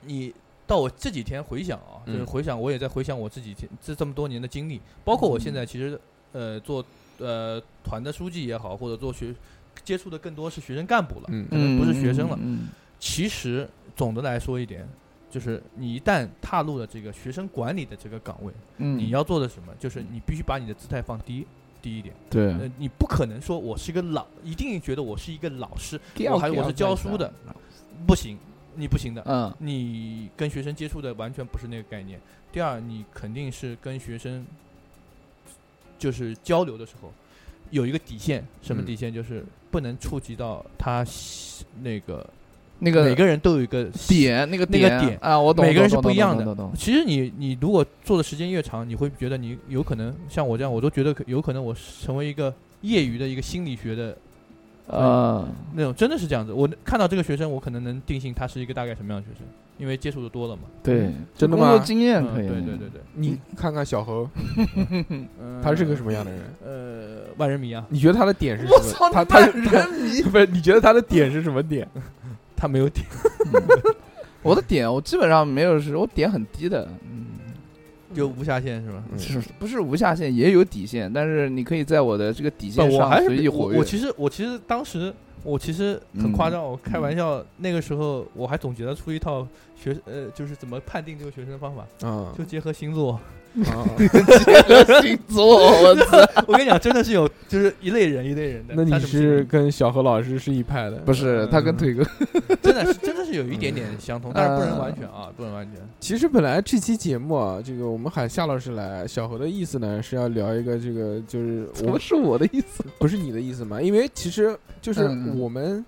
Speaker 4: 你到我这几天回想啊，就是
Speaker 2: 嗯
Speaker 4: 回想我也在回想我自己这这这么多年的经历，包括我现
Speaker 3: 嗯
Speaker 4: 在其实呃做呃团的书记也好，或者做学接触的更多是学生干部了，
Speaker 2: 嗯，
Speaker 3: 嗯，
Speaker 4: 不是学生了
Speaker 3: 嗯，
Speaker 4: 其实总的来说一点。就是你一旦踏入了这个学生管理的这个岗位，
Speaker 3: 嗯，
Speaker 4: 你要做的什么？就是你必须把你的姿态放低，低一点。
Speaker 3: 对
Speaker 4: 呃，你不可能说我是一个老，一定觉得我是一个老师，我还我是教书的，不行，你不行的。
Speaker 3: 嗯，
Speaker 4: 你跟学生接触的完全不是那个概念。第二，你肯定是跟学生就是交流的时候有一个底线，什么
Speaker 2: 嗯
Speaker 4: 底线？就是不能触及到他喜那个
Speaker 3: 那个
Speaker 4: 每个人都有一个喜。
Speaker 3: 点那个
Speaker 4: 那个点
Speaker 3: 啊，我懂，
Speaker 4: 每个人
Speaker 3: 懂
Speaker 4: 是不一样的
Speaker 3: 懂懂懂懂
Speaker 4: 其实你你如果做的时间越长，你会觉得你有可能像我这样，我都觉得可有可能我成为一个业余的一个心理学的嗯
Speaker 3: 懂啊，
Speaker 4: 那种真的是这样子。我看到这个学生，我可能能定性他是一个大概什么样的学生，因为接触的多了嘛。
Speaker 3: 对，
Speaker 2: 真的
Speaker 3: 工作
Speaker 2: 吗
Speaker 3: 经验
Speaker 4: 嗯
Speaker 3: 可以，啊
Speaker 4: 对对对，对，
Speaker 2: 你看看小猴，
Speaker 4: 嗯
Speaker 2: 他是个什么样的人？
Speaker 4: 呃万人迷啊，
Speaker 2: 你觉得他的点是什
Speaker 3: 我
Speaker 2: 么？
Speaker 3: 操，
Speaker 2: 他他
Speaker 3: 万
Speaker 2: 是他。
Speaker 3: 人迷
Speaker 2: 不是？你觉得他的点是什么点？
Speaker 4: 他没有 点，
Speaker 3: 我的点我基本上没有是，我点很低的，嗯，
Speaker 4: 就无下限是吧？嗯
Speaker 3: 是不是无下限也有底线，但是你可以在我的这个底
Speaker 4: 不，
Speaker 3: 线
Speaker 4: 我还
Speaker 3: 上
Speaker 4: 是
Speaker 3: 随
Speaker 4: 比
Speaker 3: 意
Speaker 4: 我
Speaker 3: 活跃嗯
Speaker 4: 我。其实我其实当时我其实很夸张，我开玩笑，那个时候我还总结了出一套学呃，就是怎么判定这个学生的方法，
Speaker 2: 啊
Speaker 3: 嗯
Speaker 4: 就结合星座。
Speaker 2: 啊！
Speaker 3: 星座，我操，
Speaker 4: 我跟你讲，真的是有就是一类人一类人的。
Speaker 2: 那你
Speaker 4: 他怎么形
Speaker 2: 是
Speaker 4: 容
Speaker 2: 跟小何老师是一派的？
Speaker 3: 不是他
Speaker 4: 嗯
Speaker 3: 跟腿哥，
Speaker 4: 真的是真的是有一点
Speaker 2: 嗯
Speaker 4: 点相同，但是不能完全啊，不能完全。
Speaker 2: 其实本来这期节目啊，这个我们喊夏老师来，小何的意思呢是要聊一个这个，就是我
Speaker 3: 不
Speaker 2: 们
Speaker 3: 是我的意思，
Speaker 2: 不是你的意思嘛？因为其实就是
Speaker 3: 嗯
Speaker 2: 我们，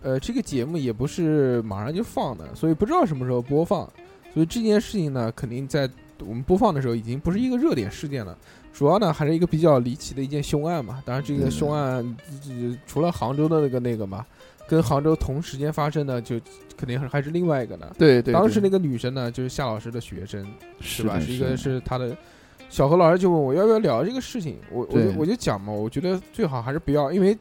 Speaker 2: 呃，这个节目也不是马上就放的，所以不知道什么时候播放，所以这件事情呢，肯定在我们播放的时候已经不是一个热点事件了。主要呢还是一个比较离奇的一件凶案嘛。当然，这个凶案、呃除了杭州的那个那个嘛，跟杭州同时间发生的，就肯定还还是另外一个呢。
Speaker 3: 对对，
Speaker 2: 当时那
Speaker 3: 对
Speaker 2: 个女生呢，就是夏老师的学生，
Speaker 3: 是
Speaker 2: 吧？
Speaker 3: 的
Speaker 2: 是一
Speaker 3: 的
Speaker 2: 个是她的。小何老师就问我要不要聊这个事情，我我就
Speaker 3: 对
Speaker 2: 我就讲嘛，我觉得最好还是不要，因为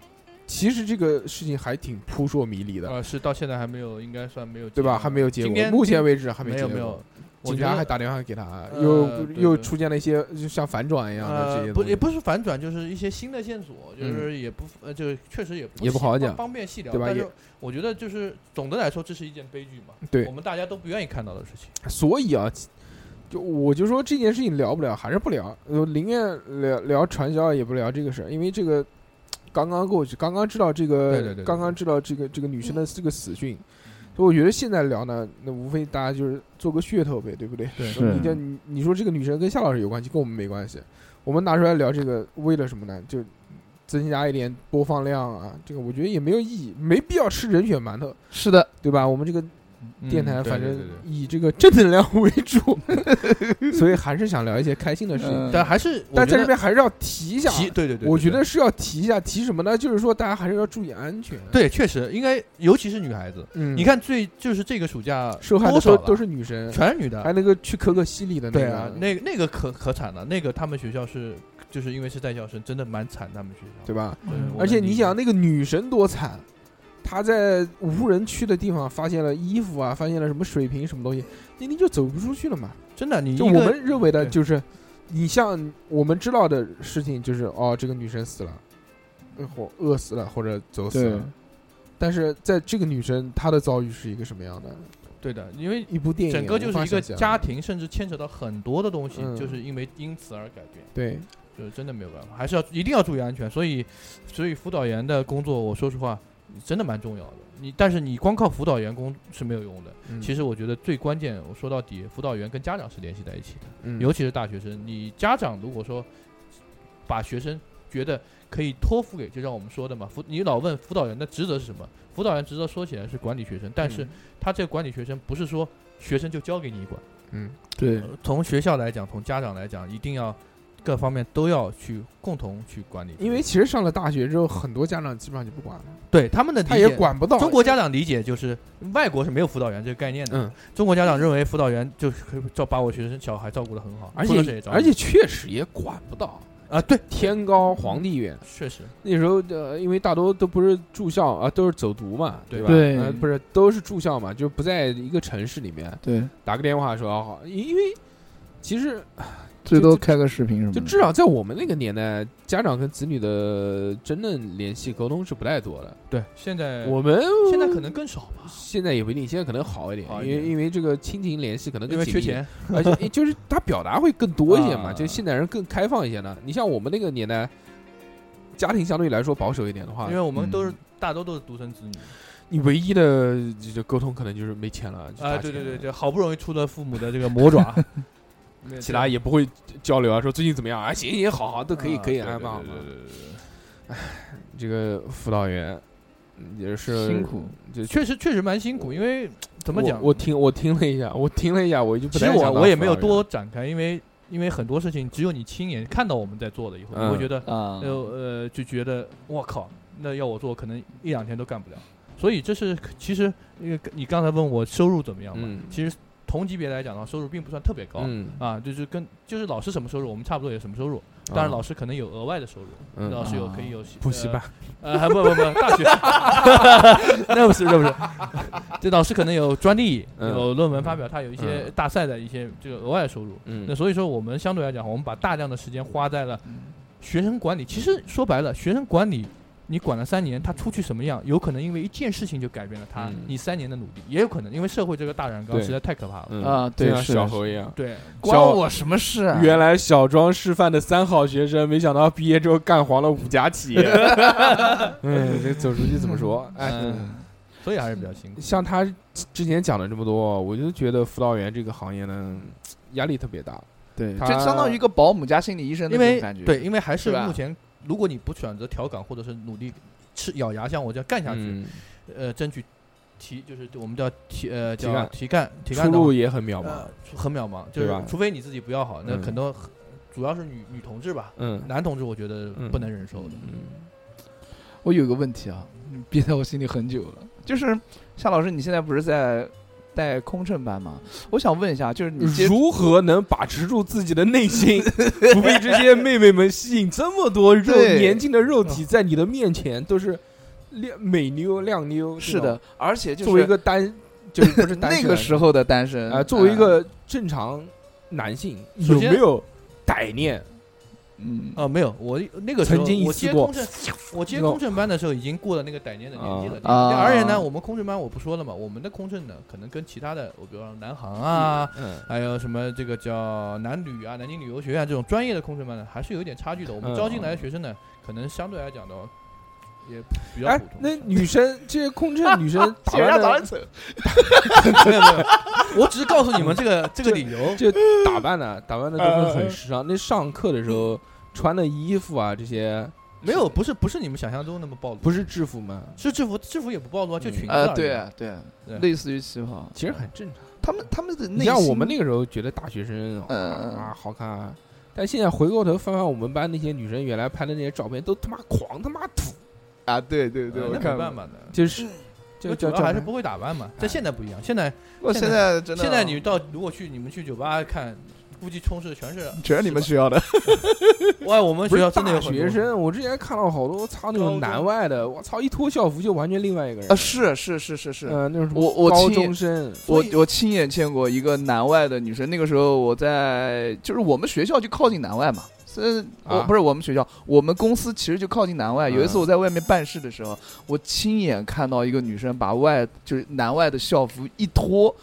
Speaker 2: 其实这个事情还挺扑朔迷离的，
Speaker 4: 呃，是到现在还没有，应该算没有结
Speaker 2: 对吧？
Speaker 4: 果
Speaker 2: 还没有结
Speaker 4: 今
Speaker 2: 果，
Speaker 4: 天
Speaker 2: 目前为止还
Speaker 4: 没
Speaker 2: 结
Speaker 4: 有
Speaker 2: 果。
Speaker 4: 没有，我
Speaker 2: 警
Speaker 4: 觉
Speaker 2: 察
Speaker 4: 得
Speaker 2: 还打电话给他，
Speaker 4: 呃
Speaker 2: 又
Speaker 4: 对
Speaker 2: 又
Speaker 4: 对
Speaker 2: 出现了一些就像反转一样的这些
Speaker 4: 呃，
Speaker 2: 东
Speaker 4: 不
Speaker 2: 西，嗯
Speaker 4: 也不是反转，就是一些新的线索，就是也不呃，就是确实也不
Speaker 2: 也不
Speaker 4: 细
Speaker 2: 好讲
Speaker 4: 方方便细聊，
Speaker 2: 对吧
Speaker 4: 但
Speaker 2: 也
Speaker 4: 是我觉得就是总的来说，这是一件悲剧嘛，
Speaker 2: 对
Speaker 4: 我们大家都不愿意看到的事情。
Speaker 2: 所以啊，就我就说这件事情聊不了，还是不聊，呃宁愿聊聊传销啊也不聊这个事儿，因为这个刚刚过去，刚刚知道这个，
Speaker 4: 对对对对嗯
Speaker 2: 刚刚知道这个这个女生的这个死讯，所以我觉得现在聊呢，那无非大家就是做个噱头呗，对不对？
Speaker 4: 对
Speaker 3: 是
Speaker 2: 你这你你说这个女生跟夏老师有关系，跟我们没关系，我们拿出来聊这个为了什么呢？就增加一点播放量啊，这个我觉得也没有意义，没必要吃人血馒头，
Speaker 3: 是的，
Speaker 2: 对吧？我们这个
Speaker 4: 嗯
Speaker 2: 电台反
Speaker 4: 对对对
Speaker 2: 正
Speaker 4: 对
Speaker 2: 以这个正能量为 主， 所以还是想聊一些开心的事情。
Speaker 3: 嗯
Speaker 4: 但还是我
Speaker 2: 但
Speaker 4: 觉
Speaker 2: 在
Speaker 4: 得
Speaker 2: 这边还是要提一下，啊
Speaker 4: 提对对对，
Speaker 2: 我
Speaker 4: 对
Speaker 2: 觉
Speaker 4: 对
Speaker 2: 得是要提一下，提什么呢？就是说大家还是要注意安全。，
Speaker 4: 对，确实应该，尤其是女孩子，
Speaker 2: 嗯，
Speaker 4: 你看最就是这个暑假
Speaker 2: 受害的
Speaker 4: 多
Speaker 2: 都
Speaker 4: 少
Speaker 2: 都
Speaker 4: 了
Speaker 2: 是女生，
Speaker 4: 全是女的，
Speaker 2: 还有那个去可可西里的那
Speaker 4: 对啊
Speaker 2: 个，，
Speaker 4: 那那个可可惨了，那个他们学校是就是因为是在校生，真的蛮惨，他们学校。
Speaker 2: 对吧？
Speaker 4: 对我
Speaker 2: 而且
Speaker 4: 能
Speaker 2: 你
Speaker 4: 理解
Speaker 2: 想，那个女神多惨，她在无人区的地方发现了衣服啊，发现了什么水瓶什么东西，那你就走不出去了嘛。
Speaker 4: 真的，你
Speaker 2: 就
Speaker 4: 一
Speaker 2: 我
Speaker 4: 个
Speaker 2: 们认为的
Speaker 4: 对
Speaker 2: 就是，你像我们知道的事情就是，哦，这个女生死了，呃或饿死了或者走死
Speaker 3: 对
Speaker 2: 了。但是在这个女生她的遭遇是一个什么样的？
Speaker 4: 对的，因为
Speaker 2: 一部电影
Speaker 4: 整个就
Speaker 2: 无
Speaker 4: 是
Speaker 2: 法
Speaker 4: 一个
Speaker 2: 想象
Speaker 4: 家庭，甚至牵扯到很多的东西，
Speaker 2: 嗯
Speaker 4: 就是因为因此而改变，
Speaker 2: 对，
Speaker 4: 就是真的没有办法，还是要一定要注意安全。所以，所以辅导员的工作，我说实话，真的蛮重要的。你但是你光靠辅导员工是没有用的。
Speaker 2: 嗯
Speaker 4: 其实我觉得最关键，我说到底，辅导员跟家长是联系在一起的。
Speaker 2: 嗯
Speaker 4: 尤其是大学生，你家长如果说把学生觉得可以托付给，就像我们说的嘛，辅你老问辅导员的职责是什么？辅导员职责说起来是管理学生，但是他这个管理学生不是说学生就交给你管，
Speaker 2: 嗯
Speaker 3: 对
Speaker 4: 呃从学校来讲，从家长来讲，一定要各方面都要去共同去管理，
Speaker 2: 因为其实上了大学之后，很多家长基本上就不管了，
Speaker 4: 对他们的理
Speaker 2: 他也
Speaker 4: 解。
Speaker 2: 管不到。
Speaker 4: 中国家长理解就是外国是没有辅导员这个概念的，
Speaker 2: 嗯，
Speaker 4: 中国家长认为辅导员就是可以照把我学生小孩照顾得很好，
Speaker 2: 而
Speaker 4: 或者是也
Speaker 2: 且
Speaker 4: 照顾
Speaker 2: 而且确实也管不到，
Speaker 4: 啊，对，
Speaker 2: 天高皇帝远。
Speaker 4: 确实，
Speaker 2: 那时候呃，因为大多都不是住校啊，都是走读嘛，
Speaker 4: 对
Speaker 2: 吧？
Speaker 3: 对
Speaker 2: 呃不是都是住校嘛，就不在一个城市里面。
Speaker 3: 对，
Speaker 2: 打个电话说哦好，因因为其实
Speaker 3: 最多开个视频什么的，
Speaker 2: 就至少在我们那个年代，家长跟子女的真正联系沟通是不太多的。
Speaker 4: 对，现在
Speaker 2: 我们
Speaker 4: 现在可能更少吧，
Speaker 2: 现在也不一定，现在可能好一点，
Speaker 4: 好一
Speaker 2: 因为
Speaker 4: 点
Speaker 2: 因为这个亲情联系可能
Speaker 4: 因
Speaker 2: 更
Speaker 4: 为
Speaker 2: 紧
Speaker 4: 缺
Speaker 2: 密，
Speaker 4: 钱。
Speaker 2: 而 且就是他表达会更多一些嘛，
Speaker 4: 啊
Speaker 2: 就现代人更开放一些呢。你像我们那个年代，家庭相对来说保守一点的话
Speaker 4: 因为，我们都是
Speaker 3: 嗯
Speaker 4: 大多都是独生子女
Speaker 2: 你唯一的这这沟通可能就是没钱了就
Speaker 4: 啊，
Speaker 2: 打
Speaker 4: 对对
Speaker 2: 钱
Speaker 4: 对对，好不容易出了父母的这个魔 爪，没有
Speaker 2: 其他也不会交流啊，说最近怎么样啊？行行，好好，都可以，可以，
Speaker 4: 啊
Speaker 2: 哎，
Speaker 4: 对
Speaker 2: 蛮好
Speaker 4: 对
Speaker 2: 蛮好
Speaker 4: 对对对
Speaker 2: 这个辅导员嗯也是
Speaker 3: 辛，苦，
Speaker 2: 就
Speaker 4: 对确实确实蛮辛苦，因为怎么
Speaker 2: 我
Speaker 4: 讲，
Speaker 2: 我听我听了一下，我听了一下，我就不
Speaker 4: 其实
Speaker 2: 太
Speaker 4: 我
Speaker 2: 想当
Speaker 4: 我也没有
Speaker 2: 辅导员
Speaker 4: 多展开，因为因为很多事情只有你亲眼看到我们在做的以后，
Speaker 2: 嗯
Speaker 4: 你会觉得
Speaker 3: 啊
Speaker 4: 呃呃就觉得我靠，那要我做可能一两天都干不了，所以这是其实那个你刚才问我收入怎么样嘛，
Speaker 2: 嗯
Speaker 4: 其实同级别来讲的话，收入并不算特别高，
Speaker 2: 嗯，
Speaker 4: 啊，就是跟就是老师什么收入，我们差不多也什么收入。当然，老师可能有额外的收入，
Speaker 2: 哦嗯
Speaker 4: 老师有
Speaker 3: 啊
Speaker 4: 可以有些
Speaker 2: 补习班，
Speaker 4: 呃，呃不不不，大 学，那不是那不是，这老师可能有专利，
Speaker 2: 嗯
Speaker 4: 有论文发表，他有一些
Speaker 2: 嗯
Speaker 4: 大赛的一些这个额外的收入。
Speaker 2: 嗯
Speaker 4: 那所以说，我们相对来讲，我们把大量的时间花在了学生管理。其实说白了，学生管理。你管了三年，他出去什么样，有可能因为一件事情就改变了他。
Speaker 2: 嗯
Speaker 4: 你三年的努力，也有可能因为社会这个大染缸
Speaker 2: 对
Speaker 4: 实在太可怕了。
Speaker 2: 嗯
Speaker 3: 啊
Speaker 2: 就
Speaker 3: 对
Speaker 2: 像
Speaker 3: 是
Speaker 2: 小
Speaker 3: 是
Speaker 2: 侯一样。
Speaker 4: 对，
Speaker 3: 关我什么事啊？
Speaker 2: 原来小庄师范的三好学生，没想到毕业之后干黄了五家 企业。嗯，这走出去怎么说？哎，
Speaker 4: 嗯，所以还是比较辛苦。
Speaker 2: 像他之前讲了这么多，我就觉得辅导员这个行业呢，压力特别大。
Speaker 3: 对，
Speaker 2: 他
Speaker 3: 这相当于一个保姆加心理医生的
Speaker 4: 因
Speaker 3: 那
Speaker 4: 为
Speaker 3: 种感觉，
Speaker 4: 对，，因为还是
Speaker 3: 是吧
Speaker 4: 目前，如果你不选择调岗或者是努力吃咬牙像我这样干下去，
Speaker 2: 嗯，
Speaker 4: 呃，争取提就是我们叫提呃
Speaker 2: 提干
Speaker 4: 叫提干提
Speaker 2: 出
Speaker 4: 干的
Speaker 2: 路
Speaker 4: 话，
Speaker 3: 呃
Speaker 2: 也很渺茫。
Speaker 4: 呃，很渺茫，就
Speaker 2: 对
Speaker 4: 是
Speaker 2: 吧
Speaker 4: 除非你自己不要好，那
Speaker 2: 嗯
Speaker 4: 很多主要是女女同志吧，
Speaker 2: 嗯
Speaker 4: 男同志我觉得
Speaker 2: 嗯
Speaker 4: 不能忍受的。
Speaker 3: 我有个问题啊，憋在我心里很久了，就是夏老师，你现在不是在带空乘班吗？我想问一下，就是你接
Speaker 2: 如何能把持住自己的内心，不被这些妹妹们吸引？这么多肉
Speaker 3: 对嗯
Speaker 2: 年轻的肉体在你的面前都是靓美妞、靓妞，
Speaker 3: 是
Speaker 2: 这
Speaker 3: 的
Speaker 2: 种，，
Speaker 3: 而且就
Speaker 2: 作为一
Speaker 3: 是
Speaker 2: 个单，就是不是单
Speaker 3: 那
Speaker 2: 身
Speaker 3: 个时候的单身
Speaker 2: 啊，作为一，
Speaker 3: 呃
Speaker 2: 个正常男性，
Speaker 4: 嗯首
Speaker 2: 有
Speaker 4: 先
Speaker 2: 没有歹念？
Speaker 3: 嗯，
Speaker 4: 啊，没有，我那个时
Speaker 2: 曾
Speaker 4: 候
Speaker 2: 经一
Speaker 4: 我
Speaker 2: 次
Speaker 4: 接
Speaker 2: 过
Speaker 4: 空乘，我接空乘班的时候已经过了那个逮年的年纪了。
Speaker 3: 啊
Speaker 4: 对而且呢，我们空乘班我不说了嘛，我们的空乘呢，可能跟其他的，我比如说南航啊，
Speaker 2: 嗯
Speaker 4: 还有什么这个叫南旅啊、南京旅游学院这种专业的空乘班呢，还是有一点差距的。我们
Speaker 2: 嗯
Speaker 4: 招进来的学生呢，可能相对来讲的话也比较
Speaker 2: 哎
Speaker 4: 普，通。
Speaker 2: 那 女生这些空 乘女生打扮的
Speaker 3: 走，
Speaker 4: 没有没有，我只是告诉你们这个这个理由。
Speaker 2: 就打扮的
Speaker 4: 嗯
Speaker 2: 打扮的都会很时尚。那上课的时候穿的衣服啊，这些
Speaker 4: 没有，不是不是你们想象中那么暴露，
Speaker 2: 不是制服吗？
Speaker 4: 是制服制服也不暴露啊，就裙子而已
Speaker 3: 呃，对对
Speaker 4: 对，
Speaker 3: 类似于旗袍，
Speaker 2: 其实很正常。
Speaker 3: 他们他们的内
Speaker 2: 你
Speaker 3: 心
Speaker 2: 像我们那个时候觉得大学生啊
Speaker 3: 嗯嗯
Speaker 2: 啊好看啊，但现在回过头翻翻我们班那些女生原来拍的那些照片，都他妈狂他妈土，
Speaker 3: 啊，对对对，
Speaker 4: 呃
Speaker 3: 我
Speaker 4: 那
Speaker 3: 看
Speaker 4: 没
Speaker 3: 过
Speaker 4: 办。法的。
Speaker 2: 就是
Speaker 4: 嗯
Speaker 2: 就
Speaker 4: 我主
Speaker 2: 就
Speaker 4: 要还是不会打扮嘛，在现在不一样，现在
Speaker 3: 我现在真的，哦
Speaker 4: 现在你到如果去你们去酒吧看，估计充斥的全是
Speaker 3: 全是你们学校的，
Speaker 4: 哇，我们
Speaker 2: 不
Speaker 4: 学校
Speaker 2: 是
Speaker 4: 真的有
Speaker 2: 大
Speaker 4: 很
Speaker 2: 学
Speaker 4: 多
Speaker 2: 生，我之前看到好多操那
Speaker 4: 高
Speaker 2: 种
Speaker 4: 中
Speaker 2: 南外的，我操一脱校服就完全另外一个人
Speaker 3: 啊，，是是是是是，
Speaker 2: 嗯，那种什么
Speaker 3: 我我
Speaker 2: 高
Speaker 3: 亲眼
Speaker 2: 中生，
Speaker 3: 我
Speaker 4: 所以
Speaker 3: 我亲眼见过一个南外的女生，那个时候我在就是我们学校就靠近南外嘛，所以我、
Speaker 2: 啊
Speaker 3: 不是我们学校，我们公司其实就靠近南外。
Speaker 2: 嗯
Speaker 3: 有一次我在外面办事的时候，我亲眼看到一个女生把外就是南外的校服一脱。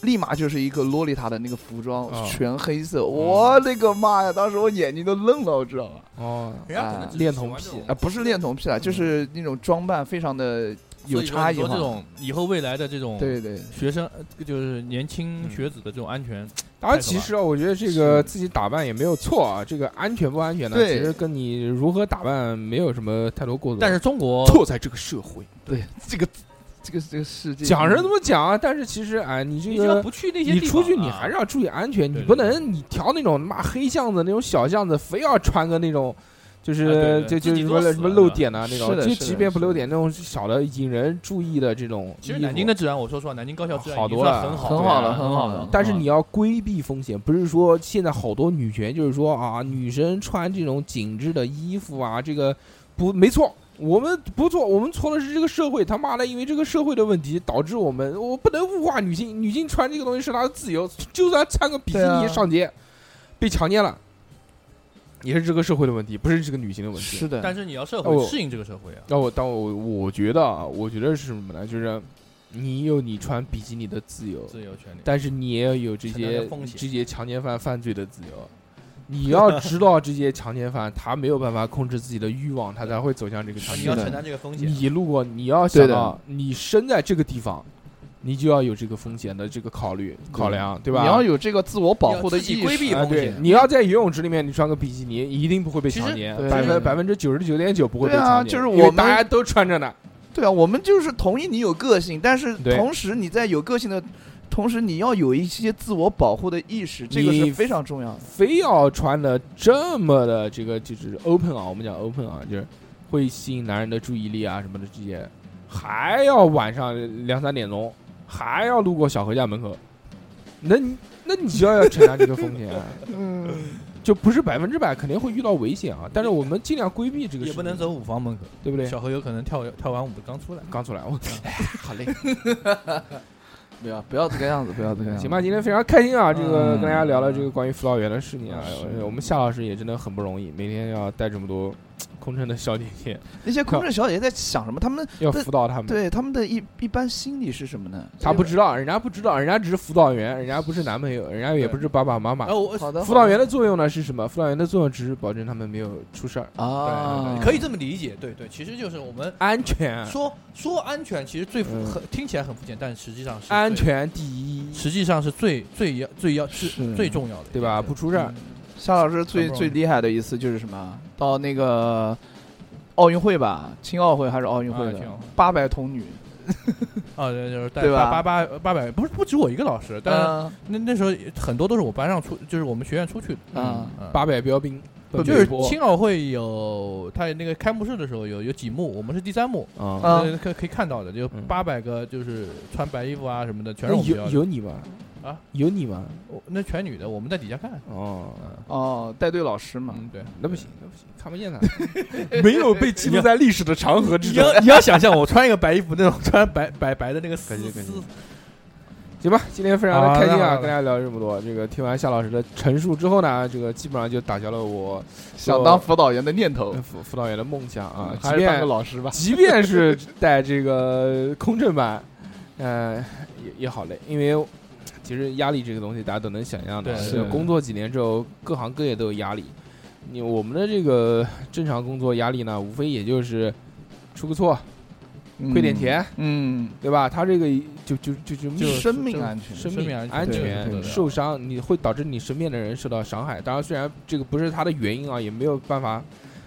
Speaker 3: 立马就是一个洛丽塔的那个服装，
Speaker 4: 啊
Speaker 2: 哦
Speaker 3: 全黑
Speaker 4: 嗯
Speaker 3: 色，我勒个妈呀！当时我眼睛都愣了，我知道吗？
Speaker 2: 哦，
Speaker 4: 人家可能只是
Speaker 2: 恋童
Speaker 4: 喜欢
Speaker 2: 癖
Speaker 3: 啊，不是恋童癖啊，就是那种装扮非常的有
Speaker 4: 这种
Speaker 3: 差
Speaker 4: 嗯
Speaker 3: 异
Speaker 4: 所以说
Speaker 3: 化。
Speaker 4: 这种以后未来的这种
Speaker 3: 对对，
Speaker 4: 学生呃就是年
Speaker 2: 嗯
Speaker 4: 轻学子的这种安全，
Speaker 2: 当然，其实啊，我觉得这个自己打扮也没有错啊。这个安全不安全呢？
Speaker 3: 对
Speaker 2: 其实跟你如何打扮没有什么太多过错。
Speaker 4: 但是中国
Speaker 2: 错在这个社会，
Speaker 3: 对，这个这个这个世界
Speaker 2: 讲是这么讲啊，但是其实哎，你这
Speaker 4: 你只要
Speaker 2: 个
Speaker 4: 不去那些
Speaker 2: 你
Speaker 4: 地
Speaker 2: 出去
Speaker 4: 方啊
Speaker 2: 你还是要注意安全，
Speaker 4: 对
Speaker 2: 你
Speaker 4: 对
Speaker 2: 不能你挑那种他妈黑巷子那种小巷子，非要穿个那种。就
Speaker 4: 啊对
Speaker 2: 是
Speaker 4: 对
Speaker 2: 就
Speaker 4: 自
Speaker 2: 就
Speaker 4: 己
Speaker 2: 是什
Speaker 4: 作
Speaker 2: 么
Speaker 4: 死
Speaker 2: 什么
Speaker 4: 了
Speaker 2: 露
Speaker 4: 是吧
Speaker 2: 点啊那种
Speaker 3: 是，的
Speaker 2: 就是
Speaker 3: 的
Speaker 2: 即便不
Speaker 3: 是的
Speaker 2: 露点，那种小的引人注意的这种。
Speaker 4: 其实南京的，治安，我说实话，南京高校治安
Speaker 2: 啊好
Speaker 4: 已经
Speaker 2: 多
Speaker 4: 算
Speaker 2: 了
Speaker 4: 很好
Speaker 3: 很
Speaker 4: 好
Speaker 3: 好了，
Speaker 4: 很
Speaker 3: 很好了。
Speaker 4: 啊
Speaker 2: 但是你要规避风险，不是说现在好多女权就是说啊，女生穿这种紧致的衣服啊，这个不没错，我们不错，我们错的是这个社会他妈的，因为这个社会的问题导致我们，我不能物化女性，女性穿这个东西是她的自由， 就算穿个比基
Speaker 3: 对啊
Speaker 2: 尼上街、被强奸了，也是这个社会的问题，不是这个女性的问题。
Speaker 3: 是的，
Speaker 4: 但是你要社
Speaker 2: 哦
Speaker 4: 会
Speaker 2: 我
Speaker 4: 适应这个社会啊，
Speaker 2: 那我但我我觉得啊，我觉得是什么呢？就是你有你穿比基尼的自由，
Speaker 4: 自由权利。
Speaker 2: 但是你也要有这
Speaker 4: 承担
Speaker 2: 些
Speaker 4: 的风险
Speaker 2: 这些强奸犯犯罪的自由。你要知道这些强奸犯，他没有办法控制自己的欲望，他才会走向这个
Speaker 4: 啊
Speaker 2: 强
Speaker 4: 你
Speaker 2: 奸
Speaker 4: 要
Speaker 2: 犯。
Speaker 3: 是的
Speaker 4: 承担这个风险。啊
Speaker 2: 你如果你要想到你生在这个地方，你就要有这个风险的这个考虑考量，对吧？
Speaker 3: 你要有这个自我保护的
Speaker 4: 你要自己
Speaker 3: 意识，
Speaker 4: 规避
Speaker 2: 啊，
Speaker 4: 风
Speaker 2: 对
Speaker 4: 险，
Speaker 2: 你要在游泳池里面，你穿个比基尼，一定不会被
Speaker 4: 其实
Speaker 2: 强奸，
Speaker 3: 对
Speaker 2: 百分
Speaker 3: 嗯
Speaker 2: 百分之九十九点九不会被
Speaker 3: 对啊
Speaker 2: 强奸，
Speaker 3: 就是
Speaker 2: 因为
Speaker 3: 我们
Speaker 2: 大家都穿着呢。
Speaker 3: 对啊，我们就是同意你有个性，但是
Speaker 2: 对
Speaker 3: 同时你在有个性的同时，你要有一些自我保护的意识，这个
Speaker 2: 你
Speaker 3: 是非常重要的。
Speaker 2: 非要穿的这么的这个就是 open 啊，我们讲 open 啊，就是会吸引男人的注意力啊什么的这些，还要晚上两三点钟还要路过小何家门口，那你那你就要承担这个风险、啊，
Speaker 3: 嗯，
Speaker 2: 就不是百分之百肯定会遇到危险啊，但是我们尽量规避这个，
Speaker 4: 也不能，走五房门口，
Speaker 2: 对不对？
Speaker 4: 小何有可能跳跳完舞刚出来。
Speaker 2: 刚出来，我
Speaker 3: 好嘞，不要不要这个样子，不要这个样
Speaker 2: 嗯
Speaker 3: 子。
Speaker 2: 行吧，今天非常开心啊！这个
Speaker 3: 嗯
Speaker 2: 跟大家聊了这个关于辅导员的事情啊，
Speaker 3: 是
Speaker 2: 我们夏老师也真的很不容易，每天要带这么多空乘的小姐姐，
Speaker 3: 那些空乘小姐姐在想什么？他们
Speaker 2: 要
Speaker 3: 对
Speaker 2: 辅导他们。
Speaker 3: 对他们的一一般心理是什么呢？
Speaker 2: 嗯他不知道，人家不知道，人家只是辅导员，人家不是男朋友，人家也不是爸爸妈妈
Speaker 4: 哎，。我
Speaker 3: 好的，
Speaker 2: 辅导员
Speaker 3: 的
Speaker 2: 的作用呢是什么？辅导员的作用只是保证他们没有出事儿，
Speaker 3: 啊，
Speaker 4: 可以这么理解，对对，其实就是我们
Speaker 2: 安全，
Speaker 4: 说说安全，其实最肤很听起来很肤浅，但实际上是最
Speaker 2: 嗯安，全第一，
Speaker 4: 实际上是最最要最要是
Speaker 3: 是
Speaker 4: 最重要的，
Speaker 2: 对吧？不出事儿，
Speaker 4: 嗯
Speaker 3: 夏老师最
Speaker 4: 很不容易
Speaker 3: 最厉害的一次就是什么？到那个奥运会吧，青奥会还是奥运会
Speaker 4: 啊青奥
Speaker 3: 的
Speaker 4: 会
Speaker 3: 八百童女，
Speaker 4: 啊，对就是带
Speaker 3: 对吧
Speaker 4: 八八八八百，不是不止我一个老师，但是
Speaker 3: 嗯
Speaker 4: 那那时候很多都是我班上出，就是我们学院出去的，
Speaker 3: 嗯
Speaker 4: 嗯
Speaker 2: 八百标兵，奔
Speaker 4: 就是
Speaker 2: 北坡
Speaker 4: 青奥会有他那个开幕式的时候有有几幕，我们是第三幕，
Speaker 8: 啊，
Speaker 3: 啊
Speaker 4: 呃可可以看到的，就
Speaker 8: 嗯
Speaker 4: 八百个就是穿白衣服啊什么的，全是
Speaker 2: 那
Speaker 4: 我们学校
Speaker 2: 有
Speaker 4: 的
Speaker 2: 有你吗？
Speaker 4: 啊，
Speaker 2: 有你吗？
Speaker 4: 我那全女的，我们在底下看，
Speaker 8: 哦，
Speaker 4: 嗯
Speaker 3: 哦，带队老师嘛，
Speaker 4: 嗯，对，
Speaker 2: 那不行，那不行，看不见 他。
Speaker 8: 没有被记录在历史的长河之
Speaker 4: 你
Speaker 8: 中。
Speaker 4: 要你要想象我穿一个白衣服，那种穿白白白的那个丝
Speaker 8: 感觉感觉
Speaker 4: 丝，
Speaker 2: 行吧，今天非常的
Speaker 4: 好
Speaker 2: 开心
Speaker 4: 那
Speaker 2: 啊，
Speaker 4: 好
Speaker 2: 跟大家聊这么多。这个听完夏老师的陈述之后呢，这个基本上就打消了我
Speaker 3: 想当辅导员的念头
Speaker 2: 呃辅辅导员的梦想啊
Speaker 3: 嗯。
Speaker 2: 即
Speaker 3: 还是当个
Speaker 2: 便
Speaker 3: 老师吧。
Speaker 2: 即便是带这个空乘班，呃，也也好累，因为其实压力这个东西大家都能想象的。
Speaker 4: 对
Speaker 2: 这
Speaker 4: 是
Speaker 2: 个工作几年之后，各行各业都有压力。你我们的这个正常工作压力呢，无非也就是出个错，亏点钱，
Speaker 3: 嗯，
Speaker 2: 对吧？他这个就就就就
Speaker 3: 就
Speaker 2: 命
Speaker 3: 生命安全，
Speaker 2: 生
Speaker 4: 生
Speaker 2: 命
Speaker 4: 命安全
Speaker 2: 安
Speaker 4: 对
Speaker 2: 全
Speaker 4: 对对
Speaker 2: 受伤，你会导致你身边的人受到伤害。当然，虽然这个不是他的原因啊，也没有办法，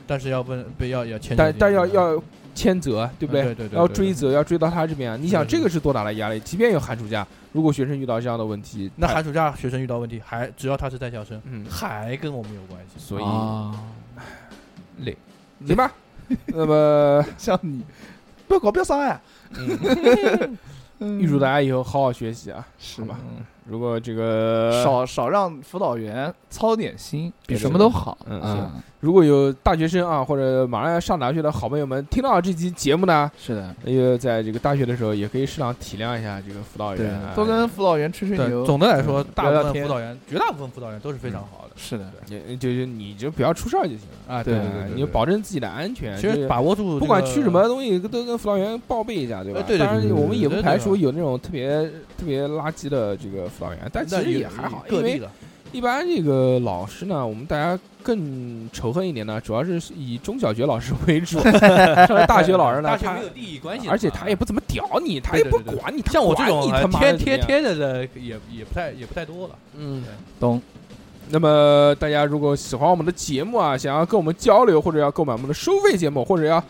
Speaker 4: 但是要问不要要牵扯
Speaker 2: 但
Speaker 4: 进
Speaker 2: 但
Speaker 4: 去
Speaker 2: 要
Speaker 4: 的
Speaker 2: 要牵责，对不
Speaker 4: 嗯对对对
Speaker 2: 要
Speaker 4: 对
Speaker 2: 追责，要追到他这边啊。你想，
Speaker 4: 对
Speaker 2: 这个是多大的压力？即便有寒暑假，如果学生遇到这样的问题，
Speaker 4: 那
Speaker 2: 他
Speaker 4: 寒暑假学生遇到问题，还只要他是在校生，
Speaker 2: 嗯，
Speaker 4: 还跟我们有关系。
Speaker 2: 所以
Speaker 3: 啊，
Speaker 2: 行吧。那么，
Speaker 3: 像你，不要搞，不要伤害，啊
Speaker 4: 嗯
Speaker 2: 预祝大家以后好好学习啊，
Speaker 3: 是
Speaker 2: 好吧
Speaker 3: 吧？？
Speaker 2: 如果这个
Speaker 3: 少少让辅导员操点心，比
Speaker 2: 对
Speaker 3: 什么都好。
Speaker 2: 嗯
Speaker 3: 啊，
Speaker 2: 如果有大学生啊，或者马上要上大学的好朋友们，听到这期节目呢，
Speaker 3: 是的，
Speaker 2: 也在这个大学的时候，也可以适当体谅一下这个辅导员啊，
Speaker 3: 多跟辅导员吹吹
Speaker 4: 对，
Speaker 3: 牛。
Speaker 4: 总的来
Speaker 2: 嗯
Speaker 4: 说，大
Speaker 3: 聊
Speaker 4: 部
Speaker 3: 聊
Speaker 4: 分
Speaker 3: 天
Speaker 4: 辅导员，绝大部分辅导员都是非常好的
Speaker 3: 是的，
Speaker 2: 也就是你就不要出事儿就行了。
Speaker 4: 啊。
Speaker 3: 对
Speaker 2: 啊
Speaker 4: 对
Speaker 2: 你就保证自己的安全。
Speaker 4: 其
Speaker 2: 这
Speaker 4: 实
Speaker 2: 个
Speaker 4: 把握住这个，
Speaker 2: 不管去什么东西，都跟辅导员报备一下，对吧
Speaker 4: 呃？对对
Speaker 2: 当然
Speaker 4: 对对
Speaker 2: 我们也不
Speaker 4: 对对
Speaker 2: 排
Speaker 4: 对
Speaker 2: 除有那种特别特别垃圾的这个辅导员，
Speaker 4: 那嗯
Speaker 2: 但
Speaker 4: 有，
Speaker 2: 其实也还好，
Speaker 4: 个
Speaker 2: 因
Speaker 4: 例
Speaker 2: 为
Speaker 4: 了。
Speaker 2: 一般这个老师呢，我们大家更仇恨一点呢，主要是以中小学老师 为主，上了大学老师呢，
Speaker 4: 大学
Speaker 2: 他
Speaker 4: 没有利益关系的嘛，
Speaker 2: 而且他也不怎么屌你，他
Speaker 4: 对
Speaker 2: 也
Speaker 4: 对
Speaker 2: 不
Speaker 4: 对对
Speaker 2: 管你，他
Speaker 4: 像我这
Speaker 2: 管
Speaker 4: 种
Speaker 2: 你
Speaker 4: 呃
Speaker 2: 他妈
Speaker 4: 贴
Speaker 2: 的
Speaker 4: 贴
Speaker 2: 怎么样
Speaker 4: 贴着的，也也不太也不太多了。
Speaker 2: 嗯，
Speaker 3: 懂。
Speaker 2: 那么大家如果喜欢我们的节目啊，想要跟我们交流，或者要购买我们的收费节目，或者要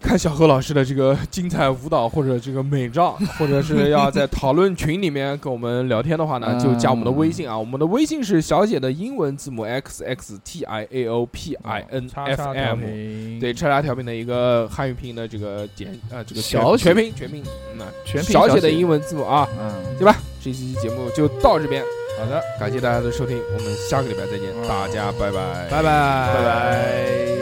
Speaker 2: 看小何老师的这个精彩舞蹈，或者这个美 照，或者是要在讨论群里面跟我们聊天的话呢，
Speaker 3: 嗯
Speaker 2: 就加我们的微信啊。我们的微信是小写的英文字母 x x t i a o p i 哎 n
Speaker 4: 啊叉
Speaker 3: 哦
Speaker 2: f
Speaker 4: 叉
Speaker 2: m。对，叉叉调频的一个汉语拼音的这个简啊，这个全
Speaker 3: 小
Speaker 2: 全
Speaker 3: 写
Speaker 2: 拼全拼，嗯，
Speaker 3: 全凭
Speaker 2: 小
Speaker 3: 写
Speaker 2: 写的英，文字母啊，
Speaker 3: 嗯，
Speaker 2: 行吧？这期节目就到这边。
Speaker 4: 好的，
Speaker 2: 感谢大家的收听，我们下个礼拜再见，大家拜拜，
Speaker 4: 拜拜，
Speaker 3: 拜。拜。